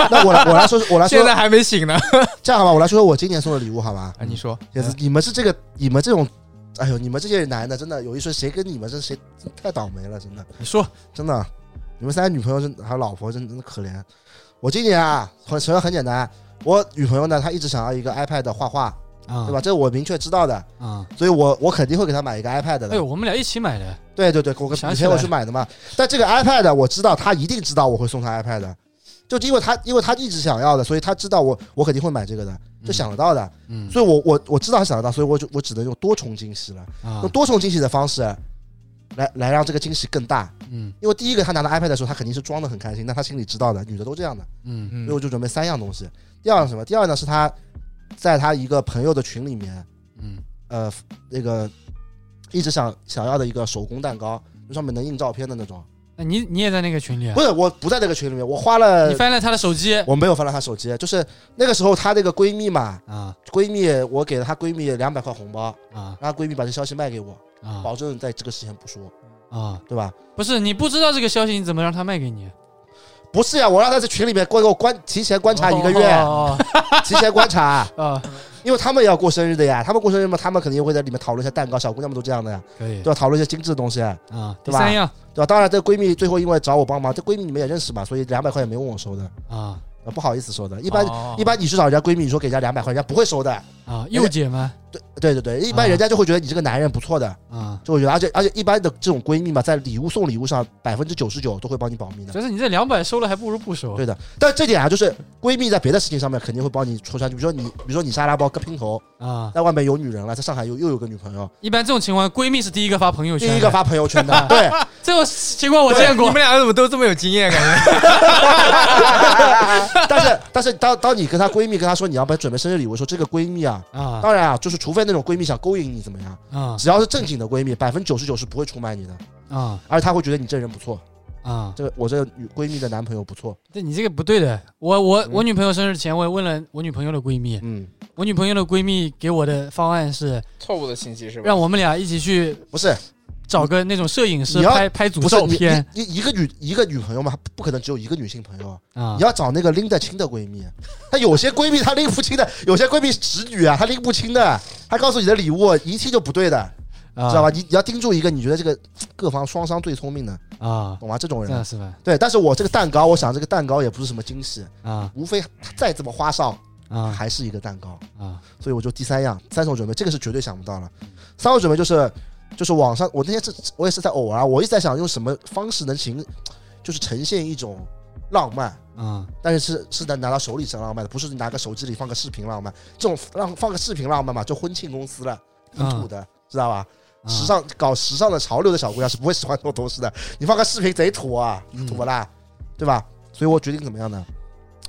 S1: 那我来我来说我来说
S4: 现在还没 醒呢。
S1: 这样好吧，我来说说我今年送的礼物好吧？
S4: 啊，你说
S1: 也是你们是这个你们这种，哎呦，你们这些男的真的有一说谁跟你们这谁太倒霉了，真的
S2: 你说
S1: 真的，你们三个女朋友真还有老婆真真的可怜。我今年啊，很首先很简单，我女朋友呢她一直想要一个 iPad 画画，
S2: 啊，
S1: 对吧？？这我明确知道的，
S2: 啊，
S1: 所以我我肯定会给她买一个 iPad 的。
S2: 哎呦，我们俩一起买的，
S1: 对对对，我跟
S2: 想
S1: 以
S2: 起
S1: 前我
S2: 来
S1: 去
S2: 了
S1: 买的嘛。但这个 iPad 我知道，他一定知道我会送他 iPad 的，就因为他因为他一直想要的，所以他知道我我肯定会买这个的，就想得到的。
S2: 嗯
S1: 所以我我我知道他想得到，所以我就我只能用多重惊喜了，
S2: 啊
S1: 用，多重惊喜的方式来来让这个惊喜更大。
S2: 嗯
S1: 因为第一个他拿到 iPad 的时候，他肯定是装的很开心，但他心里知道的，女的都这样的。
S2: 嗯
S1: 所以我就准备三样东西。第二样是什么？第二呢是他在他一个朋友的群里面，
S2: 嗯
S1: 呃，那个一直想想要的一个手工蛋糕，就上面能印照片的那种。
S2: 那哎你你也在那个群里啊
S1: 不？是，呃我不在那个群里面，我花了
S2: 你，翻了他的手机
S1: 我没有翻到她手机，就是那个时候她那个闺蜜嘛，
S2: 啊
S1: 闺蜜，我给了她闺蜜两百块红包，
S2: 啊
S1: 让她闺蜜把这消息卖给我，
S2: 啊
S1: 保证在这个时间不说，
S2: 啊！
S1: 对吧？
S2: 不是你不知道这个消息，你怎么让他卖给你？
S1: 不是呀，我让她在群里面观给我观提前观察一个月，
S2: 哦哦
S1: 提前观察，
S2: 哦啊，
S1: 因为他们也要过生日的呀，他们过生日嘛，他们肯定会在里面讨论一下蛋糕，小姑娘们都这样的呀，
S2: 可以
S1: 都要讨论一些精致的东西。
S2: 啊。第
S1: 对吧
S2: 三样
S1: 对吧？当然，这个闺蜜最后因为找我帮忙，这闺蜜你们也认识嘛，所以两百块也没问我收的，
S2: 啊
S1: 呃，不好意思收的。一
S4: 一
S1: 般、一般你去找人家闺蜜，你说给人家两百块，人家不会收的。
S2: 啊，又姐们
S1: 对对对对，一般人家就会觉得你这个男人不错的，
S2: 啊，
S1: 就会觉得，而且而且一般的这种闺蜜嘛，在礼物送礼物上，百分之九十九都会帮你保密的。
S2: 就是你这两百收了，还不如不收。
S1: 对的，但这点啊，就是闺蜜在别的事情上面肯定会帮你戳穿，比如说你，比如说你沙拉包个平头，
S2: 啊，
S1: 在外面有女人了，在上海又又有个女朋友，
S2: 一般这种情况，闺蜜是第一个发朋友
S1: 第
S2: 圈的，
S1: 一个发朋友圈的，对，
S2: 这种情况我见
S4: 你
S2: 过
S4: 们。俩怎么都这么有经验？感觉
S1: 但是但是当当你跟她闺蜜跟她说你要不要准备生日礼物的时候，这个闺蜜啊，
S2: 啊
S1: 当然啊，就是除非那种闺蜜想勾引你怎么样，
S2: 啊
S1: 只要是正经的闺蜜，百分之九十九是不会出卖你的，
S2: 啊
S1: 而且她会觉得你这人不错，
S2: 啊！
S1: 这个我这个女闺蜜的男朋友不错，
S2: 这你这个不对的。我我我女朋友生日前，我也问了我女朋友的闺蜜，
S1: 嗯，
S2: 我女朋友的闺蜜给我的方案是
S3: 错误的信息是吧？
S2: 让我们俩一起去
S1: 不是
S2: 找个那种摄影师
S1: 你要
S2: 拍拍组
S1: 不是
S2: 照
S1: 你
S2: 片
S1: 你你一个女一个女朋友嘛，她不可能只有一个女性朋友，
S2: 啊
S1: 你。要找那个拎得清的闺蜜，她有些闺蜜她拎不清的，有些闺蜜直女啊，她拎不清的，她告诉你的礼物一听就不对的，
S2: 啊
S1: 知道吧？你你要盯住一个你觉得这个各方双商最聪明的，
S2: 啊，
S1: 懂吗？这种
S2: 这样
S1: 人。
S2: 是吧？
S1: 对，但是我这个蛋糕，我想这个蛋糕也不是什么惊喜，
S2: 啊
S1: 无非再怎么花哨，
S2: 啊
S1: 还是一个蛋糕。
S2: 啊
S1: 所以我就第三样，三手准备，这个是绝对想不到了。三手准备就是就是网上，我那天是我也是在偶尔啊，我一直在想用什么方式能行，就是呈现一种浪漫，
S2: 啊
S1: 但是是是能拿到手里是浪漫的，不是拿个手机里放个视频浪漫，这种让放个视频浪漫嘛，就婚庆公司了，很土的，知道吧？
S2: 啊！
S1: 时尚搞时尚的潮流的小姑娘是不会喜欢这种东西的，你放个视频贼土啊，
S2: 嗯
S1: 土不啦，对吧？所以我决定怎么样呢？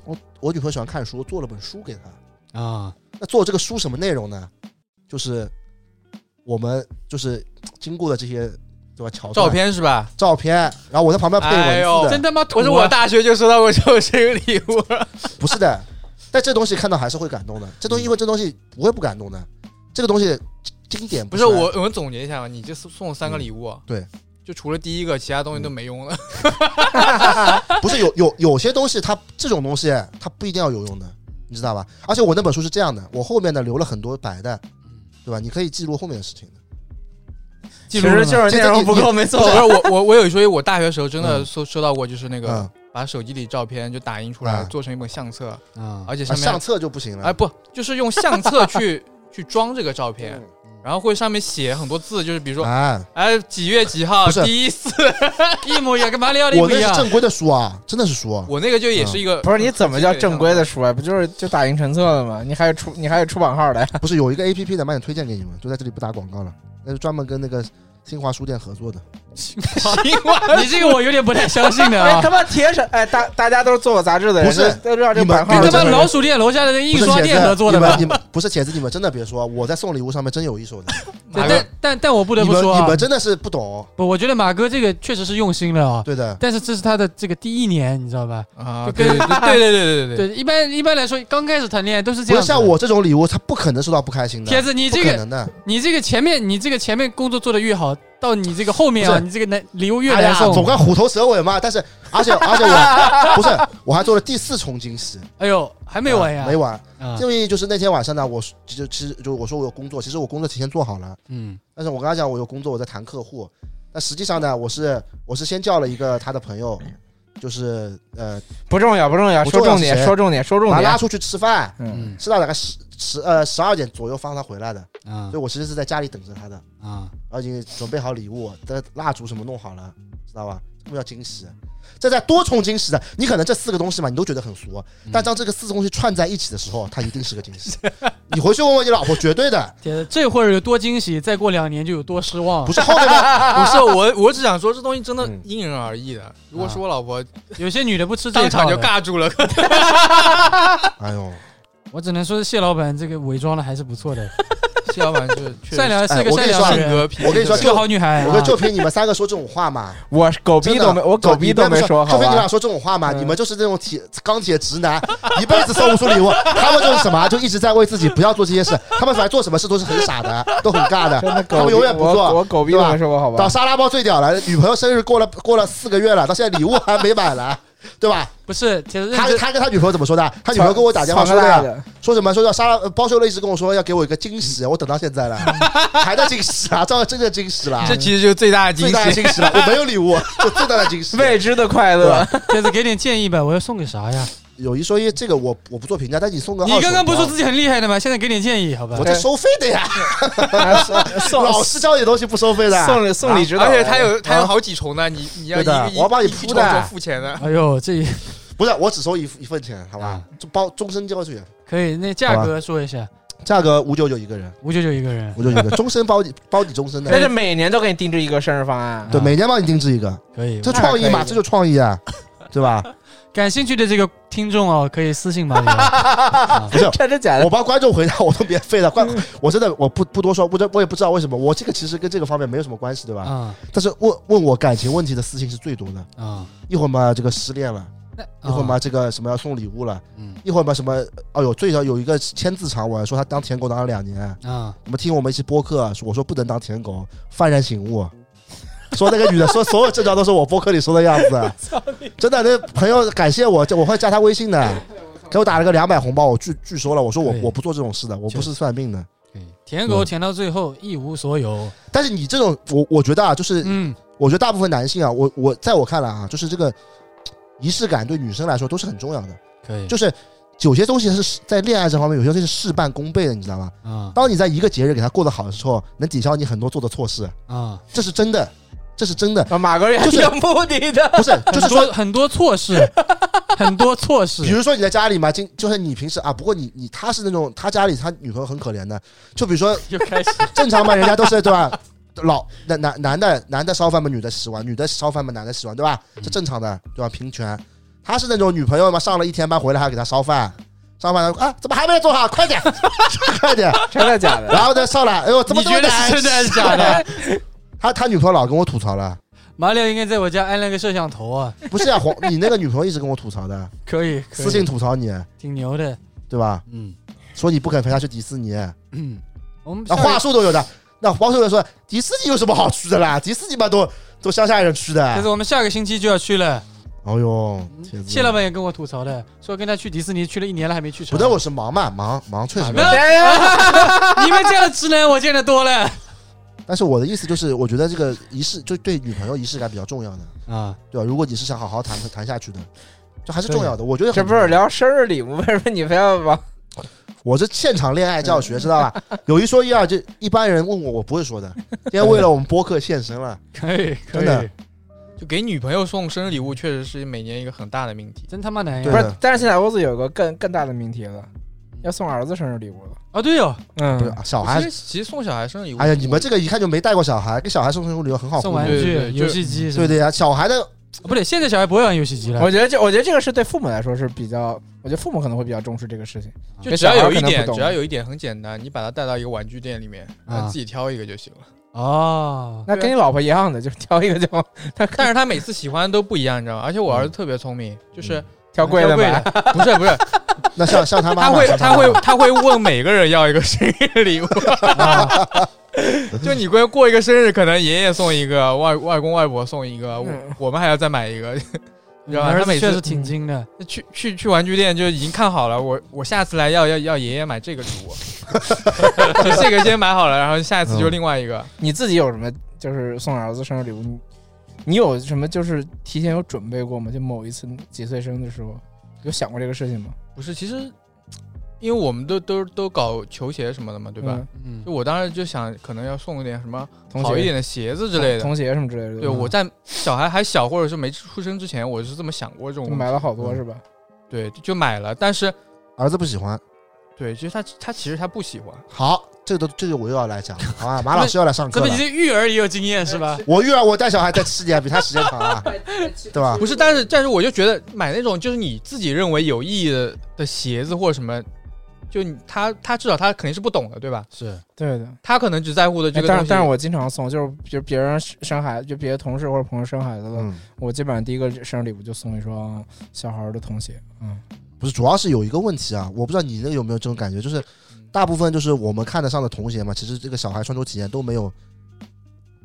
S1: 我我女朋友喜欢看书，我做了本书给她。
S2: 啊
S1: 那做这个书什么内容呢？就是我们就是经过的这些对吧桥段
S4: 照片是吧？
S1: 照片，然后我在旁边配
S4: 哎呦
S1: 文字的，
S2: 真他妈土
S4: 我
S2: 啊！
S4: 说我大学就收到过这种生日礼物，
S1: 不是的。但这东西看到还是会感动的，这东西因为这东西不会不感动的，这个东西经典
S4: 不是
S1: 衰
S4: 我，我们总结一下吧，你就送送我三个礼物，哦
S1: 对，
S4: 就除了第一个，其他东西都没用了。
S1: 不是有有有些东西它这种东西
S2: 嗯
S1: 它不一定要有用的，你知道吧？而且我那本书是这样的，我后面呢留了很多白的，对吧？你可以记录后面的事情的。
S3: 其实就是内容不够，没错
S4: 不。是我我我有一说一，我大学时候真的
S1: 嗯
S4: 收收到过，就是那个
S1: 嗯，
S4: 把手机里照片就打印出来，
S1: 嗯
S4: 做成一本相册，
S3: 啊，
S4: 而且
S1: 啊
S4: 上
S1: 相
S4: 面
S1: 册就不行了。
S4: 哎不，就是用相 册去去装这个照片，
S1: 嗯，
S4: 然后会上面写很多字，就是比如说
S1: 哎，
S4: 哎几月几号
S1: 不是
S4: 第一次，一模一样，跟马里奥的一
S1: 我
S4: 模
S1: 那
S4: 一
S1: 是
S4: 样。
S1: 正规的书啊，真的是书啊。
S4: 我那个就也是一个
S3: 不是你怎么叫正规的书啊？不就是就打印成册的吗？你还有出你还有出版号的？
S1: 不是有一个 A P P 的，慢点推荐给你们，就在这里不打广告了，那是专门跟那个新华书店合作的。
S4: 新华？
S2: 你这个我有点不太相信 的
S3: 哎，
S2: 啊
S3: 他！妈铁审哎，大大家都是做过杂志的人，
S1: 不是
S3: 都都知道这个
S1: 你们
S3: 版号
S2: 跟
S3: 的。
S2: 他
S1: 你
S2: 妈
S1: 们
S2: 老鼠店楼下的那印刷店合作的
S1: 不是
S2: 吧
S1: 茄子？你们你们不是茄子，你们真的别说，我在送礼物上面真有一手的。
S2: 对
S4: 哪个
S2: 但但但我 不得不说
S1: 你们你
S2: 啊
S1: 们，真的是不懂，
S2: 不，我觉得马哥这个确实是用心了啊。
S1: 对的。
S2: 但是这是他的这个第一年，你知道吧？
S4: 啊？
S2: 就
S4: 对
S2: 跟
S4: 对对对对对对，
S2: 对，一般一般来说，刚开始谈恋爱都是这
S1: 不
S2: 样
S1: 是
S2: 子的。
S1: 像我这种礼物，他不可能收到不开心的，
S2: 铁子，你这
S1: 不可
S2: 个
S1: 能的。
S2: 你这个前面你这个前面工作做得越好，到你这个后面啊，
S1: 不是
S2: 你这个难礼物越
S1: 哎呀
S2: 难，
S1: 总
S2: 送。
S1: 该虎头蛇尾嘛。但是， 而且而且我 不是，我还做了第四重惊喜，
S2: 哎呦，还没完呀！
S1: 啊没完。
S2: 啊，
S1: 因为就是那天晚上呢，我是就其实就我说我有工作，其实我工作提前做好了，
S2: 嗯
S1: 但是我跟他讲我有工作，我在谈客户。但实际上呢，我是我是先叫了一个他的朋友，就是呃，
S3: 不重要，不重要，
S1: 不
S3: 说
S1: 重要
S3: 重
S1: 是
S3: 点，
S1: 谁
S3: 说重点，说重
S1: 把
S2: 啊
S1: 他拉
S3: 点。
S1: 出去吃饭，
S3: 嗯
S2: 嗯
S1: 吃到大概十十呃十二点左右放他回来的，
S2: 啊
S1: 所以我其实是在家里等着他的，
S2: 啊，
S1: 然后已经准备好礼物，的蜡烛什么弄好了，知道吧？这么叫惊喜。这在多重惊喜的，你可能这四个东西嘛，你都觉得很俗，
S3: 嗯
S1: 但当这个四个东西串在一起的时候，它一定是个惊 喜。你回去问问你老婆，绝对的，
S2: 铁子，这会儿有多惊喜，再过两年就有多失望
S3: 哦
S1: 不。是后面 的
S4: 不是我，我只想说这东西真的
S1: 嗯
S4: 因人而异的。如果
S2: 啊
S4: 是我老婆，
S2: 有些女的不吃这一
S4: 当
S2: 套
S4: 场就
S2: 的，
S4: 尬住了。
S1: 哎呦，
S2: 我只能说谢老板这个伪装的还是不错的，
S4: 谢老 板就是确实
S2: 善良是
S1: 哎
S2: 个
S1: 我跟
S2: 善
S1: 你
S2: 良
S1: 说
S2: 的
S4: 性
S2: 人，
S4: 格脾气。
S1: 我跟你说
S2: 是个好女孩
S1: 我说
S2: 啊。
S1: 就凭你们三个说这种话嘛，
S3: 我狗
S1: 真
S3: 逼
S1: 的
S3: 都没，我狗逼都没
S1: 就
S3: 说，好
S1: 凭你们俩
S3: 吧？
S1: 说这种话嘛，
S3: 嗯
S1: 你们就是那种铁钢铁直男， 一辈子送不出礼物。他们就是什么，就一直在为自己不要做这些事。他们反正做什么事都是很傻的，都很尬的
S3: 真
S1: 他
S3: 的，狗
S1: 们
S3: 逼，
S1: 永远不
S3: 我
S1: 做。
S3: 我狗逼都没说过，好
S1: 到
S3: 吧？
S1: 沙拉包最屌了，女朋友生日过了过了四个月了，到现在礼物还没买来， 对吧？
S2: 不是，铁子认
S1: 他
S2: 真，
S1: 他跟他女朋友怎么说的？他女朋友跟我打电话
S3: 操
S1: 说
S3: 他
S1: 的
S3: 大
S1: 呀，
S3: 的，
S1: 说什么？说叫沙拉呃包修了一直跟我说要给我一个惊喜，啊我等到现在了， 还在惊喜啊，这真的惊喜了，
S4: 这其实就是最大的惊
S1: 最大的
S4: 喜。
S1: 惊喜了，我没有礼物，这最大的惊喜。
S3: 未知的快乐。
S2: 铁子给点建议吧，我要送给啥呀？
S1: 有一说一，这个我我不做评价，但你送个
S2: 你刚刚不是说自
S1: 己
S2: 己很厉害的吗？现在给点建议，好吧
S1: 我？这收费的呀，
S3: 送
S1: 老师教你东西不收费的，啊
S3: 送礼送礼指导，
S4: 而且他有他有好几重呢，你你要
S1: 对
S4: 一
S1: 的
S4: 个一
S1: 我要帮你
S4: 一
S1: 铺
S4: 重
S1: 的
S4: 重付钱的。
S2: 哎呦，这
S1: 不是我只收一一份钱，好吧
S2: 啊？
S1: 就包终身教学，
S2: 可以，那价格说一下，
S1: 价格五九九一个人，
S2: 五九九一个人，
S1: 五九九一个，终身包你包你终身
S3: 但是
S1: 的，
S3: 每年都给你定制一个生日方案。
S1: 对，每年帮你定制一个，
S2: 可以。
S1: 这
S3: 那
S1: 创意
S3: 可
S1: 嘛，
S3: 以
S1: 这就创意啊，对吧？
S2: 感兴趣的这个听众哦，可以私 信马里奥。
S1: 不是。
S3: 真的假 的
S1: 我？帮观众回答，我都免费的。观， 我真的我不不多说，不知我也不知道为什么，我这个其实跟这个方面没有什么关系，对吧？
S2: 啊
S1: 但是问问我感情问题的私信是最多的，
S2: 啊，
S1: 一会儿嘛这个失恋了，
S2: 那
S1: 一会儿嘛这个什么要送礼物了，
S2: 啊嗯
S1: 一会儿嘛什么，哦呦，最少有一个千字长文，说他当舔狗当了两年，
S2: 啊，
S1: 我们听我们一期播客，啊我说不能当舔狗，幡然醒悟，啊说那个女的说 所有症状都是我播客里说的样子，啊真的，那朋友感谢我，这我会加他微信的，给我打了个两百红包，我拒拒收了，我说我
S2: 对
S1: 我不做这种事的，我不是算命的。
S2: 可以。舔狗
S1: 嗯
S2: 舔到最后一无所有。
S1: 但是你这种，我我觉得啊，就是、
S2: 嗯，
S1: 我觉得大部分男性啊，我我在我看来啊，就是这个仪式感对女生来说都是很重要的，
S2: 可以。
S1: 就是有些东西是在恋爱这方面，有些东西是事半功倍的，你知道吗？
S2: 啊
S1: 当你在一个节日给他过得好的时候，能抵消你很多做的错事，
S2: 啊，
S1: 这是真的，这是真的，
S3: 啊马哥也
S1: 就是
S3: 有目 的的，
S1: 不 是就是
S2: 很
S1: 说
S2: 多，很多错事，很多错
S1: 比
S2: 事。
S1: 如说你在家里嘛，今就是你平时啊，不过你你他是那种他家里他女朋友很可怜的，就比如说
S2: 又开始
S1: 正常嘛，人家都是对吧？ 老男男男的男的烧饭嘛，女的洗碗，女的烧饭嘛，男的洗碗，对吧？
S2: 嗯
S1: 这正常的，对吧？平权。他是那种女朋友嘛，上了一天班回来还要给他烧饭，烧饭啊，怎么还没有做好？快点， 快点！
S3: 真的假的？
S1: 然后再上来，哎呦，怎么
S2: 你
S1: 这么
S2: 觉得
S1: 难
S2: 是真的还是假的？
S1: 他他女朋友老跟我吐槽了，
S2: 马里奥应该在我家安了个摄像头啊，
S1: 不是啊，黄，你那个女朋友一直跟我吐槽的，
S2: 可以，可以
S1: 私信吐槽你，
S2: 挺牛的。
S1: 对吧？
S2: 嗯
S1: 说你不肯陪他去迪士尼，
S2: 嗯，我们
S1: 那
S2: 下一
S1: 啊话术都有的。那黄秀友说迪士尼有什么好去的啦？迪士尼嘛都都乡下人去的
S2: 但是我们下个星期就要去了，
S1: 哎呦，铁子
S2: 嗯谢老板也跟我吐槽的，说跟他去迪士尼去了一年了还没去成。
S1: 不对，我是忙嘛，忙忙确实
S2: 没
S1: 忙。
S2: 有
S3: 哎
S2: 你们这样的直男我见得多了
S1: 但是我的意思就是，我觉得这个仪式就对女朋友仪式感比较重要的，
S2: 啊！
S1: 对吧？如果你是想好好谈谈下去的，这还是重要的。我觉得
S3: 这
S1: 很
S3: 不是聊生日礼物，为什么 你非要往
S1: 我是现场恋爱教学，知道吧？有一说一啊，这一般人问我，我不会说的。今天为了我们播客现身了，
S2: 可以，可
S1: 真的
S2: 以，
S4: 就给女朋友送生日礼物，确实是每年一个很大的命题。
S2: 真他妈难
S1: 对
S3: 不
S2: 呀！
S3: 是？但是现在欧子有个更更大的命题了，要送儿子生日礼物了。
S2: 啊，对哦，
S1: 不是
S3: 嗯，
S1: 小孩
S4: 其实其实送小孩生日礼物，
S1: 哎呀，你们这个一看就没带过小孩，给小孩送生日礼物很好糊
S2: 送
S1: 弄
S2: 玩
S4: 对对
S2: 具、
S4: 对
S2: 游戏机什么
S1: 哦对
S2: 的，
S1: 的呀，小孩的
S2: 啊不对，现在小孩不会玩游戏机了
S3: 我，觉得这我觉得这个是对父母来说是比较，我觉得父母可能会比较重视这个事情。
S4: 就只要有
S3: 小孩
S4: 一
S3: 可能
S4: 点
S3: 不，懂
S4: 只要有一点很简单，你把它带到一个玩具店里面，然
S1: 啊
S4: 后自己挑一个就行了。
S2: 哦，
S3: 那跟你老婆一样的，就是挑一个就
S4: 但是他每次喜欢都不一样，你知道吗？而且我
S1: 嗯
S4: 儿子特别聪明，就是
S3: 挑贵的
S4: 挑贵
S3: 买
S4: 的。不是不是，
S1: 那像像他妈
S4: 他
S1: 妈，
S4: 会
S1: 像
S4: 他
S1: 妈
S4: 会
S1: 妈
S4: 他会问每个人要一个生日礼物。 就你过过一个生日，可能爷爷送一个，外外公外婆送一个，我
S3: 嗯
S4: 我们还要再买一个。 你知道吗？
S2: 儿
S4: 他
S2: 子
S4: 每
S2: 确实
S4: 次
S2: 挺精的，
S4: 去去去玩具店就已经看好了，我我下次来要要要爷爷买这个给我， 就这个先买好了，然后下一次就另外一个。
S3: 你自己有什么就是送儿子生日礼物？你你有什么就是提前有准备过吗？就某一次几岁生的时候，有想过这个事情吗？
S4: 不是，其实因为我们都都都搞球鞋什么的嘛，对吧？
S3: 嗯？
S2: 嗯
S4: 就，我当时就想，可能要送一点什么
S3: 童鞋
S4: 好一点的鞋子之类的。
S3: 童鞋什么之类的。嗯
S4: 对，我在小孩还小或者是没出生之前，我是这么想过这
S3: 就
S4: 种嗯
S3: 买
S4: 问题
S3: 了好多是吧？
S4: 对，就买了。但是
S1: 儿子不喜欢。
S4: 对，其实他他其实他不喜欢，
S1: 好，这个都这个我又要来讲了，好吧？马老师要来上课
S2: 怎 么你
S1: 了。
S2: 这育儿也有经验是吧？
S1: 我育儿，我带小孩带时间比他时间长啊，对吧？
S4: 不是。但是但是我就觉得买那种就是你自己认为有意义的的鞋子或者什么，就你他他至少他肯定是不懂的，对吧？
S2: 是，
S3: 对的。
S4: 他可能只在乎的这
S3: 哎
S4: 个
S3: 但
S4: 东
S3: 是
S4: 西。
S3: 但是我经常送，就是就别人生孩子，就别的同事或者朋友生孩子了，
S1: 嗯，
S3: 我基本上第一个生日礼物就送一双小孩儿的童鞋。嗯，
S1: 不是，主要是有一个问题啊，我不知道你那个有没有这种感觉，就是
S4: 嗯
S1: 大部分就是我们看得上的童鞋嘛，其实这个小孩穿着体验都没有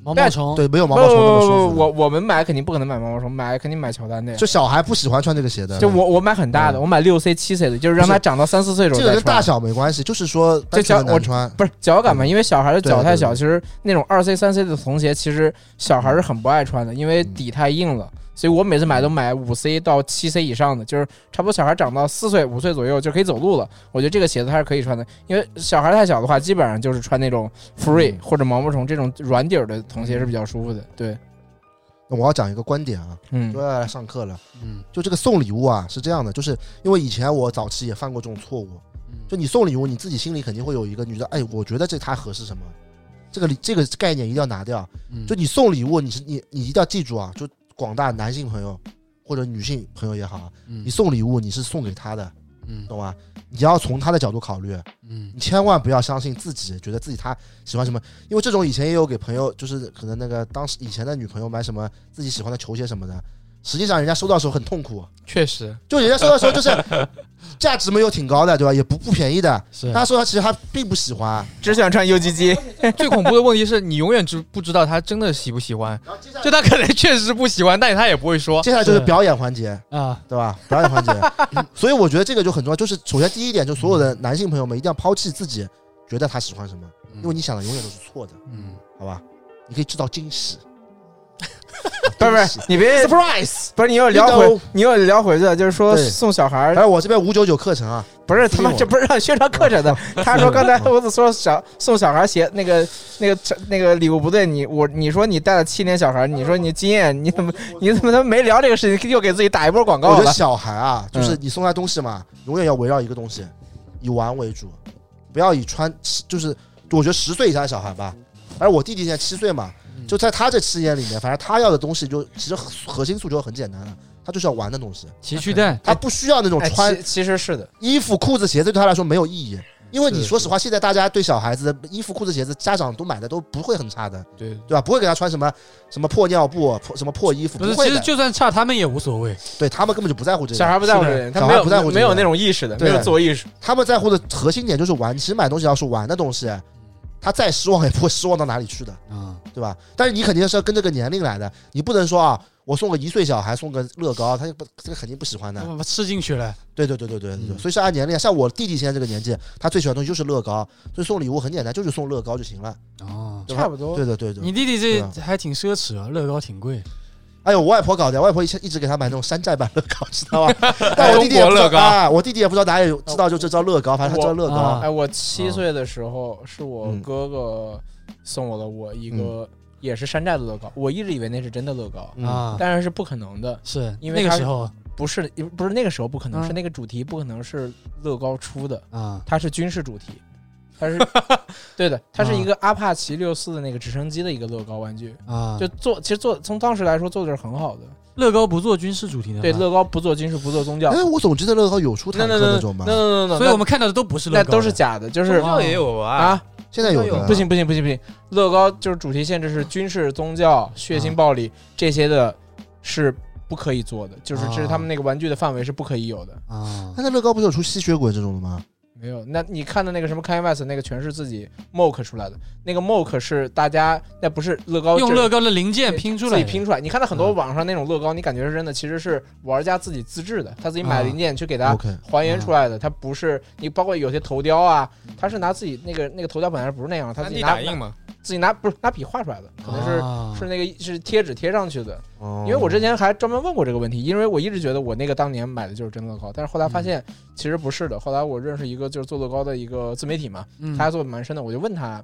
S2: 毛毛虫，
S1: 对没有毛
S3: 不
S1: 毛
S3: 不
S1: 虫那么
S3: 不
S1: 舒服
S3: 不不，
S1: 的。
S3: 我我们买肯定不可能买毛毛虫，买肯定买乔丹的呀。
S1: 就小孩不喜欢穿这个鞋的，
S3: 就我我买很大的，
S1: 嗯
S3: 我买六 C 七 C 的，就是让
S1: 不是
S3: 他长到三四岁的时
S1: 这
S3: 候
S1: 个
S3: 再
S1: 跟
S3: 穿
S1: 大。小没关系，就是说单
S3: 这
S1: 纯的
S3: 小我
S1: 难穿。
S3: 不是脚感嘛，
S1: 嗯
S3: 因为小孩的脚太小，
S1: 对对对
S3: 其实那种二 C 三 C 的童鞋，其实小孩是很不爱穿的，因为底太硬
S1: 嗯
S3: 了。所以我每次买都买五 C 到七 C 以上的，就是差不多小孩长到四岁五岁左右就可以走路了。我觉得这个鞋子还是可以穿的，因为小孩太小的话，基本上就是穿那种 Free
S1: 嗯
S3: 或者毛毛虫这种软底儿的童鞋是比较舒服的。对，
S1: 那我要讲一个观点啊，
S3: 嗯
S1: 就要来上课了。
S2: 嗯，
S1: 就这个送礼物啊，是这样的，就是因为以前我早期也犯过这种错误，
S2: 嗯
S1: 就你送礼物，你自己心里肯定会有一个，你觉得，哎，我觉得这它合适什么，这个这个概念一定要拿掉。
S2: 嗯
S1: 就你送礼物，你是你你一定要记住啊，就广大男性朋友或者女性朋友也好啊，
S2: 嗯
S1: 你送礼物你是送给他的，
S2: 嗯
S1: 懂吗？你要从他的角度考虑，
S2: 嗯
S1: 你千万不要相信自己，觉得自己他喜欢什么，因为这种以前也有给朋友，就是可能那个当时以前的女朋友买什么自己喜欢的球鞋什么的，实际上人家收到的时候很痛苦，啊
S4: 确实，
S1: 就人家收到的时候就是价值没有挺高的，对吧？也不不便宜的，
S2: 是
S1: 但他收到其实他并不喜欢。啊
S3: 只想穿 UGG，
S4: 最恐怖的问题是你永远知不知道他真的喜不喜欢，就他可能确实不喜欢，但是他也不会说。
S1: 接下来就是表演环节，
S2: 啊，
S1: 对吧？表演环节，所以我觉得这个就很重要。就是首先第一点，就所有的男性朋友们一定要抛弃自己觉得他喜欢什么，因为你想的永远都是错的，
S2: 嗯
S1: 好吧？你可以制造惊喜，
S3: 不是 不是，你
S2: 嗯
S3: 别
S1: surprise。
S3: 不是你又聊回
S1: Window
S3: 你又聊回去了，就是说
S1: 对
S3: 送小孩儿
S1: 哎，我这边五九九课程啊，
S3: 不是他妈，
S1: 我
S3: 这不是让宣传课 程的。他说刚才
S1: 嗯
S3: 我只说小送小孩鞋那个那个那个礼物不对，你我你说你带了七年小孩，你说你经验，你怎么你怎么他妈没聊这个事情，又给自己打一波广
S1: 我
S3: 告
S1: 觉得
S3: 了？
S1: 小孩啊，就是你送他东西嘛，永远要围绕一个东西，以玩为主，不要以穿，就是我觉得十岁以下的小孩吧，而我弟弟现在七岁嘛，
S3: 嗯
S1: 就在他这七年里面，反正他要的东西就其实核心诉求很简单的，他就是要玩的东西，
S2: 奇趣蛋，
S1: 他不需要那种
S3: 哎
S1: 穿
S3: 其其实是的，
S1: 衣服、裤子、鞋子对他来说没有意义，因为你
S4: 是
S1: 说实话，现在大家对小孩子的衣服、裤子、鞋子，家长都买的都不会很差的，
S4: 对，
S1: 对吧？不会给他穿什么什么破尿布、啊破什么破衣服，
S2: 不是，
S1: 会
S2: 其实
S1: 的。
S2: 就算差他们也无所谓，
S1: 对他们根本就不在乎这
S3: 小
S1: 个，
S3: 孩不在乎这
S2: 是的
S3: 个，他
S1: 小
S3: 没
S1: 孩
S3: 有
S1: 不在乎这
S3: 没有
S1: 个
S3: 那种意识的，
S1: 对
S3: 没有自我意识。
S1: 他们在乎的核心点就是玩。其实买东西要是玩的东西，他再失望也不会失望到哪里去的，
S2: 啊，
S1: 对吧？但是你肯定是要跟这个年龄来的，你不能说啊，我送个一岁小孩送个乐高，他就不这个肯定不喜欢的。
S2: 我我吃进去了，
S1: 对对对对对对对，
S3: 嗯
S1: 所以是按年龄，像我弟弟现在这个年纪，他最喜欢的东西就是乐高，所以送礼物很简单，就是送乐高就行了。
S2: 哦，
S1: 对吧
S3: 差不多
S1: 对。对对对，
S2: 你弟弟这
S1: 对啊
S2: 还挺奢侈啊，乐高挺贵，
S1: 哎呦，我外婆搞的，我外婆以前一直给他买那种山寨版乐高，知道吧？但我弟弟也不
S4: 中
S1: 知
S4: 国
S1: 道
S4: 乐高
S1: 啊，我弟弟也不知道哪里有知道，就这招乐高，反正他叫乐高。
S6: 啊
S2: 啊
S3: 哎，我七岁的时候是我哥哥送我了我一个也是山寨的乐高，我一直以为那是真的乐高，
S1: 嗯
S2: 啊，
S3: 但是是不可能的，
S2: 是
S3: 因为
S2: 那个
S3: 他
S2: 时候
S3: 不是不是那个时候不可能，
S2: 嗯
S3: 是那个主题不可能是乐高出的，
S2: 啊，
S3: 它是军事主题，它是对的，它是一个阿帕奇六四的那个直升机的一个乐高玩具，
S2: 啊，
S3: 就做其实做从当时来说做的是很好的，
S2: 乐高不做军事主题的吗，
S3: 对，乐高不做军事不做宗教，
S1: 哎，我总觉得乐高有出坦克那种吧？
S3: 那那
S2: 所以我们看到的都不是乐
S3: 那
S2: 高，
S3: 都是假的，就是
S2: 宗
S4: 这也有
S3: 啊
S4: 啊，，
S1: 现在有
S4: 有
S1: 的
S3: 不行不行不行不行，乐高就是主题限制是军事、宗教、血腥、暴力这些的，是不可以做的，就是这是他们那个玩具的范围是不可以有的。
S2: 啊
S1: 那那乐高不是有出吸血鬼这种的吗？
S3: 没有，那你看的那个什么 Kanye West 那个全是自己 mock 出来的，那个 mock 是大家那不是乐高
S2: 用
S3: 这
S2: 乐高的零件拼出来
S3: 自己
S2: 的，
S3: 拼出来。你看到很多
S2: 嗯
S3: 网上那种乐高，你感觉是真的，其实是玩家自己自制的，他自己
S2: 啊
S3: 买
S2: 嗯
S3: 零件去给它
S1: OK
S3: 还原出来的，它不是你包括有些头雕啊，他是拿自己那个那个头雕本来不是那样，他自
S4: 三
S3: 己
S4: D
S3: 拿
S4: 打印嘛，
S3: 自己拿不是拿笔画出来的，可能是
S2: 啊
S3: 是那个是贴纸贴上去的。
S1: 哦
S3: 因为我之前还专门问过这个问题，因为我一直觉得我那个当年买的就是真乐高，但是后来发现其实不是的。后来我认识一个就是做乐高的一个自媒体嘛，
S2: 嗯
S3: 他还做的蛮深的，我就问他，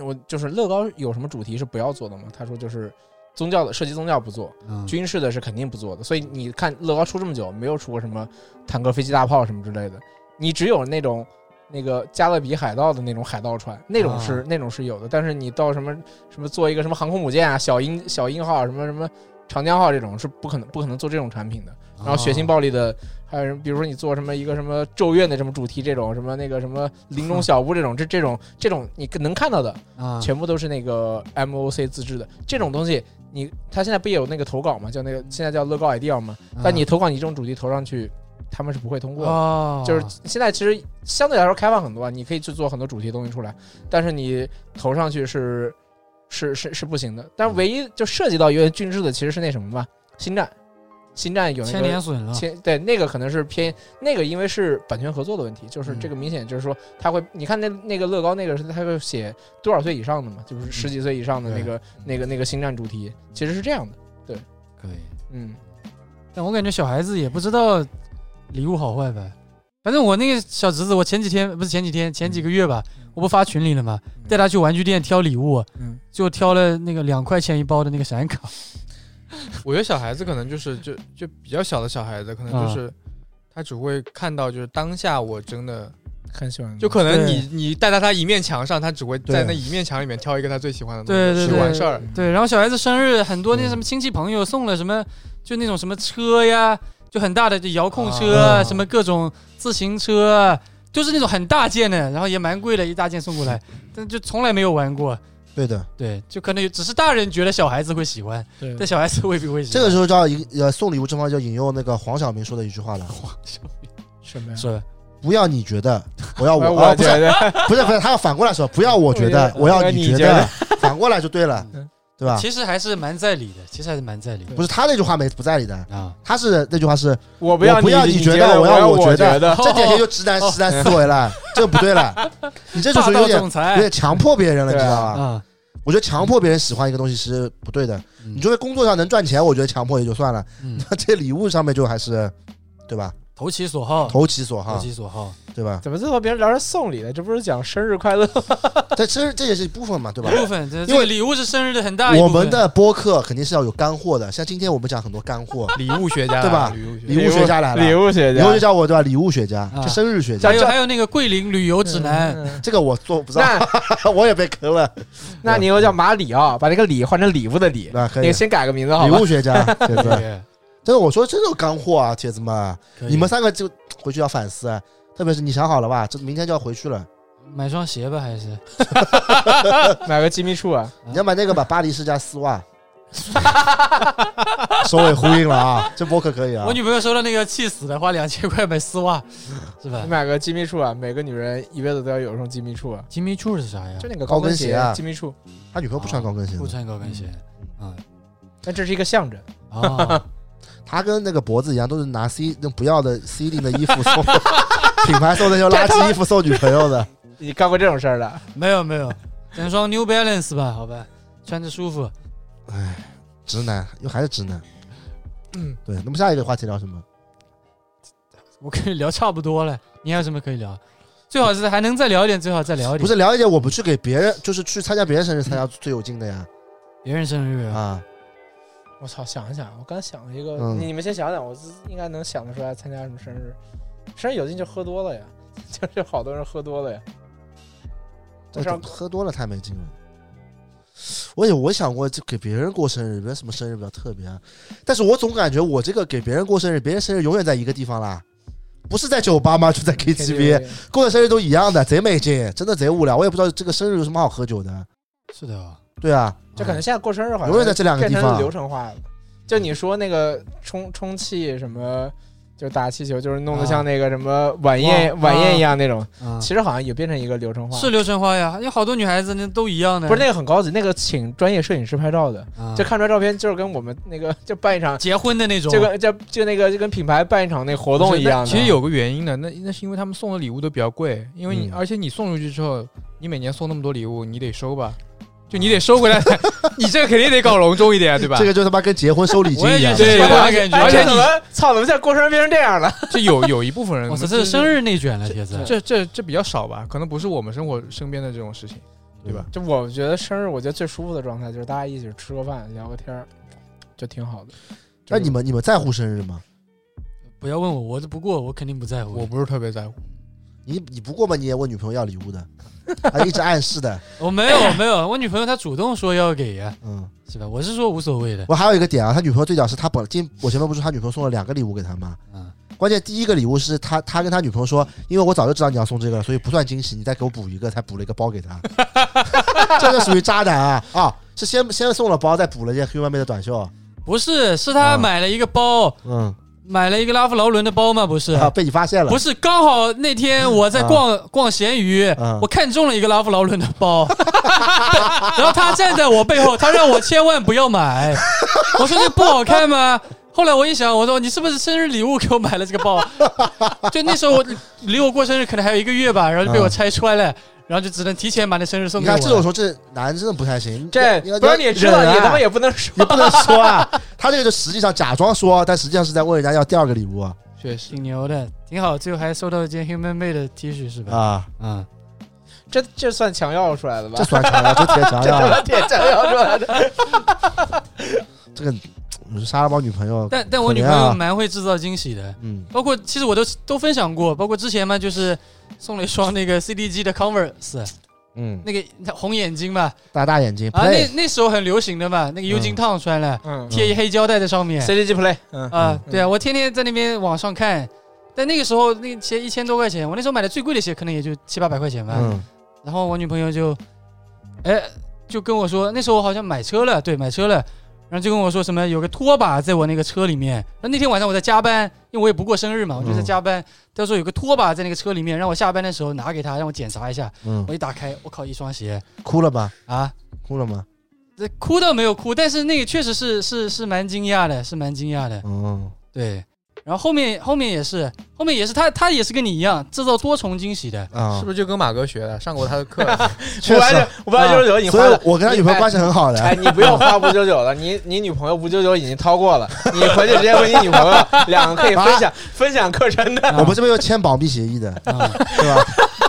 S3: 我就是乐高有什么主题是不要做的吗？他说就是。宗教的涉及宗教不做，
S2: 嗯
S3: 军事的是肯定不做的。所以你看乐高出这么久，没有出过什么坦克、飞机、大炮什么之类的，你只有那种那个加勒比海盗的那种海盗船，那种是、
S2: 啊
S3: 那种是有的。但是你到什么什么做一个什么航空母舰啊、小鹰小鹰号什么什么长江号这种是不可能不可能做这种产品的。然后血腥
S2: 啊
S3: 暴力的，还有人比如说你做什么一个什么咒怨的什么主题这种什么那个什么林中小屋这种这这种这种你能看到的，
S2: 啊
S3: 全部都是那个 MOC 自制的这种东西。你他现在不也有那个投稿嘛，叫
S2: 嗯
S3: 那个现在叫乐高 idea 嘛？但你投稿你这种主题投上去，他们是不会通过的。
S2: 啊哦，
S3: 就是现在其实相对来说开放很多，啊，你可以去做很多主题东西出来，但是你投上去是是是是不行的。但是唯一就涉及到有点军事的，其实是那什么吧，星战，星战有那
S2: 牵
S3: 个
S2: 连
S1: 啊
S2: 损了，
S3: 千对那个可能是偏那个，因为是版权合作的问题，就是
S2: 嗯
S3: 这个明显就是说他会，你看那那个乐高那个是他会写多少岁以上的嘛，就是十几岁以上的那个那个那个星战主题，其实是这样的，
S2: 可以。
S3: 嗯，
S2: 但我感觉小孩子也不知道礼物好坏吧。反正我那个小侄子，我前几天不是前几
S3: 嗯
S2: 天，前几个月吧，我不发群里了吗？带他去玩具店挑礼物，
S3: 嗯
S2: 就挑了那个两块钱一包的那个闪卡。
S4: 我觉得小孩子可能就是就就比较小的小孩子，可能
S1: 嗯
S4: 就是他只会看到就是当下我真的，
S3: 很喜欢，
S4: 就可能
S2: 对
S4: 你你带到他一面墙上，他只会在
S1: 嗯对
S4: 那一面墙里面挑一个他最喜欢的东
S2: 对对
S4: 西去
S2: 对，
S4: 完事儿。
S2: 对，然后小孩子生日，很多那
S1: 嗯
S2: 什么亲戚朋友送了什么，就那种什么车呀，就很大的就遥控车，
S4: 啊
S2: 什么各种自行车，就是那种很大件的，然后也蛮贵的，一大件送过来，
S3: 嗯
S2: 但就从来没有玩过。
S1: 对的，
S2: 对，就可能有只是大人觉得小孩子会喜欢，
S3: 对
S2: 但小孩子未必会喜欢。
S1: 这个时候叫一呃送礼物这方面就引用那个黄晓明说的一句 话了：
S3: 什么呀？
S2: 是
S1: 不要你觉得，我要我
S3: 我
S1: 啊不
S3: 觉
S1: 是
S3: 得
S1: 不是不是，他要反过来说，不要我觉得，
S3: 我
S1: 我
S3: 觉得
S1: 要
S3: 我
S1: 你
S3: 要你觉
S1: 得
S3: 得，
S1: 反过来就对了
S3: 嗯，
S1: 对吧？
S2: 其实还是蛮在理的，其实还是蛮在理的
S1: 不是他那句话没不在理的，
S2: 啊。
S1: 他是那句话是
S3: 我不
S1: 我
S3: 要
S1: 不要
S3: 你
S1: 你觉
S3: 得，
S1: 得我要
S3: 要
S1: 我觉
S3: 觉
S1: 得
S3: 得，
S1: 这典型就直男直男思维了，这个不对了，你嗯这就
S2: 霸
S1: 属于有
S2: 道
S1: 点
S2: 总
S1: 有
S2: 裁
S1: 点强迫别人了，你
S3: 对啊
S1: 知道吧？
S2: 啊，
S1: 我觉得强迫别人喜欢一个东西是不对的。
S2: 嗯
S1: 你作为工作上能赚钱，我觉得强迫也就算了，
S2: 嗯，
S1: 那这礼物上面就还是，对吧？
S2: 投其所好，
S1: 投啊其所
S2: 哦投
S1: 好，
S2: 其所好。
S1: 对吧？
S3: 怎么最后别人聊成送礼了？这不是讲生日快乐？
S1: 但其实这也是一部分嘛，对 吧？
S2: 部分，这
S1: 因
S2: 这个
S1: 为
S2: 礼物是生日的很大一
S1: 我
S2: 部分。
S1: 们的播客肯定是要有干货的，像今天我们讲很多干货，
S4: 礼物学家啊
S1: 对吧
S4: 礼物学
S1: 礼物学家来了，
S3: 礼物学
S1: 以
S3: 家，
S1: 后就叫我对吧？礼物学家，
S2: 啊
S1: 这生日学家
S2: 还，有还有那个桂林旅游指南，
S3: 嗯。嗯
S1: 这个我做不到，
S3: 那
S1: 我也被坑了。
S3: 那你以后叫马里奥，把这个礼换成礼物的礼，
S1: 那可
S3: 你
S1: 以，
S3: 先改个名字好
S1: 礼
S3: 吧？
S1: 物学 家，铁子，
S2: 对，
S1: 真的，我说真的有干货啊，铁子们，
S2: 可以
S1: 你们三个就回去要反思啊，特别是你想好了吧？这明天就要回去了，
S2: 买双鞋吧，还是
S1: 啊
S3: 买个机密处啊，
S1: 你要买那个吧，巴黎世家丝 袜。首尾呼应了啊，这播客可以啊
S2: 我。女朋友收到那个气死了，花两千块买丝袜，是
S1: 嗯
S2: 吧
S3: 你买个机密处啊，每个女人一辈子都要有一双机密处啊，
S2: ？Jimmy Choo 是啥呀
S3: 就？那个
S1: 嗯高跟
S3: 跟
S1: 鞋啊
S3: 机密处。
S1: 他女朋友不穿高跟鞋的
S2: 不，穿高跟鞋，嗯，
S5: 但这是一个象征。
S1: 嗯
S2: 啊，
S1: 他跟那个脖子一样，都是拿 C 那不要的 C 定的衣服 送品牌送那些垃圾衣服送女朋友 的。
S5: 你干过这种事儿的？
S2: 没有没有，整双 New Balance 吧，好吧，穿着舒服。
S1: 唉，直男又还是直男。哎嗯，对。那么下一个话题聊什么？
S2: 我跟你聊差不多了，你还有什么可以聊？最好是还能再聊一点，最好再聊一点。
S1: 不是聊一点我们去给别人，就是去参加别人生日参加最有劲的呀。
S2: 别人生日啊，
S1: 啊，
S5: 我操，想一想，我刚想了一个，
S1: 嗯
S5: 你们先想想，我自应该能想得出来参加什么生日。生日有劲就喝多了呀， 就是好多人喝多了呀。
S1: 这
S5: 上
S1: 喝多了太没劲了。我也我想过，就给别人过生日，没什么生日比较特别啊。但是我总感觉我这个给别人过生日，别人生日永远在一个地方啦，不是在酒吧吗？就在 KTV，过的生日都一样的，贼没劲，真的贼无聊。我也不知道这个生日有什么好喝酒的。
S2: 是的啊，
S1: 对啊，
S5: 就感觉现在过生日好像
S1: 永远在这两个
S5: 变
S1: 地
S5: 成
S1: 方啊
S5: 流程化了。就你说那个充充气什么，就打气球，就是
S1: 啊
S5: 弄得像那个什么晚宴、
S2: 哇
S5: 晚宴一样那种，
S2: 啊
S5: 其实好像也变成一个流程化。
S2: 是流程化呀，有好多女孩子那都一样的。
S5: 不是那个很高级？那个请专业摄影师拍照的，
S2: 那
S5: 就看出来照片，就是跟我们那个 就办一场，
S2: 结婚的那种，
S5: 就跟就就那个就跟品牌办一场那活动一样的。
S3: 啊
S4: 其实有个原因的，那那是因为他们送的礼物都比较贵，因为你、
S1: 嗯
S4: 而且你送出去之后，你每年送那么多礼物，你得收吧，就你得收回来， 你这个肯定得搞隆重一点，对吧？
S1: 这个就他妈跟结婚收 礼金
S2: 我也
S1: 一
S2: 觉
S1: 样
S2: 得。对
S4: 对
S2: 有
S4: 吧
S2: 点感觉
S5: 而
S4: 而
S5: 且
S4: 且
S5: 怎
S4: 你
S5: 么操，怎么现在过生日变成这样了？
S4: 这有有一部分人，
S2: 哇塞，这是生日内卷了，铁子。
S4: 这这这比较少吧，可能不是我们生活身边的这种事情，对吧？
S5: 就我觉得生日，我觉得最舒服的状态就是大家一起吃个饭，聊个天儿，就挺好的。
S1: 那你们你们在乎生日吗？
S2: 不要问我，我这不过，我肯定不在乎。
S4: 我不是特别在乎，
S1: 你你不过嘛，你也问女朋友要礼物的，啊，一直暗示的。
S2: 我没有没有，我女朋友她主动说要给呀，
S1: 嗯，
S2: 是吧？我是说无所谓的。
S1: 我还有一个点啊，他女朋友最屌是他本今我前面不是他女朋友送了两个礼物给他吗？
S2: 嗯，
S1: 关键第一个礼物是他他跟他女朋友说，因为我早就知道你要送这个了，所以不算惊喜，你再给我补一个，才补了一个包给他。 这个属于渣男啊啊！是先 先送了包，再补了件 Human Made 的短袖。
S2: 不是，是她
S1: 嗯
S2: 买了一个包，
S1: 嗯，
S2: 买了一个拉夫劳伦的包嘛，不是？
S1: 啊，被你发现了。啊
S2: 不是，刚好那天我在逛、逛闲鱼，
S1: 嗯
S2: 我看中了一个拉夫劳伦的 包，然后他站在我背后，他让我千万不 要买。我说这不好看吗？后来我一想，我说你是不是生日礼物给我买了这个包？就那时候我离我过生日可能还有一个月吧，然后就被我拆穿了，然后就只能提前把那生日送
S1: 你
S2: 给我
S1: 看
S2: 了。
S1: 这种时候，这男真的不太行。
S5: 这
S1: 你要
S5: 不是你知道，
S1: 忍啊
S5: 你他妈也不能说
S1: 你。不能说啊，他这个就实际上假装说，但实际上是在问人家要第二个礼物啊。
S4: 确实。
S2: 挺牛的，挺好，最后还收到一件 Human Made 的 T 恤是吧？
S1: 啊
S2: 嗯，
S5: 这这算强要出来的吧
S1: 这？酸强呀，这铁强
S5: 这他妈
S1: 呀，
S5: 挺强要出来的。
S1: 这个你说沙拉包女朋友，
S2: 但但我女朋友蛮会制造惊喜的。
S1: 嗯，
S2: 包括其实我都都分享过，包括之前嘛，就是送了一双那个 CDG 的 Converse，
S1: 嗯，
S2: 那个红眼睛嘛，
S1: 大大眼睛
S2: 啊，那
S1: play，
S2: 那时候很流行的嘛，那个
S1: 嗯
S2: 油精烫穿了，
S5: 嗯
S2: 贴一黑胶带在上面，
S5: ，CDG Play，嗯，
S2: 啊，
S5: 嗯
S2: 对啊，我天天在那边网上看，但那个时候那个鞋一千多块钱，我那时候买的最贵的鞋可能也就七八百块钱吧，
S1: 嗯，
S2: 然后我女朋友就，哎，就跟我说，那时候我好像买车了，对，买车了，然后就跟我说什么有个拖把在我那个车里面。那那天晚上我在加班，因为我也不过生日嘛，我就在加班。她说有个拖把在那个车里面，让我下班的时候拿给她，让我检查一下。
S1: 嗯，
S2: 我一打开，我靠，一双鞋
S1: 哭了吧？
S2: 啊！
S1: 哭了吗？
S2: 这哭倒没有哭，但是那个确实是是是蛮惊讶的，是蛮惊讶的。
S1: 嗯，
S2: 对，然后后面后面也是，后面也是他他也是跟你一样制造多重惊喜的。
S1: 啊
S4: 是不，是就跟马哥学的？上过他的 课，
S1: 确
S5: 五八九
S1: 实，啊
S5: 五八九十九，你花
S1: 所以
S5: 了。
S1: 我跟他女朋友关系很好的，
S5: 哎，你不用花五九九了，你你女朋友五九九已经掏过了，你回去直接问你女朋友，两个可以分享分享课程的。
S1: 我们这边有签保密协议的，
S2: 啊
S1: 对吧？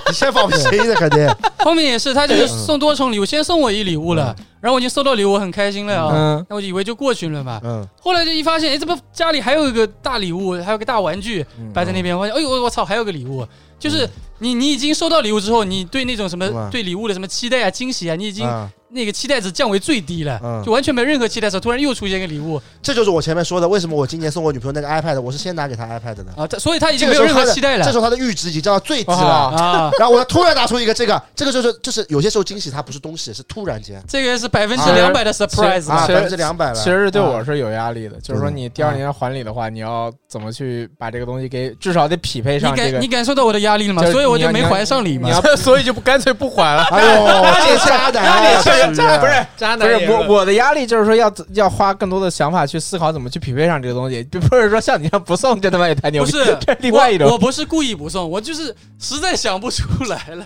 S1: 你签保密协议的肯定，
S2: 后面也是，他就是送多重礼物，先送我一礼物了，然后我已经收到礼物，我很开心了啊、
S5: 嗯，
S2: 那我就以为就过去了嘛。
S1: 嗯，
S2: 后来就一发现，哎，这不家里还有一个大礼物，还有个大玩具
S5: 嗯
S2: 摆在那边。我想，哎呦，我我操，还有个礼物。就是你你已经收到礼物之后，你对那种什
S1: 是吧
S2: 么对礼物的什么期待啊、惊喜啊，你已经
S1: 啊
S2: 那个期待值降为最低了
S1: 嗯，
S2: 就完全没有任何期待的时候，突然又出现一个礼物
S1: 这就是我前面说的，为什么我今年送我女朋友那个 iPad，我是先拿给她 iPad 的，
S2: 啊，他所以他已
S1: 这
S2: 经
S1: 个
S2: 没
S1: 时候
S2: 有任
S1: 她
S2: 何
S1: 的
S2: 期待
S1: 这时候
S2: 了
S1: 她的阈值已经降到最低了
S5: 哇。
S2: 啊。
S1: 然后我突然拿出一个这个，这个就是就是有些时候惊喜它不是东西，是突然间
S2: 这个是百分之
S5: 啊
S2: 两百的
S5: 是
S2: surprise
S1: 啊，
S5: 其实
S2: 了
S1: 百分之两百了
S5: 其。实
S4: 啊
S5: 对我是有压力的，就是说
S1: 嗯
S5: 你第二年还礼的话，你要怎么去把这个东西给至少得匹配
S2: 你
S5: 上这个
S2: 感你感受到我的压力了嘛，
S3: 就是
S2: 所以我就
S3: 你
S2: 没
S3: 要
S2: 怀上礼嘛
S3: 你。要
S4: 所以就不干脆不还了。
S1: 哎呦，这
S5: 啊
S1: 渣
S5: 哎
S1: 男，
S4: 这渣不是渣
S3: 不
S4: 男
S3: 是
S4: 也，
S3: 我我的压力就是说要要花更多的想法去思考怎么去匹配上这个东西， 就不是说像你这样不送，这他妈也太牛
S2: 不
S3: 逼，
S2: 是
S3: 这是另外一
S2: 我，
S3: 种
S2: 我不是故意不送，我就是实在想不出来了。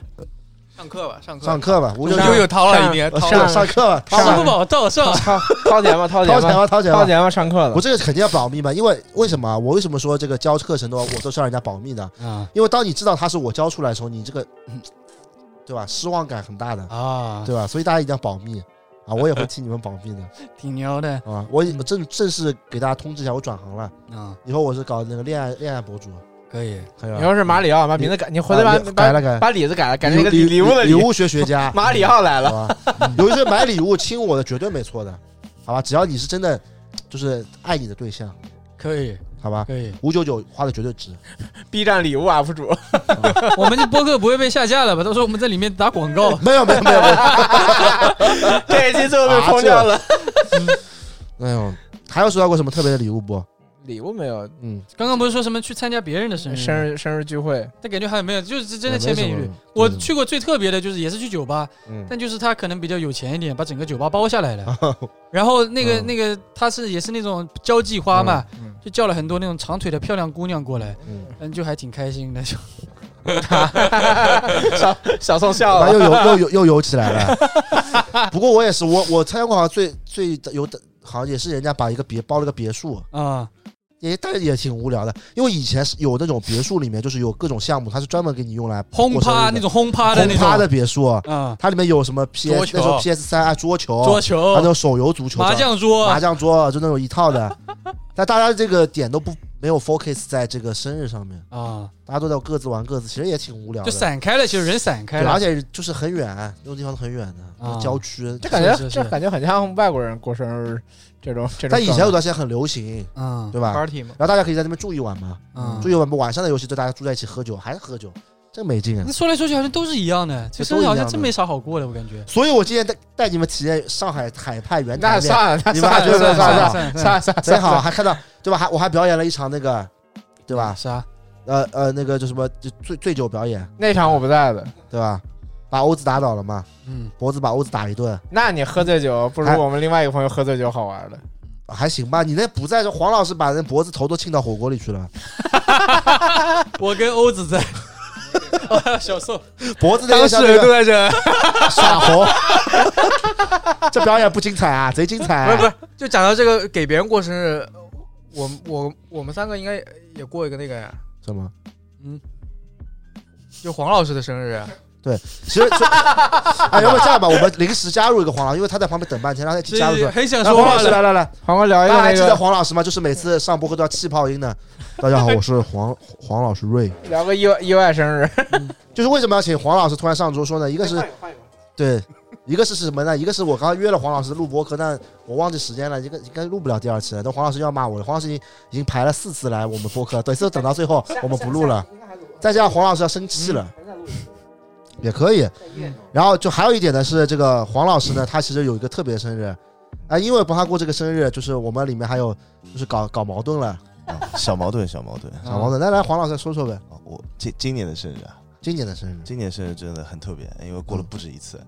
S4: 上课吧，上课
S1: 上课吧，五九
S4: 悠悠掏了一点，
S1: 九，
S4: 掏
S1: 上
S4: 了
S1: 上课吧，
S2: 支
S1: 上吧
S2: 付宝到账，
S3: 掏掏钱 吧，掏
S1: 掏钱
S3: 钱吧，
S1: 吧，掏钱
S3: 掏
S1: 吧。
S3: 钱吧，上课
S1: 我
S3: 了。
S1: 这个肯定要保密嘛，因为为什么啊我为什么说这个教课程的话，我都是让人家保密呢？
S2: 啊
S1: 因为当你知道他是我教出来的时候，你这个 对吧，失望感很大的，
S2: 啊，
S1: 对吧？所以大家一定要保密啊！我也会替你们保密的
S2: 挺牛的
S1: 啊！我我正正式给大家通知一下，我转行了，
S2: 啊，
S1: 以后我是搞那个恋爱恋爱博主，
S2: 可以。
S1: 可以
S3: 你
S1: 吧？
S3: 要是马里奥，把名字改，你回头把
S1: 啊改
S3: 把
S1: 了改，
S3: 把李子改了，改成一个
S1: 礼
S3: 礼物的
S1: 礼
S3: 礼，
S1: 物学学家，
S3: 马里奥来了。
S1: 好吧？嗯有一些买礼物亲我的绝对没错的，好吧？只要你是真的就是爱你的对象，
S2: 可以，
S1: 好吧？，
S2: 可以
S1: 五九九花的绝对值，，
S3: B 站礼物 UP 主，
S2: 我们这播客不会被下架了吧？到时候我们在里面打广告
S1: 没有没有没有，没有
S3: 这一期最后被封掉了。
S1: 哎呦，还有收到过什么特别的礼物不？
S3: 礼物没有，
S1: 嗯，
S2: 刚刚不是说什么去参加别人的生日
S3: 生
S2: 吗，
S3: 日生日聚会，
S2: 但感觉还有没有，就是真的
S1: 也
S2: 千
S1: 没
S2: 篇一
S1: 什么
S2: 律。我
S1: 嗯
S2: 去过最特别的就是也是去酒吧，
S1: 嗯
S2: 但就是他可能比较有钱一点，把整个酒吧包下来了。然后那个
S1: 嗯
S2: 那个他是也是那种交际花嘛
S3: 嗯嗯，
S2: 就叫了很多那种长腿的漂亮姑娘过来，
S1: 嗯，
S2: 嗯，就还挺开心的。就
S3: 小小宋笑
S1: 啊又游
S3: 了。
S1: 又游又游起来了。 不过我也是，我我参加过好像最最有的，好像也是人家把一个别包了个别墅，
S2: 啊
S1: 也但是也挺无聊的，因为以前是有那种别墅里面就是有各种项目，它是专门给你用来
S2: 轰趴那
S1: 种
S2: 种轰趴的那
S1: 轰趴的
S2: 种，
S1: 别墅，
S2: 啊，
S1: 它里面有什么
S4: 桌
S1: PS
S4: 球
S1: 那时候 PS 三啊桌
S7: 哦
S1: 球，
S2: 桌
S1: 还有那
S2: 球、
S1: 种手游足球
S2: 麻将桌
S1: 麻将桌，就那种一套的。 但大家这个点都不没有 focus 在这个生日上面，
S2: 啊，
S1: 大家都在各自玩各自，其实也挺无聊
S2: 就
S1: 的。
S2: 散开了，其实人散开
S1: 对，而
S2: 了。
S1: 且就是很远，那种地方都很远的，
S2: 啊
S1: 郊区。
S3: 这感觉
S2: 是是是
S3: 这感觉很像外国人过生日这种这种状态。
S1: 但以前有段时间很流行，
S2: 嗯
S1: 对吧？
S4: party 嘛。
S1: 然后大家可以在那边住一晚嘛，
S2: 嗯
S1: 住，一晚不晚上的游戏就大家住在一起喝酒，还是喝酒，这没劲啊
S2: 那。说来说去好像都是一样的，这
S1: 这
S2: 生
S1: 都
S2: 日
S1: 一
S2: 好像
S1: 样
S2: 真
S1: 的
S2: 没啥好过的，我感觉。
S1: 所以我今天带带你们体验上海海派元
S3: 那
S1: 旦恋，
S3: 算了，那
S1: 你们
S3: 算
S1: 还觉
S3: 了，
S1: 得
S3: 算了，
S1: 算
S3: 算
S1: 了，
S2: 算
S3: 了算了，算了，
S1: 贼好，还看到对吧？还我还表演了一场那个，对吧？
S2: 啥？
S1: 呃呃，那个叫什么就醉醉酒表演，
S3: 那场我不在的，
S1: 对吧？把欧子打倒了嘛，
S2: 嗯，
S1: 脖子把欧子打一顿，
S3: 那你喝醉酒不如
S1: 还
S3: 我们另外一个朋友喝醉酒好玩的。
S1: 还行吧？你那不在，这黄老师把人脖子头都浸到火锅里去了，
S2: 我跟欧 子在，哦小宋
S1: 脖子那
S4: 当
S1: 个
S4: 事
S1: 像那
S4: 人
S1: 个
S4: 都在这，
S1: 耍猴，这表演不精彩 啊，贼精彩、
S3: 哎
S4: 不是不是，就讲到这个给别人过生日，我我我们三个应该也过一个那个呀，
S1: 什么？
S4: 就黄老师的生日，啊
S1: 其实就，哎，要不这样吧，我们临时加入一个黄老，因为他在旁边等半天，让他一起加入出来。
S2: 很啊想
S1: 来，
S2: 说
S1: 黄
S2: 话
S1: 老师
S2: 了。
S1: 来来来，
S3: 好，我
S1: 大
S3: 聊一
S1: 家
S3: 个
S1: 还
S3: 那
S1: 记得
S3: 个，
S1: 黄老师吗？就是每次上播客都要气泡音的。大家好，我是黄黄老师瑞。
S3: 聊个意外意外生日。
S1: 就是为什么要请黄老师突然上桌说呢？一个是对，一个是是什么呢？一个是我刚刚约了黄老师录播客，但我忘记时间了，应该应该录不了第二次了。但黄老师要骂我了，黄老师已经已经排了四次来我们播客，对，这等到最后我们不录了。再加上黄老师要生气了，也可以。然后就还有一点呢是，这个黄老师呢，他其实有一个特别生日，啊、因为帮他过这个生日，就是我们里面还有就是搞搞矛盾了，
S7: 啊小矛盾，小矛盾。
S1: 搞
S3: 嗯
S1: 矛盾。来来，黄老师说说呗，
S7: 啊，我今今年的生日啊，
S1: 今年的生日，
S7: 今年生日真的很特别，因为过了不止一次，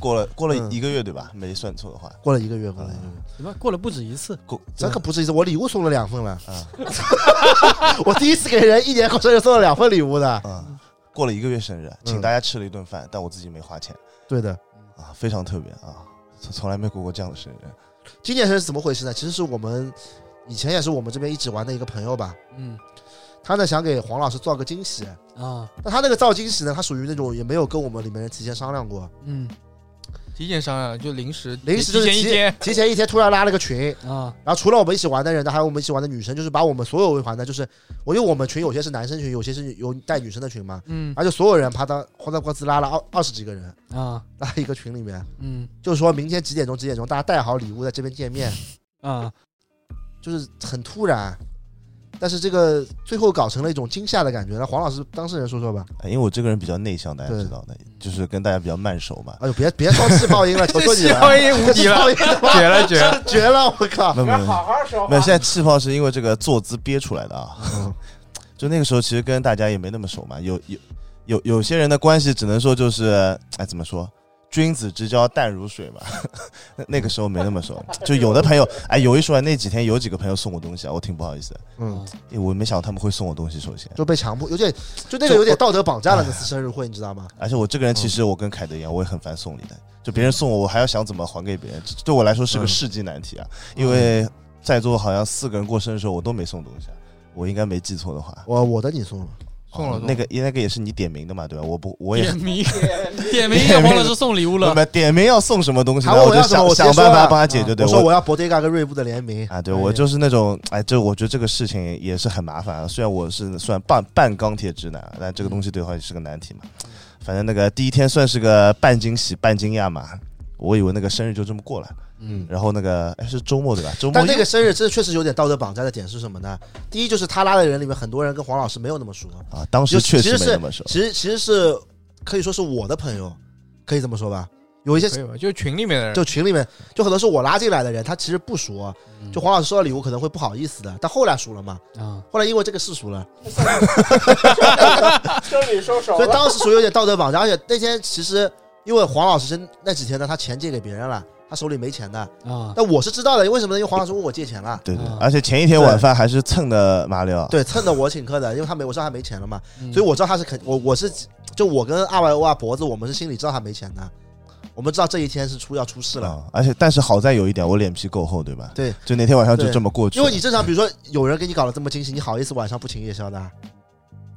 S7: 过了过了
S1: 嗯
S7: 一个月对吧？没算错的话，
S1: 过了一个月，过了一个月。
S2: 什么过了不止一次？
S7: 过
S1: 这可不是意思，我礼物送了两份了。
S7: 啊
S1: 我第一次给人一年过生日送了两份礼物的，
S7: 啊，过了一个月生日，请
S1: 嗯
S7: 大家吃了一顿饭，但我自己没花钱
S1: 对的。
S7: 啊，非常特别啊，从从来没过过这样的生日。
S1: 今年生日是怎么回事呢？其实是我们以前也是我们这边一直玩的一个朋友吧，
S2: 嗯
S1: 他呢想给黄老师造个惊喜，
S2: 啊
S1: 但他那个造惊喜呢，他属于那种也没有跟我们里面人提前商量过，
S2: 嗯
S4: 提前商量啊就临时
S1: 临时就是
S4: 提前一天，
S1: 提前一天突然拉了个群，
S2: 啊
S1: 然后除了我们一起玩的人呢，还有我们一起玩的女生，就是把我们所有未还的，就是我因为我们群有些是男生群，有些是有带女生的群嘛，
S2: 嗯
S1: 而且所有人啪嗒哗嗒呱滋拉了二二十几个人，
S2: 啊
S1: 拉一个群里面，
S2: 嗯
S1: 就是说明天几点钟几点钟，大家带好礼物在这边见 面，
S2: 啊
S1: 就是很突然，但是这个最后搞成了一种惊吓的感觉。那黄老师当事人说说吧。
S7: 哎因为我这个人比较内向，大家
S1: 对
S7: 知道的，就是跟大家比较慢熟嘛。
S1: 哎呦，别别说气泡 音了，求求你
S4: 气泡
S1: 了，
S4: 音无敌
S1: 气
S4: 了，
S1: 泡音他妈
S4: 绝了绝了！
S1: 绝了，我靠！
S7: 没有没有没有
S3: 好说
S7: 没有，现在气泡是因为这个坐姿憋出来的啊。就那个时候其实跟大家也没那么熟嘛，有有有有些人的关系只能说就是，哎，怎么说？君子之交淡如水嘛，那那个时候没那么熟，就有的朋友，哎，有一说一，那几天有几个朋友送我东西啊，我挺不好意思的，
S1: 嗯，
S7: 哎我没想到他们会送我东西，首先，
S1: 就被强迫，有点就那个有点道德绑架了那次生日会，你知道吗？
S7: 而且我这个人其实我跟凯德一样，我也很烦送礼的，就别人送我，我还要想怎么还给别人，这对我来说是个世纪难题啊，因为在座好像四个人过生日的时候，我都没送东西啊，我应该没记错的话，
S1: 我我的你送了，
S4: 送了
S7: 那个那个也是你点名的嘛，对吧？我不我也
S2: 点名点名也忘了是送礼物
S7: 不
S2: 了，
S7: 不点名要送什么东西，
S1: 他
S7: 然
S1: 问
S7: 后
S1: 我
S7: 就
S1: 要什么
S7: 想
S1: 我直接说
S7: 想办法
S1: 了
S7: 帮他解决，对
S1: 我说我要博德嘎跟瑞布的联名，
S7: 啊，对我就是那种哎，这我觉得这个事情也是很麻烦啊。虽然我是算半半钢铁直男，但这个东西对我也是个难题嘛。反正那个第一天算是个半惊喜半惊讶嘛，我以为那个生日就这么过了。
S1: 嗯。
S7: 然后那个哎是周末对吧？周末
S1: 但那个生日真的确实有点道德绑架的点是什么呢？第一就是他拉的人里面很多人跟黄老师没有那么熟，
S7: 啊，当时
S1: 就
S7: 确
S1: 其实
S7: 实没
S1: 是
S7: 那么熟。
S1: 其实其实是可以说是我的朋友，可以这么说吧。有一些
S4: 可以吧？就群里面的人，
S1: 就群里面就很多是我拉进来的人，他其实不熟，啊
S7: 嗯
S1: 就黄老师收到礼物可能会不好意思的，但后来熟了嘛，
S2: 啊，
S1: 后来因为这个事熟了，
S5: 收礼收手
S1: 所以当时属于有点道德绑架。而且那天其实因为黄老师真那几天呢，他钱借给别人了，他手里没钱的，
S2: 啊，
S1: 但我是知道的，因为什么呢？因为黄老师问我借钱了。
S7: 对对
S2: 啊，
S7: 而且前一天晚饭还是蹭的啊马里奥，
S1: 对，蹭着我请客的，因为他没，我知道他没钱了嘛，
S2: 嗯
S1: 所以我知道他是肯，我我是就我跟阿白欧啊脖子，我们是心里知道他没钱的，我们知道这一天是出要出事了，
S7: 啊而且但是好在有一点，我脸皮够厚，对吧？
S1: 对，
S7: 就那天晚上就
S1: 对
S7: 这么过去
S1: 因
S7: 了。
S1: 为你正常，比如说有人给你搞得这么精细，你好意思晚上不请夜宵的啊？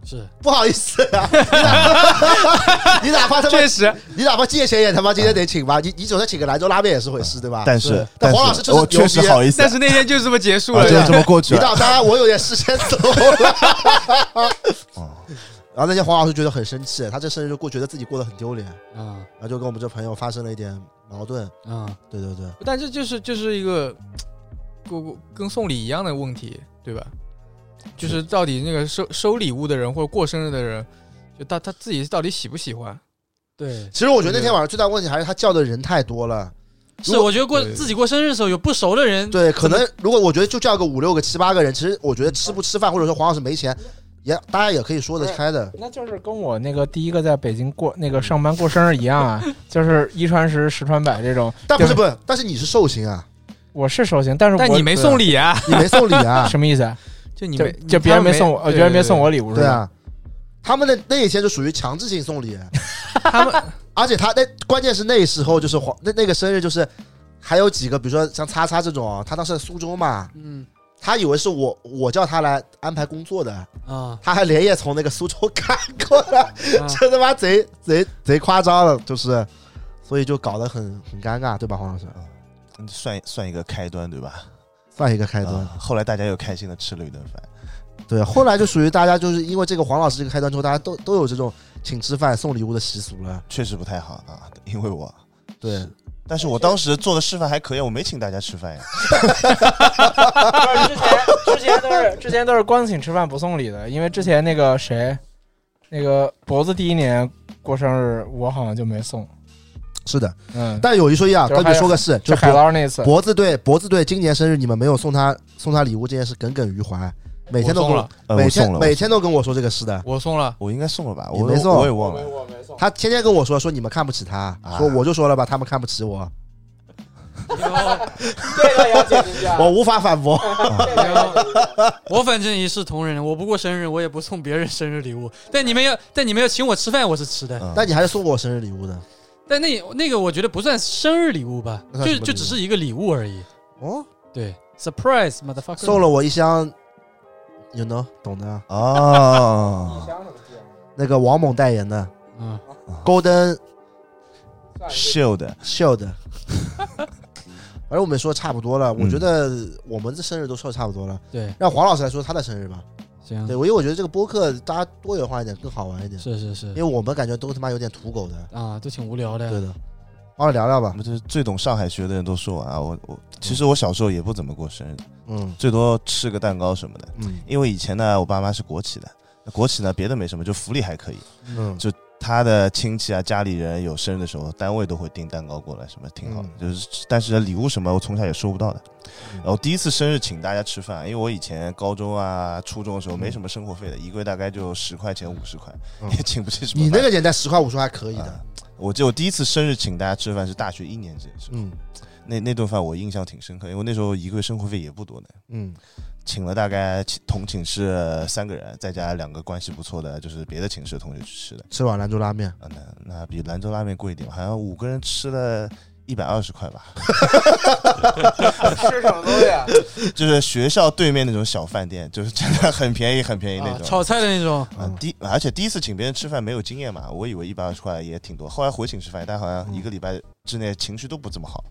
S2: 是
S1: 不好意思啊，你哪 怕你哪怕他妈
S4: 确实
S1: 你哪怕借钱也他妈今天得请吧，你你总算请个兰州拉面也是回事对吧？
S7: 但是
S1: 对但
S7: 但
S1: 黄老师
S7: 是
S1: 就是
S7: 我确实
S1: 牛逼
S7: 好意思啊，
S4: 但是那天就这么结束
S7: 啊
S4: 了，
S7: 就这么过去
S1: 领
S7: 了。
S1: 导，当然我有点事先走了。
S7: 哦
S1: 然后那天黄老师觉得很生气，他这生日就过觉得自己过得很丢脸，然
S2: 啊
S1: 后就跟我们这朋友发生了一点矛盾。
S2: 啊，
S1: 对对对，
S4: 但这就是就是一个跟跟送礼一样的问题，对吧？就是到底那个收收礼物的人或者过生日的人，就他他自己到底喜不喜欢？
S2: 对，
S1: 其实我觉得那天晚上最大问题还是他叫的人太多了。如
S2: 是
S1: 果
S2: 我觉得过
S4: 对
S2: 自己过生日的时候有不熟的人，
S1: 对，可能如果我觉得就叫个五六个、七八个人，其实我觉得吃不吃饭，或者说黄老师没钱，也大家也可以说得开的。
S5: 那就是跟我那个第一个在北京过那个上班过生日一样啊， 就是一传十，十传百这种。
S1: 但不
S5: 就是
S1: 是不是，但是你是寿星啊，
S5: 我是收行，但是我，
S4: 但你没送礼啊，
S1: 你没送礼啊
S5: 什么意思啊？
S4: 就你
S5: 就
S4: 没
S5: 就别人没送我，呃别人没送，我礼物是
S1: 对
S5: 吧？
S1: 啊，他们的那一天就属于强制性送礼，
S4: 他们
S1: 而且他那关键是那时候就是黄那那个生日就是还有几个，比如说像叉叉这种，他当时在苏州嘛，
S2: 嗯
S1: 他以为是我我叫他来安排工作的，
S2: 啊，
S1: 他还连夜从那个苏州赶过来，
S2: 啊
S1: 这他妈贼贼贼夸张了，就是，所以就搞得很很尴尬，对吧，黄老师？
S7: 算算一个开端对吧？
S1: 算一个开端，
S7: 啊后来大家又开心的吃了一顿饭，
S1: 对，后来就属于大家就是因为这个黄老师这个开端之后，大家都都有这种请吃饭送礼物的习俗了，
S7: 确实不太好啊， 因为我，
S1: 对。
S7: 但是我当时做的示范还可以，我没请大家吃饭呀。
S5: 之前之前都是之前都是光请吃饭不送礼的，因为之前那个谁，那个脖子第一年过生日，我好像就没送。
S1: 是的，
S5: 嗯，
S1: 但有一说一啊，
S5: 就是
S1: 跟你说个事，
S5: 就
S1: 就
S5: 海
S1: 脖
S5: 捞那次，
S1: 脖子队脖子队今年生日你们没有送他送他礼物这件事耿耿于怀，每天都
S4: 我
S1: 跟我
S4: 送了，
S7: 呃，
S1: 每
S7: 我送
S1: 天
S7: 了，
S1: 每天都跟我说这个事的，
S4: 我送了，
S7: 我应该送了吧？
S1: 你
S7: 我
S1: 没送
S7: 我也忘了。
S5: 我没送。
S1: 他天天跟我说说你们看不起他，
S7: 啊
S1: 说我就说了吧，他们看不起我，
S5: 这个要解决一下
S1: 我无法反驳。
S2: 我反正一视同仁，我不过生日，我也不送别人生日礼物。但你们要，但你们要请我吃饭，我是吃的。
S7: 嗯
S1: 但你还是送过我生日礼物的
S2: 但那那个我觉得不算生日礼物吧
S1: 那，算
S2: 就
S1: 什么
S2: 就
S1: 礼物
S2: 只是一个礼物而已。
S1: 哦，
S2: 对，surprise motherfucker，
S1: 送了我一箱，you know，懂的啊，
S7: 哦，
S1: 那个王猛代言的
S2: 嗯，
S1: Golden
S7: shield，
S1: Shield。反正我们说差不多了，我觉得我们这生日都说的差不多了，
S2: 对，
S1: 让黄老师来说他的生日吧。
S2: 行
S1: 对，，我因为我觉得这个播客大家多元化一点更好玩一点，
S2: 是是
S1: 因
S2: 是
S1: 为我们感觉都他妈有点土狗的。
S2: 啊，都挺无聊的。
S1: 对的，好好聊聊
S7: 我
S1: 吧。
S7: 们这是最懂上海学的人都说我啊，我我其实我小时候也不怎么过生日，
S1: 嗯
S7: 最多吃个蛋糕什么的。
S1: 嗯
S7: 因为以前呢，我爸妈是国企的，那国企呢别的没什么，就福利还可以。
S1: 嗯，
S7: 就他的亲戚啊、家里人有生日的时候，单位都会订蛋糕过来，什么挺
S1: 嗯
S7: 好的。就是，但是礼物什么，我从小也收不到的。然后第一次生日请大家吃饭，因为我以前高中啊、初中的时候没什么生活费的，一个月大概就十块钱、五十块，
S1: 嗯
S7: 也请不起什么
S1: 你
S7: 饭。
S1: 那个年代十块五十还可以的
S7: 啊，我记得我第一次生日请大家吃饭是大学一年级的时候，
S1: 嗯
S7: 那那顿饭我印象挺深刻，因为那时候一个月生活费也不多呢，
S1: 嗯
S7: 请了大概其同寝室三个人，再加两个关系不错的，就是别的寝室的同学去吃的。
S1: 吃碗兰州拉面，
S7: 啊，那那比兰州拉面贵一点，好像五个人吃了。一百二十块吧，
S5: 吃什么东西啊？
S7: 就是学校对面那种小饭店，就是真的很便宜，很便宜那
S2: 啊，
S7: 种。
S2: 炒菜的那种，
S7: 啊，第而且第一次请别人吃饭没有经验嘛，我以为一百二十块也挺多，后来回寝吃饭，但好像一个礼拜之内情绪都不怎么好，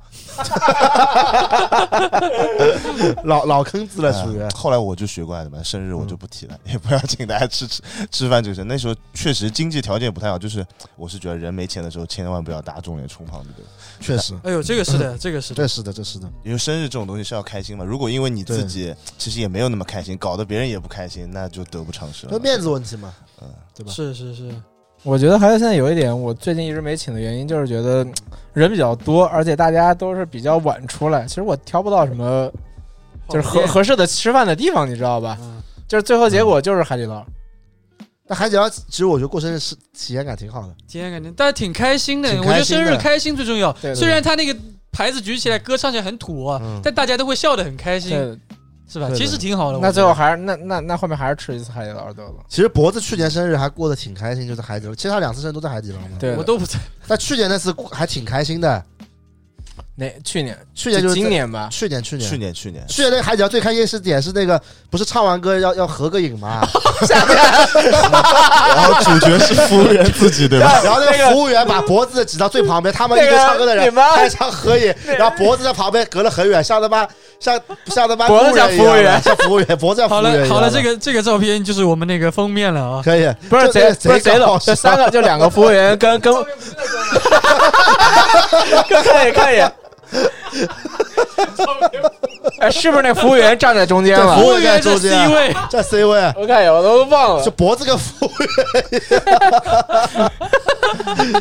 S1: 老老坑子了属于
S7: 啊。后来我就学乖了嘛，生日我就不提了，也不要请大家吃吃吃饭这个事。那时候确实经济条件不太好，就是我是觉得人没钱的时候千万不要打肿脸充胖子，对吧？
S1: 确实，
S2: 哎呦，这个是的，这个是的，
S1: 这是的，嗯这是的，
S7: 因为生日这种东西是要开心嘛，如果因为你自己其实也没有那么开心，搞得别人也不开心，那就得不偿失了
S1: 那。面子问题嘛，
S7: 嗯，
S1: 对吧？
S2: 是是是，
S5: 我觉得还有现在有一点，我最近一直没请的原因就是觉得嗯人比较多，而且大家都是比较晚出来。其实我挑不到什么就是合合适的吃饭的地方，你知道吧？
S2: 嗯
S5: 就是最后结果就是海底捞。
S1: 但海底捞其实我觉得过生日是体验感挺好的，
S2: 今天感觉大家挺开心的，
S1: 挺
S2: 我觉
S1: 开
S2: 得
S1: 心
S2: 生
S1: 的
S2: 日开心最重要。
S5: 对对对
S2: 虽然他那个牌子举起来歌唱起来很土啊，
S1: 嗯
S2: 但大家都会笑得很开心，
S5: 对，
S2: 是吧？
S1: 对对
S2: 其实挺好
S5: 那
S2: 的。我觉得
S5: 最后还是那那那后面还是吃一次海底捞得了。
S1: 其实脖子去年生日还过得挺开心，就在海底捞。其实他两次生日都在海底捞嘛。
S5: 对
S2: 我都不在，
S1: 但去年那次过还挺开心的，
S5: 那去年
S1: 去年就是在
S5: 今，年吧，
S1: 去年去年
S7: 去年 去年
S1: 去年那个海底捞最开心的是点是那个不是唱完歌要要合个影嘛，
S5: 哦
S7: 然后主角是服务员自己，对吧？
S1: 然后那个服务员把脖子指到最旁边，他们一个唱歌的
S5: 那个
S1: 人
S5: 你 们
S1: 还想合影，然后脖子在旁边隔了很远，像他妈像像他妈
S5: 脖子像服
S1: 路人一样
S5: 务员
S1: 像服务员，脖子像服务
S2: 好
S1: 员一
S2: 了
S1: 样
S2: 好了，这个这个照片就是我们那个封面了 啊。
S1: 可以，
S5: 不是
S1: 就
S5: 贼
S1: 那个
S5: 不是贼
S1: 搞
S5: 冷，就
S1: 笑
S5: 三个就两个服务员跟跟 跟看一眼看一 眼，哎，是不是那服务员站在中间
S1: 对
S5: 了
S1: 服？
S2: 服
S1: 务
S2: 务
S1: 员在
S2: 员在
S1: 中
S2: C
S1: 间啊
S2: 位，
S1: 这 C 位
S5: 我看一眼，我都忘了
S1: 就。脖子跟服务员，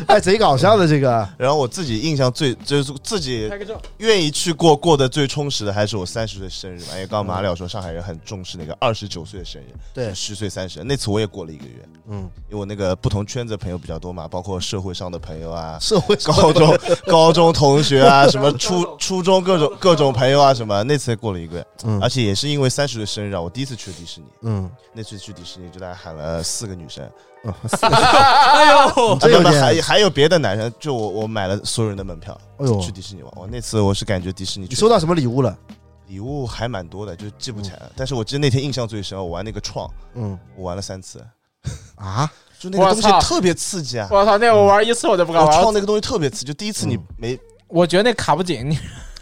S1: 哎，贼搞笑的这个。
S7: 然后我自己印象最就是自己
S5: 拍个照，
S7: 愿意去过过得最充实的，还是我三十岁生日吧。因为刚刚马了说上海人很重视那个二十九岁的生日，
S1: 对
S7: 十岁三十，那次我也过了一个月，
S1: 嗯，，
S7: 因为我那个不同圈子朋友比较多嘛，包括社会上的朋友啊
S1: 社会上
S7: 高中高中同学啊，什么初初中各种各种朋友啊，什么那次过了一个月，
S1: 嗯
S7: 而且也是因为三十岁生日啊，我第一次去迪士尼，
S1: 嗯，
S7: 那次去迪士尼就大概喊了四个女生，
S1: 嗯
S2: 哎呦，
S1: 这
S7: 啊
S1: 有
S7: 不不
S1: 点
S7: 还还有别的男生，就我我买了所有人的门票
S1: 哎呦
S7: 去，迪士尼玩，我那次我是感觉迪士尼
S1: 你
S7: 去
S1: 收到什嗯么礼物了？
S7: 礼物还蛮多的，就记不起来了，但是我记得那天印象最深，我玩那个创，
S1: 嗯
S7: 我玩了三次，
S1: 啊，
S7: 就那个东西
S5: 我操
S7: 特别刺激啊。
S5: 我操，那个我玩一次我就不敢
S7: 我
S5: 玩
S7: 创
S5: 了，
S7: 那个东西特别刺激，就第一次你
S1: 嗯
S7: 没
S5: 我觉得那卡不紧，你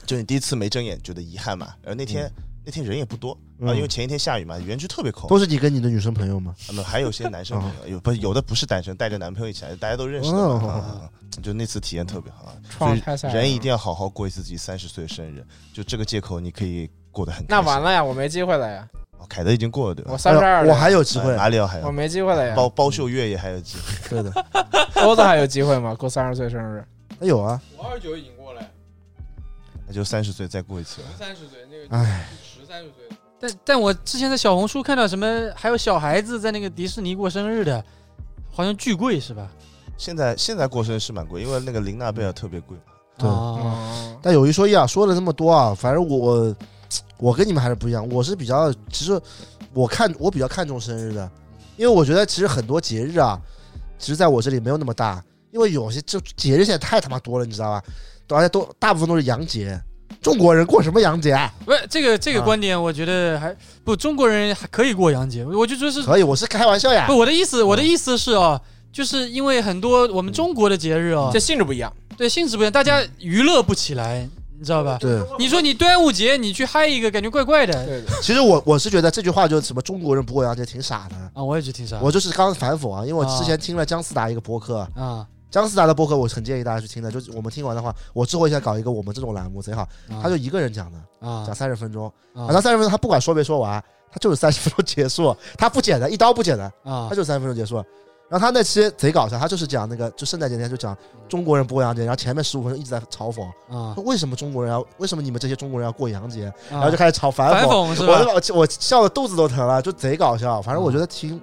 S7: 就你第一次没睁眼觉得遗憾嘛。然后那天、那天人也不多啊，
S1: 嗯
S7: 因为前一天下雨嘛，园区特别空。
S1: 都是你跟你的女生朋友吗？
S7: 那么还有些男生朋友，有不有的不是单身，带着男朋友一起来，大家都认识的嘛。
S1: 哦
S7: 啊就那次体验特别好啊，所
S5: 创
S7: 以
S5: 太吓
S7: 人一
S5: 了
S7: 定要好好过一次自己三十岁的生日，就这个借口你可以过得很开
S5: 那
S7: 心。
S5: 完了呀，我没机会了呀，
S7: 哦，凯德已经过了对吧
S5: 我？三十
S1: 哎
S5: 二，
S1: 呦我还有机会，
S7: 马里奥还
S5: 我
S7: 有
S5: 没机会了呀，
S7: 包包秀月也还有机会，
S1: 对的，
S5: 欧子还有机会吗？过三十岁生日，
S1: 哎有啊，
S3: 我二十九已经过了，
S7: 那就三十岁再过一次吧。
S3: 三十岁那个
S1: 哎，
S3: 十三十岁
S2: 但但我之前在小红书看到什么，还有小孩子在那个迪士尼过生日的，好像巨贵是吧？
S7: 现在现在过生日是蛮贵，因为那个琳娜贝尔特别贵嘛。
S1: 对
S2: 啊，
S3: 哦
S5: 嗯，
S1: 但有一说一啊，说了这么多啊，反正我我我跟你们还是不一样，我是比较，其实我看我比较看重生日的，因为我觉得其实很多节日啊，其实在我这里没有那么大，因为有些就节日现在太他妈多了，你知道吧？而且都大部分都是洋节，中国人过什么洋节啊？
S2: 不是这个这个
S1: 啊
S2: 观点，我觉得还不中国人还可以过洋节，我就说是
S1: 可以，我啊嗯是开玩笑呀
S2: 嗯不，。我的意思，我的意思是啊，就是因为很多我们中国的节日啊
S1: 嗯
S5: 这，性质不一样，
S2: 对性质不一样，大家娱乐不起来，你知道吧？
S1: 对，
S2: 你说你端午节你去嗨一个，感觉怪怪
S1: 哎
S2: 的
S5: 对的，
S1: 其实我我是觉得这句话就是什么中国人不过洋节挺傻的，
S2: 啊，我也觉得挺傻
S1: 我就是刚刚反讽啊，因为我
S2: 啊
S1: 之前听了姜思达一个博客，
S2: 啊。
S1: 姜思达的播客，我很建议大家去听的。就是我们听完的话，我之后也想搞一个我们这种栏目，贼好。
S2: 啊
S1: 他就一个人讲的，
S2: 啊
S1: 讲三十分钟，
S2: 啊
S1: 讲到三十分钟，他不 管说没说完，他就是三十分钟结束，他不剪的，一刀不剪的，
S2: 啊
S1: 他就三十分钟结束。然后他那期贼搞笑，他就是讲那个就圣诞节那天就讲中国人不过洋节，然后前面十五分钟一直在嘲讽，
S2: 啊，
S1: 说为什么中国人要为什么你们这些中国人要过洋节，
S2: 然
S1: 然后就开始嘲反
S8: 反
S1: 讽，
S8: 讽是
S1: 我
S8: 吧？
S1: 我我笑的肚子都疼了，就贼搞笑。反正我觉得
S2: 啊
S1: 挺，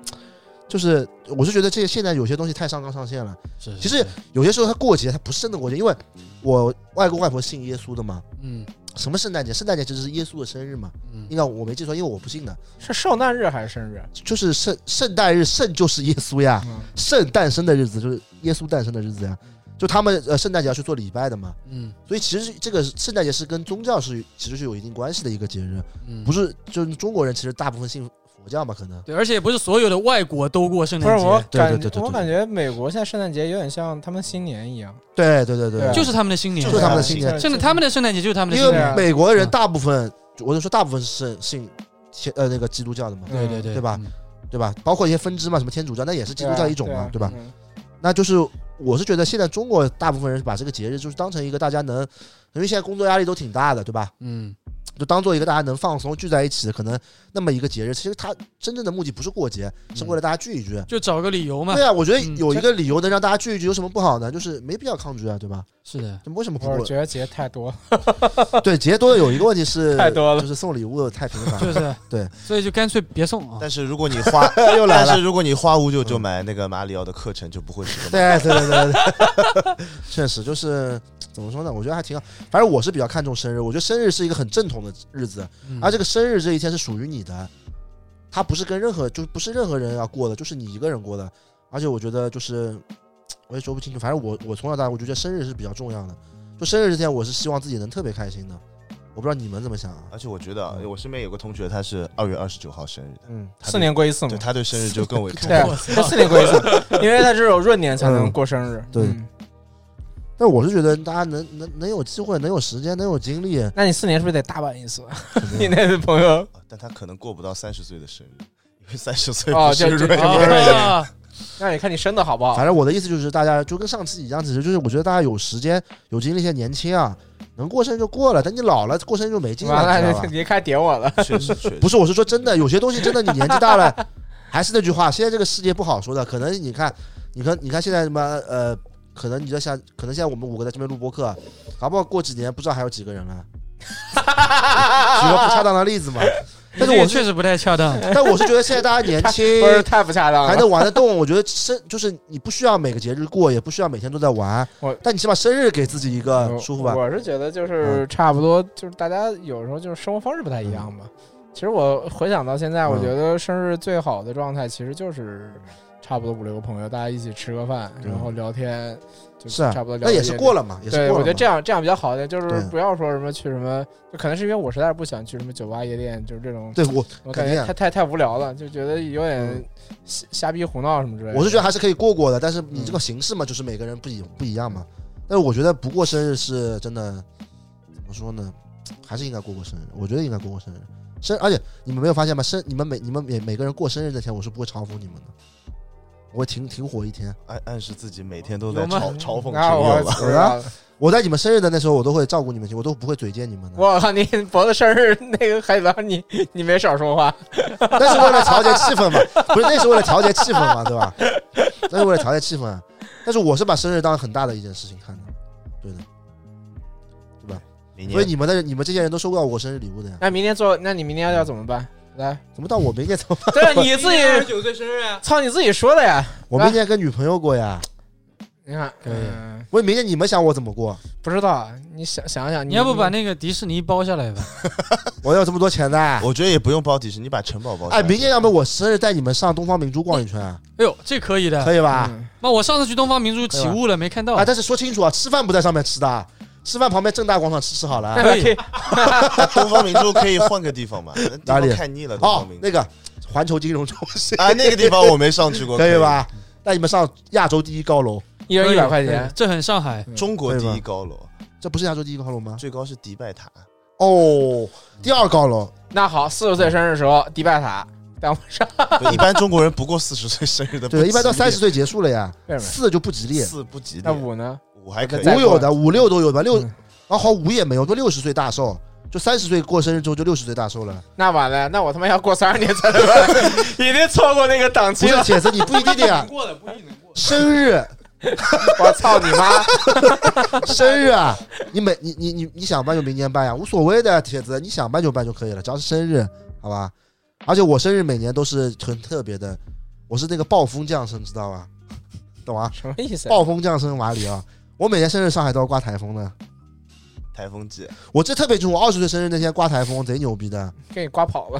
S1: 就是我是觉得这些现在有些东西太上纲上线了。
S2: 是
S1: 其实有些时候他过节他不是真的过节，因为我外公外婆信耶稣的嘛。
S2: 嗯
S1: 什么圣诞节？圣诞节就是耶稣的生日嘛？
S2: 嗯
S1: 应该我没记错，因为我不信的，
S3: 是受难日还是生日？啊
S1: 就是圣圣诞日，圣就是耶稣呀，圣诞生的日子就是耶稣诞生的日子呀。就他们呃圣诞节要去做礼拜的嘛，
S2: 嗯
S1: 所以其实这个圣诞节是跟宗教是其实是有一定关系的一个节日，
S2: 嗯，
S1: 不
S2: 是
S1: 是就是中国人其实大部分信佛教嘛，可能。
S2: 对，而且也不是所有的外国都过圣
S3: 不是
S2: 诞
S3: 我
S2: 节，
S1: 对
S3: 感
S1: 对对对对
S3: 我感觉美国现在圣诞节有点像他们新年一样，啊
S1: 对对对对
S3: 对
S1: 对，
S2: 就是他们的新年，
S1: 就是他们的新年
S2: 甚至他们的圣诞节就是他们的
S1: 因
S2: 新
S1: 为
S2: 年，
S1: 美国人大部分，我就说大部分是信天呃那个基督教的嘛，
S2: 对对对，
S1: 对吧？对吧？包括一些分支嘛，什么天主教，那也是基督教一种嘛，对吧？？
S3: 啊嗯
S1: 那就是我是觉得现在中国大部分人把这个节日就是当成一个大家能，因为现在工作压力都挺大的，对吧？
S2: 嗯
S1: 就当做一个大家能放松聚在一起，可能那么一个节日，其实它真正的目的不是过节，是
S3: 嗯
S1: 为了大家聚一聚。
S2: 就找个理由嘛
S1: 对，啊，我觉得
S2: 嗯
S1: 有一个理由能让大家聚一聚，有什么不好呢？就是没必要抗拒啊，对吧？
S2: 是的，
S1: 为什么不
S3: 我
S1: 过？
S3: 觉得节太多了，
S1: 对，节多的有一个问题是
S3: 太多了
S1: 就是送礼物太 频繁了
S2: 就。是
S1: 对，
S2: 所以就干脆别送啊，
S7: 但是如果你花，
S1: 又来
S7: 但
S1: 了
S7: 是。如果你花五九九买那个马里奥的课程，就不会是 这
S1: 对
S7: 么。
S1: 对对对对， 确实就是怎么说呢？我觉得还挺好。反正我是比较看重生日，我觉得生日是一个很正统的日子，
S2: 嗯
S1: 而这个生日这一天是属于你的，它不是跟任何就是不是任何人要过的，就是你一个人过的。而且我觉得就是我也说不清楚，反正我我从小到大我就觉得生日是比较重要的。就生日这天，我是希望自己能特别开心的。我不知道你们怎么想啊？
S7: 而且我觉得啊，我身边有个同学，他是二月二十九号生日的，
S1: 嗯，
S7: 他对
S3: 四年过一次嘛
S7: 对，他对生日就 更为看
S3: 对
S7: 重。
S3: 啊，是四年过一次， 因为他只有闰年才能
S1: 嗯
S3: 过生日。
S1: 对
S3: 嗯
S1: 但我是觉得大家能能能有机会，能有时间，能有精力，
S3: 那你四年是不是得大办一次？
S1: 肯定
S3: 你那个朋友
S7: 但他可能过不到三十岁的生日，因为三十岁
S3: 哦
S7: 不是
S3: 就就
S7: 闰
S3: 哦
S7: 年。
S2: 啊，
S3: 那也看你生的好不好
S1: 反。正我的意思就是，大家就跟上期一样，其实就是我觉得大家有时间、有精力，现在年轻啊，能过生日就过了。等你老了，过生日就没劲
S3: 完
S1: 了，
S3: 了
S1: 你知 道吧
S3: 你？别开始点我了。
S7: 确实确实
S1: 不，是，我是说真的，有些东西真的你年纪大了，还是那句话，现在这个世界不好说的。可能你看，你看，你看现在什么呃，可能你在想，可能现在我们五个在这边录播客，搞不好过几年不知道还有几个人了。举个不恰当的例子嘛，但是
S2: 这
S1: 我
S2: 个确
S1: 是，
S2: 实不太 恰当，
S1: 但我是觉得现在大家年轻
S3: 不。是太不恰当
S1: 还
S3: 了。
S1: 能玩得动，我觉得生就是你不需要每个节日过，也不需要每天都在玩
S3: 我，
S1: 但你起码生日给自己一个
S3: 我
S1: 舒服吧。嗯
S3: 我是觉得就是差不多，就是大家有时候就是生活方式不太一样吧。其实我回想到现在，
S1: 嗯
S3: 我觉得生日最好的状态其实就是差不多五六个朋友，大家一起吃个饭，
S1: 对
S3: 然后聊天，就是
S1: 啊
S3: 差不多聊。
S1: 那也嗯是过。了嘛，也是
S3: 对，
S1: 过
S3: 我
S1: 了嘛。
S3: 觉得这样这样比较好一点，就是
S1: 对
S3: 不要说什么去什么，就可能是因为我实在是不想去什么酒吧夜店，就是这种
S1: 对我
S3: 我
S1: 肯
S3: 感
S1: 定
S3: 觉
S1: 啊
S3: 太太太无聊了，就觉得有点
S1: 嗯
S3: 瞎瞎逼胡闹什么之类的。
S1: 我是觉得还是可以过过的，但是你这个形式嘛，就是每个人不一不一样嘛。但是我觉得不过生日是真的，怎么说呢？还是应该过过生日，我觉得应该过过生日。生，而且你们没有发现吗？生，你们每你们每每个人过生日那天，我是不会嘲讽你们的，
S3: 嗯
S1: 我会挺挺火一天。
S7: 暗暗示自己每天都在
S2: 有吗
S7: 嘲嘲讽亲
S3: 那啊我
S7: 友吧。
S3: 知道了
S1: 我在你们生日的那时候，我都会照顾你们，我都不会嘴贱你们的。
S3: 我靠，你脖子生日那个孩子，你你没少说话。
S1: 但是为了调节气氛嘛，不是那是为了调节气氛嘛，对吧？那是为了调节气氛啊。但是我是把生日当很大的一件事情看的，对的。
S7: 明
S1: 所以
S7: 年
S1: 你们的你们这些人都收不到我生日礼物的呀？
S3: 那明天做，那你明天要怎么办？来，
S1: 怎么到我明年怎么办？
S3: 对啊，你自己
S8: 二十九岁生日啊，
S3: 操，你自己说的呀。
S1: 我明年跟女朋友过呀。
S3: 你看，
S2: 可以
S3: 嗯，
S1: 我明年你们想我怎么过？
S3: 不知道，啊你想想 想，
S2: 你要不把
S3: 那
S2: 那个迪士尼包下来吧？
S1: 嗯我有这么多钱的？
S7: 我觉得也不用包迪士尼，你把城堡包下
S1: 哎，
S7: 来。
S1: 明年要不我生日带你们上东方明珠逛一圈啊，
S2: 哎呦，这可以的。
S1: 可以吧？
S2: 那我上次去东方明珠起雾了，没看到
S1: 啊，。但是说清楚啊，吃饭不在上面吃的啊，吃饭旁边正大广场吃吃好了啊。
S3: 嗯
S2: 可以，
S7: 那东方明珠可以换个 地方嘛？那地
S1: 哪
S7: 方
S1: 里
S7: 看腻了，东
S1: 哦
S7: 方明，珠
S1: 那个环球金融中心
S7: 啊，那个地 方我没上 去过，
S1: 可以？吧？带你们上亚洲第一高楼，
S3: 一人一百块钱
S2: 对，这很上海。
S7: 中国第一高楼，
S1: 这不是亚洲第一高楼吗？
S7: 最高是迪拜塔。
S1: 哦，第二高楼，
S3: 那好，四十岁生日的时候，迪拜塔，但我上
S7: 不一般中国人不过四十岁生日的不吉利，
S1: 对，一般到三十岁结束了呀，
S3: 为什么？
S1: 四就不吉利，
S7: 四不吉利
S3: 那，五呢？
S7: 五还可以
S3: 再。
S1: 五有的，五六都有吧，六
S3: 嗯
S1: 然后五也没有，都六十岁大寿，就三十岁过生日之后就六十岁大寿了。
S5: 那完了，那我他妈要过三十年才能 玩，已经错过那个档
S1: 不
S5: 期
S1: 是
S5: 了。
S1: 姐子，你不一定的呀。
S4: 过的不一定能过。
S1: 生日，
S5: 我操你妈！
S1: 生日啊！你每你你你你想办就明年办呀，无所谓的，铁子，你想办就办就可以了，只要是生日，好吧？而且我生日每年都是很特别的，我是那个暴风降生，知道吧？懂啊？
S5: 什么意思？
S1: 暴风降生马里啊！我每年生日上海都要刮台风的，
S7: 台风季，
S1: 我这特别清楚，我二十岁生日那天刮台风，贼牛逼的，
S5: 给你刮跑了。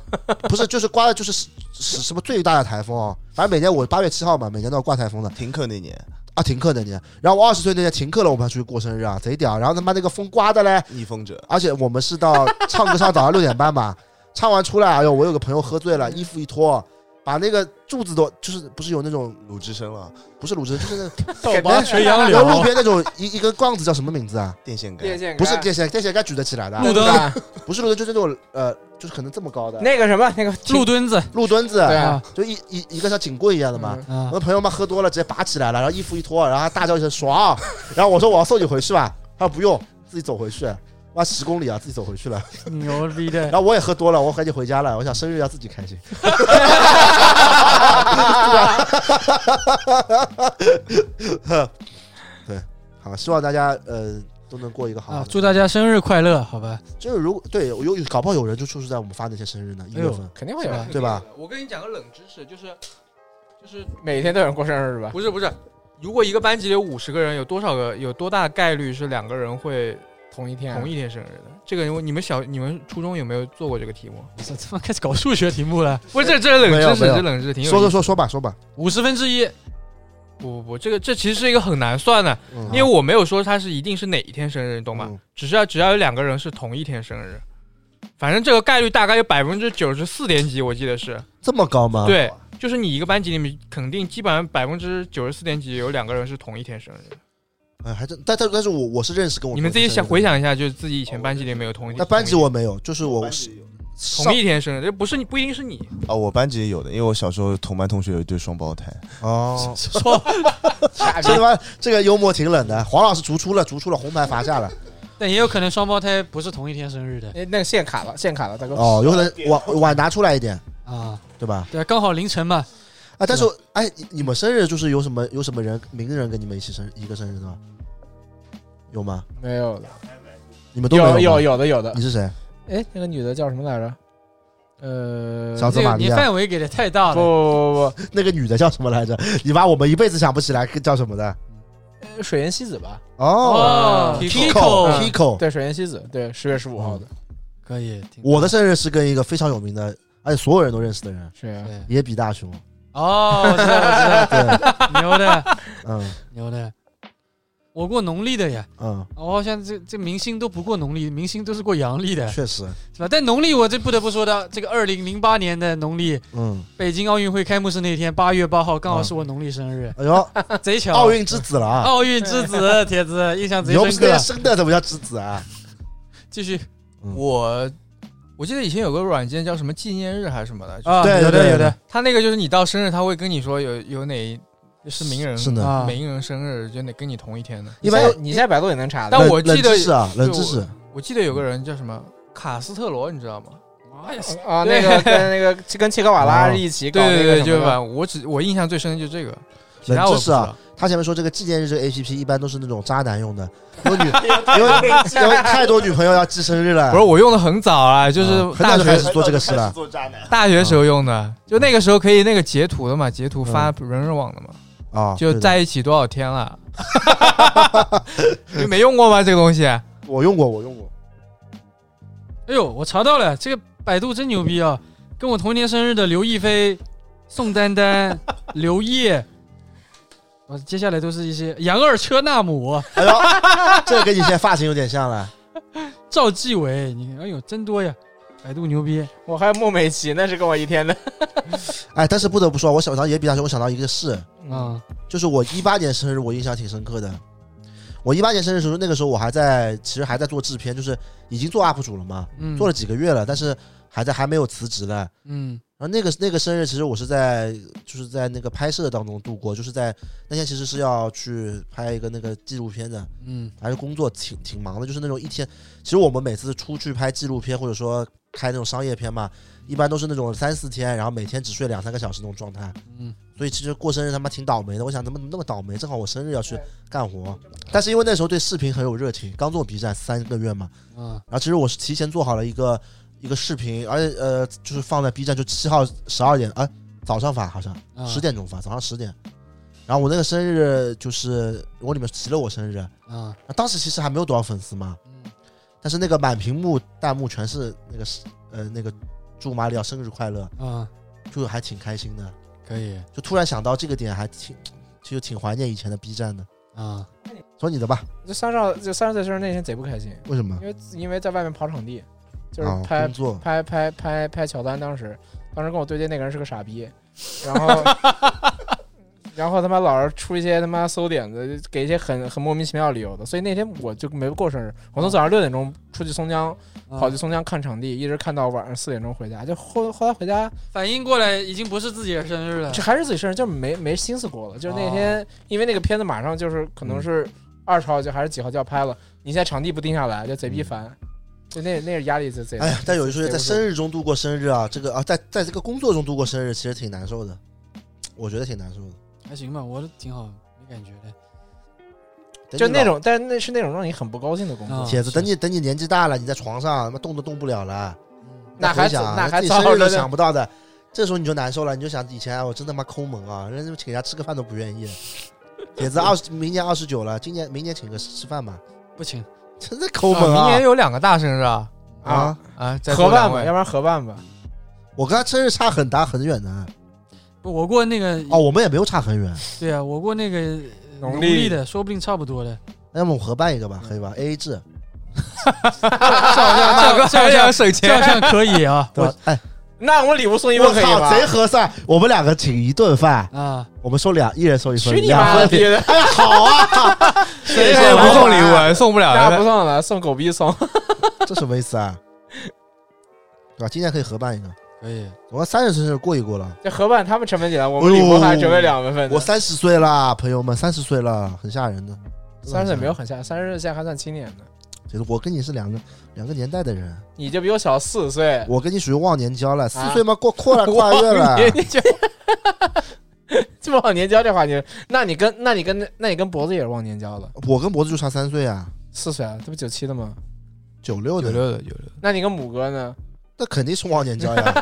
S1: 不是就是刮的就是什什什么最大的台风啊！反正每年我八月七号嘛，每年都要刮台风的。
S7: 停课那年，
S1: 啊，停课那年，然后我二十岁那年停课了，我们还出去过生日啊，贼屌！然后他妈那个风刮的嘞，
S7: 逆风者，
S1: 而且我们是到 唱歌唱早上六点半嘛，唱完出来，哎呦，我有个朋友喝醉了，衣服一脱，把那个柱子都就是不是有那种
S7: 鲁智深了，
S1: 不是鲁智，就是
S2: 倒拔 垂杨
S1: 哦那个路
S2: 柳，
S1: 边那种一一根杠子叫什么名字啊？
S7: 电线杆
S5: 电，
S3: 哎
S5: 线杆
S1: 不是电线，电线杆举得起来的啊，
S4: 路灯，
S5: 啊
S1: 不是路灯，就是那种呃，就是可能这么高的
S5: 那个什么那个
S4: 路 墩子
S1: 路墩子，
S5: 对啊，
S1: 就一一一个像警棍一样的嘛。
S5: 嗯
S1: 我
S4: 啊，
S1: 的朋友嘛喝多了，直接拔起来了，然后衣服一脱，然后他大叫一声爽，啊然后我说我要送你回去吧，他说不用，自己走回去，哇十公里啊，自己走回去了。
S2: 牛逼
S1: 然
S2: 的，
S1: 后我也喝多了，我赶紧回家了，我想生日要自己开心。 啊 对，好，希望大家呃都能过一个 好
S2: 啊
S1: 的。！
S2: 祝大家生日快乐，好吧？
S1: 就是如果对有搞不好有人就出现在我们发那些生日呢，一
S2: 哎
S1: 月
S2: 呦
S1: 份。
S5: 肯定会有
S2: 是吧
S5: 人，
S1: 对吧？
S4: 我跟你讲个冷知识，就是就是
S5: 每天都有人过生日是吧？
S4: 不是不是，如果一个班级里有五十个人，有多少个有多大概率是两个人会
S5: 同一天啊，
S4: 同一天生日的？这个你们小你们初中有没有做过这个题目？
S2: 这他妈开始搞数学题目了，
S4: 不是，这这是冷
S1: 没有
S4: 知识，
S1: 没有
S4: 这冷知识挺有
S1: 说
S4: 意
S1: 说
S4: 思
S1: 说说吧说吧，
S2: 五十分之一，
S4: 不不不，这个这其实是一个很难算的，
S1: 嗯
S4: 因为我没有说他是一定是哪一天生日，你懂吗？
S1: 嗯
S4: 只是要只要有两个人是同一天生日，反正这个概率大概有百分之九十四点几，我记得是
S1: 这么高吗？
S4: 对，就是你一个班级里面肯定基本上百分之九十四点几有两个人是同一天生日。
S1: 哎，还真，但但但是我我是认识跟我
S4: 你们自己想回
S1: 想，
S4: 想一下，就是自己以前班级里面有同一
S1: 哦那班级
S4: 同一
S1: 我没有，就是我
S4: 同
S1: 上
S4: 一天生日，这不是你不一定是你，
S7: 啊，我班级也有的，因为我小时候同班同学有一对双胞胎，
S1: 哦，
S2: 说
S5: 傻逼
S1: 这他妈这个幽默挺冷的，黄老师逐出了，逐出了红牌 罚下了。
S2: 但也有可能双胞胎不是同一天生日的
S5: 哎，那个线卡了，线卡了，大哥。
S1: 哦，有可能晚晚拿出来一点，
S2: 啊，
S1: 对吧？
S2: 对，刚好凌晨嘛，
S1: 啊，但是我哎，你你们生日就是有什么有什么人名人跟你们一起生日一个生日的吗？有吗？
S5: 没有的，
S1: 你们都没
S5: 有
S1: 有
S5: 有
S1: 吗
S5: 有的有的
S1: 你。是谁？
S5: 哎，那个女的叫什么来着？呃，
S1: 小
S2: 这
S1: 紫玛
S2: 个
S1: 利
S2: 你
S1: 亚
S2: 范围给的太大
S5: 不呃
S2: 了，
S5: 不不
S1: 那个女的叫什么来着？你妈，我们一辈子想不起来叫什么的。
S5: 不不，水原希子吧？
S1: 哦
S2: 哦
S4: Kiko
S1: ，Kiko
S5: 嗯
S1: Kiko，
S5: 对，水原希子，对，十月十五
S1: 哦
S5: 号的。
S2: 可以，
S4: 嗯
S2: 挺
S1: 我的生日是跟一个非常有名的，而且所有人都认识的
S4: 嗯
S1: 人，
S5: 是啊，
S2: 对
S1: 野比大 雄。
S2: 哦，我知道我
S1: 对，
S2: 知道， 牛的
S1: 嗯
S2: 牛的，我过农历的呀，
S1: 嗯，
S2: 我好像这这明星都不过农历，明星都是过阳历的，
S1: 确实，
S2: 是吧？但农历我这不得不说的，这个二零零八年的农历
S1: 嗯，
S2: 北京奥运会开幕式那天，八月八号刚好是我农历生日，
S4: 嗯
S1: 哎呦，
S2: 贼巧，
S1: 奥运之子了啊！
S2: 奥运之子，铁子印象贼
S1: 牛逼
S2: 深
S1: 的
S2: 刻。
S1: 生的怎么叫之子啊？
S2: 继续
S1: 嗯
S4: 我我记得以前有个软件叫什么纪念日还是什么的，
S2: 啊，
S1: 对对
S2: 有的
S1: 对
S2: 有的
S4: 他那个就是你到生日，他会跟你说有有哪是名人
S1: 是的，
S2: 啊，
S4: 每一个人生日就那跟你同一天的。
S1: 一般有
S5: 你现在百度也能查的
S4: 但。我
S1: 冷冷
S4: 记得
S1: 知识啊，冷知识，
S4: 我记得有个人叫什么卡斯特罗，你知道吗？
S5: 啊，那个跟那个跟切格瓦
S1: 哦
S5: 拉一起搞
S4: 对
S5: 那
S4: 对
S5: 个
S4: 对，
S5: 什
S4: 就是
S5: 么的
S4: 吧？我只我印象最深的就这个，其
S1: 冷
S4: 他我
S1: 知
S4: 不知
S1: 识啊
S4: 道。。
S1: 他前面说这个纪念日这个 A P P 一般都是那种渣男 用的，有女
S4: 哎
S1: 因为因为太多女朋友要记生日了，
S4: 不是我用的很早啊，就
S1: 哎嗯
S4: 是
S1: 很早
S4: 大
S1: 就开
S4: 学
S1: 始做这个事了。
S7: 做渣男，
S4: 大学时候用的，就那个时候可以那个截图的嘛，截图发人人网的嘛，
S1: 啊，
S4: 就
S1: 对的
S4: 在一起多少天了？你没用过吗？这个东西？
S1: 我用过，我用过，
S2: 哎呦，我查到了，这个百度真牛逼啊！跟我同年生日的刘亦菲、宋 丹丹、刘烨，我接下来都是一些杨二车啊纳姆、
S1: 哎呦，这跟你现在发型有点像了。
S2: 赵继伟，你看，哎呦，真多呀！百度牛逼，
S5: 我还有孟美岐，那是跟我一天的。
S1: 哎，但是不得不说，我想到也比大雄，我想到一个事，
S2: 啊，
S1: 就是我一八年生日，我印象挺深刻的。我一八年生日的时候，那个时候我还在，其实还在做制片，就是已经做 UP 主了嘛，
S2: 嗯，
S1: 做了，几个月了，但是还在还没有辞职了。
S2: 嗯，
S1: 然后那个那个生日，其实我是在就是在那个拍摄当中度过，就是在那天其实是要去拍一个那个纪录片的，
S9: 嗯，
S1: 还是工作挺挺忙的，就是那种一天。其实我们每次出去拍纪录片或者说拍那种商业片嘛，一般都是那种三四天，然后每天只睡两三个小时那种状态。
S9: 嗯，
S1: 所以其实过生日他妈挺倒霉的。我想怎么那么倒霉，正好我生日要去干活，但是因为那时候对视频很有热情，刚做 B 站三个月嘛，
S9: 嗯，
S1: 然后其实我是提前做好了一个一个视频，而且呃就是放在 B 站，就七号十二点啊、早上发好像
S3: 啊
S9: 嗯
S1: 十点钟发，早上十点。然后我那个生日就是我里面提了我生日，
S9: 啊，
S1: 啊，当时其实还没有多少粉丝嘛，但是那个满屏幕弹幕全是那个呃那个祝马里奥生日快乐，
S5: 啊
S9: 嗯，
S1: 就还挺开心的，
S9: 可以，
S1: 就突然想到这个点，还挺就挺怀念以前的 B 站的。
S9: 啊，
S1: 说你的吧，
S3: 就三十号就三十岁生日那天贼不开心，
S1: 为什么
S3: 因？为因为在外面跑场地，就是
S1: 啊，
S3: 拍
S1: 工作
S3: 拍拍拍拍乔丹，当时当时跟我对接那个人是个傻逼，然后然后他妈老是出一些他妈馊点子，给一些很很莫名其妙的理由的，所以那天我就没过生日，我从早上六点钟出去松江，
S2: 嗯啊
S3: 跑去松江看场地，一直看到晚上四点钟回家，就后后来回家
S2: 反应过来已经不是自己的生日了
S3: 这，还是自己生日，就是没没心思过了。就是那天，因为那个片子马上就是可能是二十号就还是几号就要拍了，你现在场地不定下来，就贼逼烦。就那那是压力就贼。
S1: 哎呀，但有一说一，在生
S3: 日
S1: 日中度过生日啊，这个啊，在在这个工作中度过生日，其实挺难受的，我觉得挺难受的。
S2: 还行吧，我挺好，没感觉的。
S1: 等
S3: 就
S1: 你
S3: 那
S1: 老
S3: 种，但是那是那种让你很不高兴的工作。
S2: 啊
S1: 铁子，等你等你年纪大了，你在床上他妈动都动不了了，
S3: 那还
S1: 回想啊
S3: 那还
S1: 自己
S3: 早
S1: 生日都
S3: 着
S1: 想
S3: 呢。
S1: 不到的，这时候你就难受了，你就想以前啊我真他妈抠门啊，人家请人家吃个饭都不愿意。铁子二十，明年二十九了，今年明年请个吃饭吧，
S2: 不请，
S1: 真的抠门
S4: 啊明
S1: 啊
S4: 年有两个大生日啊
S1: 啊！
S4: 啊，再多
S3: 合办
S4: 两
S3: 吧，
S4: 位
S3: 要不然合办吧。
S1: 我跟他生日差很大很远的
S2: 不我过那
S3: 嗯
S2: 个
S1: 哦，我们也没有差很远，
S2: 对啊，我过那个
S3: 农
S2: 农
S3: 历
S2: 历的，说不定差不 多的。
S1: 那么我们合办一个吧，可以吧？A A 制，
S4: 赵哥
S2: 这样
S4: 还想省
S2: 这样
S4: 钱，
S2: 像可以啊
S1: 哎对吧？哎，
S3: 那我礼物送一份
S1: 我
S3: 可以
S1: 靠，
S3: 吧？
S1: 贼合算！我们两个请一顿饭，
S2: 啊！
S1: 我们收两，一人收一份，
S3: 去你
S1: 两
S3: 妈的！
S1: 份
S3: 逼的，
S1: 哎，好啊，
S4: 谁也不送礼物，啊送不了
S3: 那不
S4: 的。
S3: 送了，送狗逼送。
S1: 这什么意思啊？ 对吧？今年可以合办一个，
S2: 可以，
S1: 我三十岁生日过一过了。
S3: 这合办他们成本起来，我们礼物还准备两份呢。
S1: 哦我三十岁啦，朋友们，三十岁了，很吓人的。
S3: 三十岁没有，很吓，三十岁现在还算青年呢。
S1: 其实我跟你是两个两个年代的人，
S3: 你就比我小四岁，
S1: 我跟你属于忘年交了，四岁嘛过过了跨越了，
S3: 年交，这么忘年交这话你，那你跟那你跟那你跟脖子也是忘年交了，
S1: 我跟脖子就差三岁啊，
S3: 四岁啊，这不九七的吗？
S1: 九六
S4: 有
S1: 的，
S4: 六的有六的，
S3: 那你跟母哥呢？
S1: 那肯定是忘年交呀，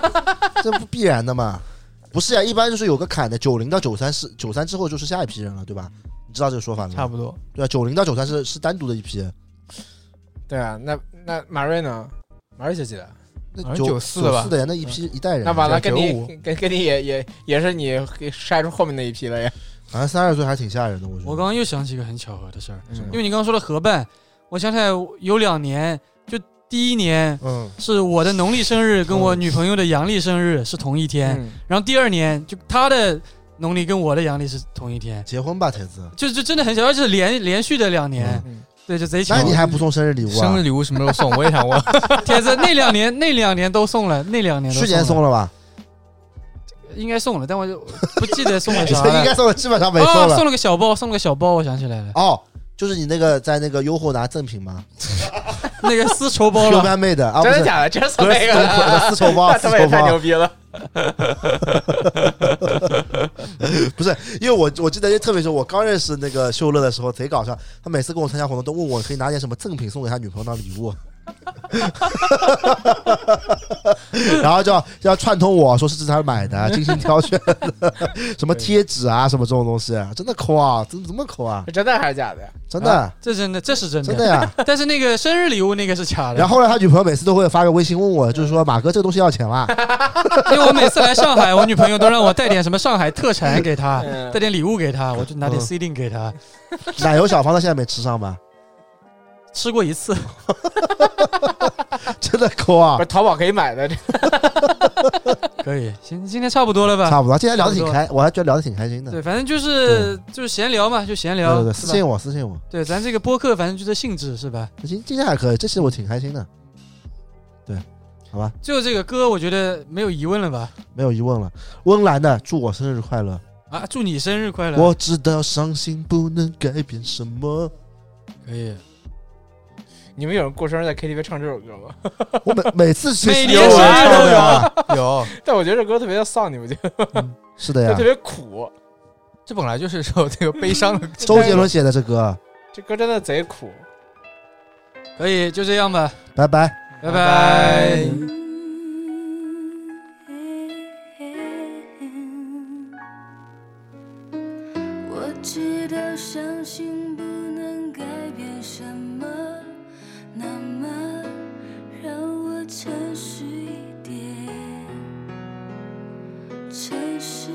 S1: 这不必然的嘛？不是呀，一般就是有个坎的，九零到九三是九三之后就是下一批人了，对吧？你知道这个说法
S4: 差
S1: 吗？
S4: 不多。
S1: 对啊，九零到九三是是单独的一批，
S3: 对啊，那那马瑞呢？马瑞几几的？
S1: 那
S4: 好像
S1: 九
S4: 94的吧
S1: 四的呀，那一批一代人，
S3: 那完了，跟
S4: 九
S3: 你
S4: 五
S3: 跟跟你也也也是你给筛出后面那一批了呀。
S1: 反正啊三十岁还挺吓人的，我觉得。
S2: 我刚刚又想起一个很巧合的事儿，
S3: 嗯
S2: 因为你刚刚说了合办，我想起来有两年，就第一年
S1: 嗯，
S2: 是我的农历生日跟我女朋友的阳历生日是同一天，
S3: 嗯
S2: 然后第二年就她的农历跟我的阳历是同一天，
S1: 结婚吧，铁子，
S2: 就就真的很巧，而且是连连续的两年，
S3: 嗯
S2: 对，就贼巧
S1: 那。你还不送生日礼物啊？
S4: 生日礼物什么时候送？我也想问。
S2: 铁子那两年 那两年都送了，那两年都
S1: 去年
S2: 送
S1: 送了吧？
S2: 了，应该送了，但我就不记得送了 啥
S1: 应
S2: 了。
S1: 该送的基本上没
S2: 啊
S1: 送了。
S2: 送了个小包，送了个小包，我想起来了，
S1: 哦，就是你那个在那个优厚拿赠品吗？
S2: 那个丝绸包
S1: 优
S2: 了，
S1: 曼妹的啊，
S3: 真
S1: 不
S3: 的
S1: 是
S3: 假的？真送
S1: 不是
S3: 那
S1: 丝
S3: 个
S1: 绸包
S3: 了？
S1: 丝绸包，丝
S3: 那 他们也
S1: 绸
S3: 太牛
S1: 包，
S3: 逼了！
S1: 不是，因为我我记得特别是我刚认识那个秀乐的时候贼搞笑，他每次跟我参加活动都问我可以拿点什么赠品送给他女朋友当礼物， 然后就要就要串通我说是这是他买的，精心挑选的，什么贴纸啊什么这种东西，真的抠啊，怎么怎么抠啊，
S3: 是真的还是假的呀？
S1: 真的
S2: 这真的，这是真的。
S1: 真的呀。
S2: 但是那个生日礼物那个是假的，嗯
S1: 然后后来他女朋友每次都会发个微信问我，就是说马哥这个东西要钱 吗？
S2: 因为我每次来上海，我女朋友都让我带点什么上海特产给
S1: 啊
S2: 她，
S3: 嗯
S2: 带点礼物给她，我就拿
S1: 嗯
S2: 点 C 令给她。
S1: 奶油小方到现在没吃上吧？
S2: 吃过一次，
S1: 真的抠啊
S3: 不是！淘宝可以买的，这
S2: 可以。行，今天差不多了吧？
S1: 差不多，今天聊的挺开，我还觉得聊的挺开心的。
S2: 对，反正就是就是闲聊嘛，就闲
S1: 对
S2: 聊。
S1: 对对，
S2: 是
S1: 私
S2: 吧
S1: 信我，私信我，
S2: 对，咱这个播客反正就这性质是吧？
S1: 今今天还可以，这期我挺开心的。对，好吧，
S2: 最后这个歌我觉得没有疑问了吧？
S1: 没有疑问了。温岚的《祝我生日快乐
S2: 啊，祝你生日快》，乐！
S1: 我知道伤心不能改变什么。
S2: 可以，
S5: 你们有人过生日在 KTV 唱这首歌 吗？
S1: 我每每次
S2: 每
S1: 有
S2: 年生日啊都有
S4: 有，
S5: 但我觉得这歌特别的丧，你们觉得
S1: 嗯是 的
S5: 就特
S1: 呀，
S5: 别苦。
S4: 这本来就是一首这个悲伤的歌。
S1: 周杰伦写的这歌，
S5: 这歌真的贼苦。
S2: 可以，就这样吧，
S1: 拜拜。
S2: 拜拜。
S10: 我知道伤心不能改变什么，那么让我诚实一点。尘世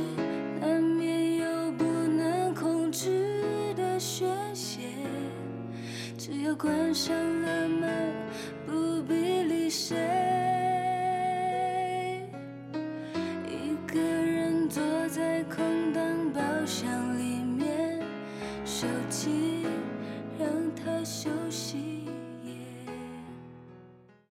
S10: 难免有不能控制的宣泄，只要关上了门，不必理谁。一个人坐在空荡包厢里面，手机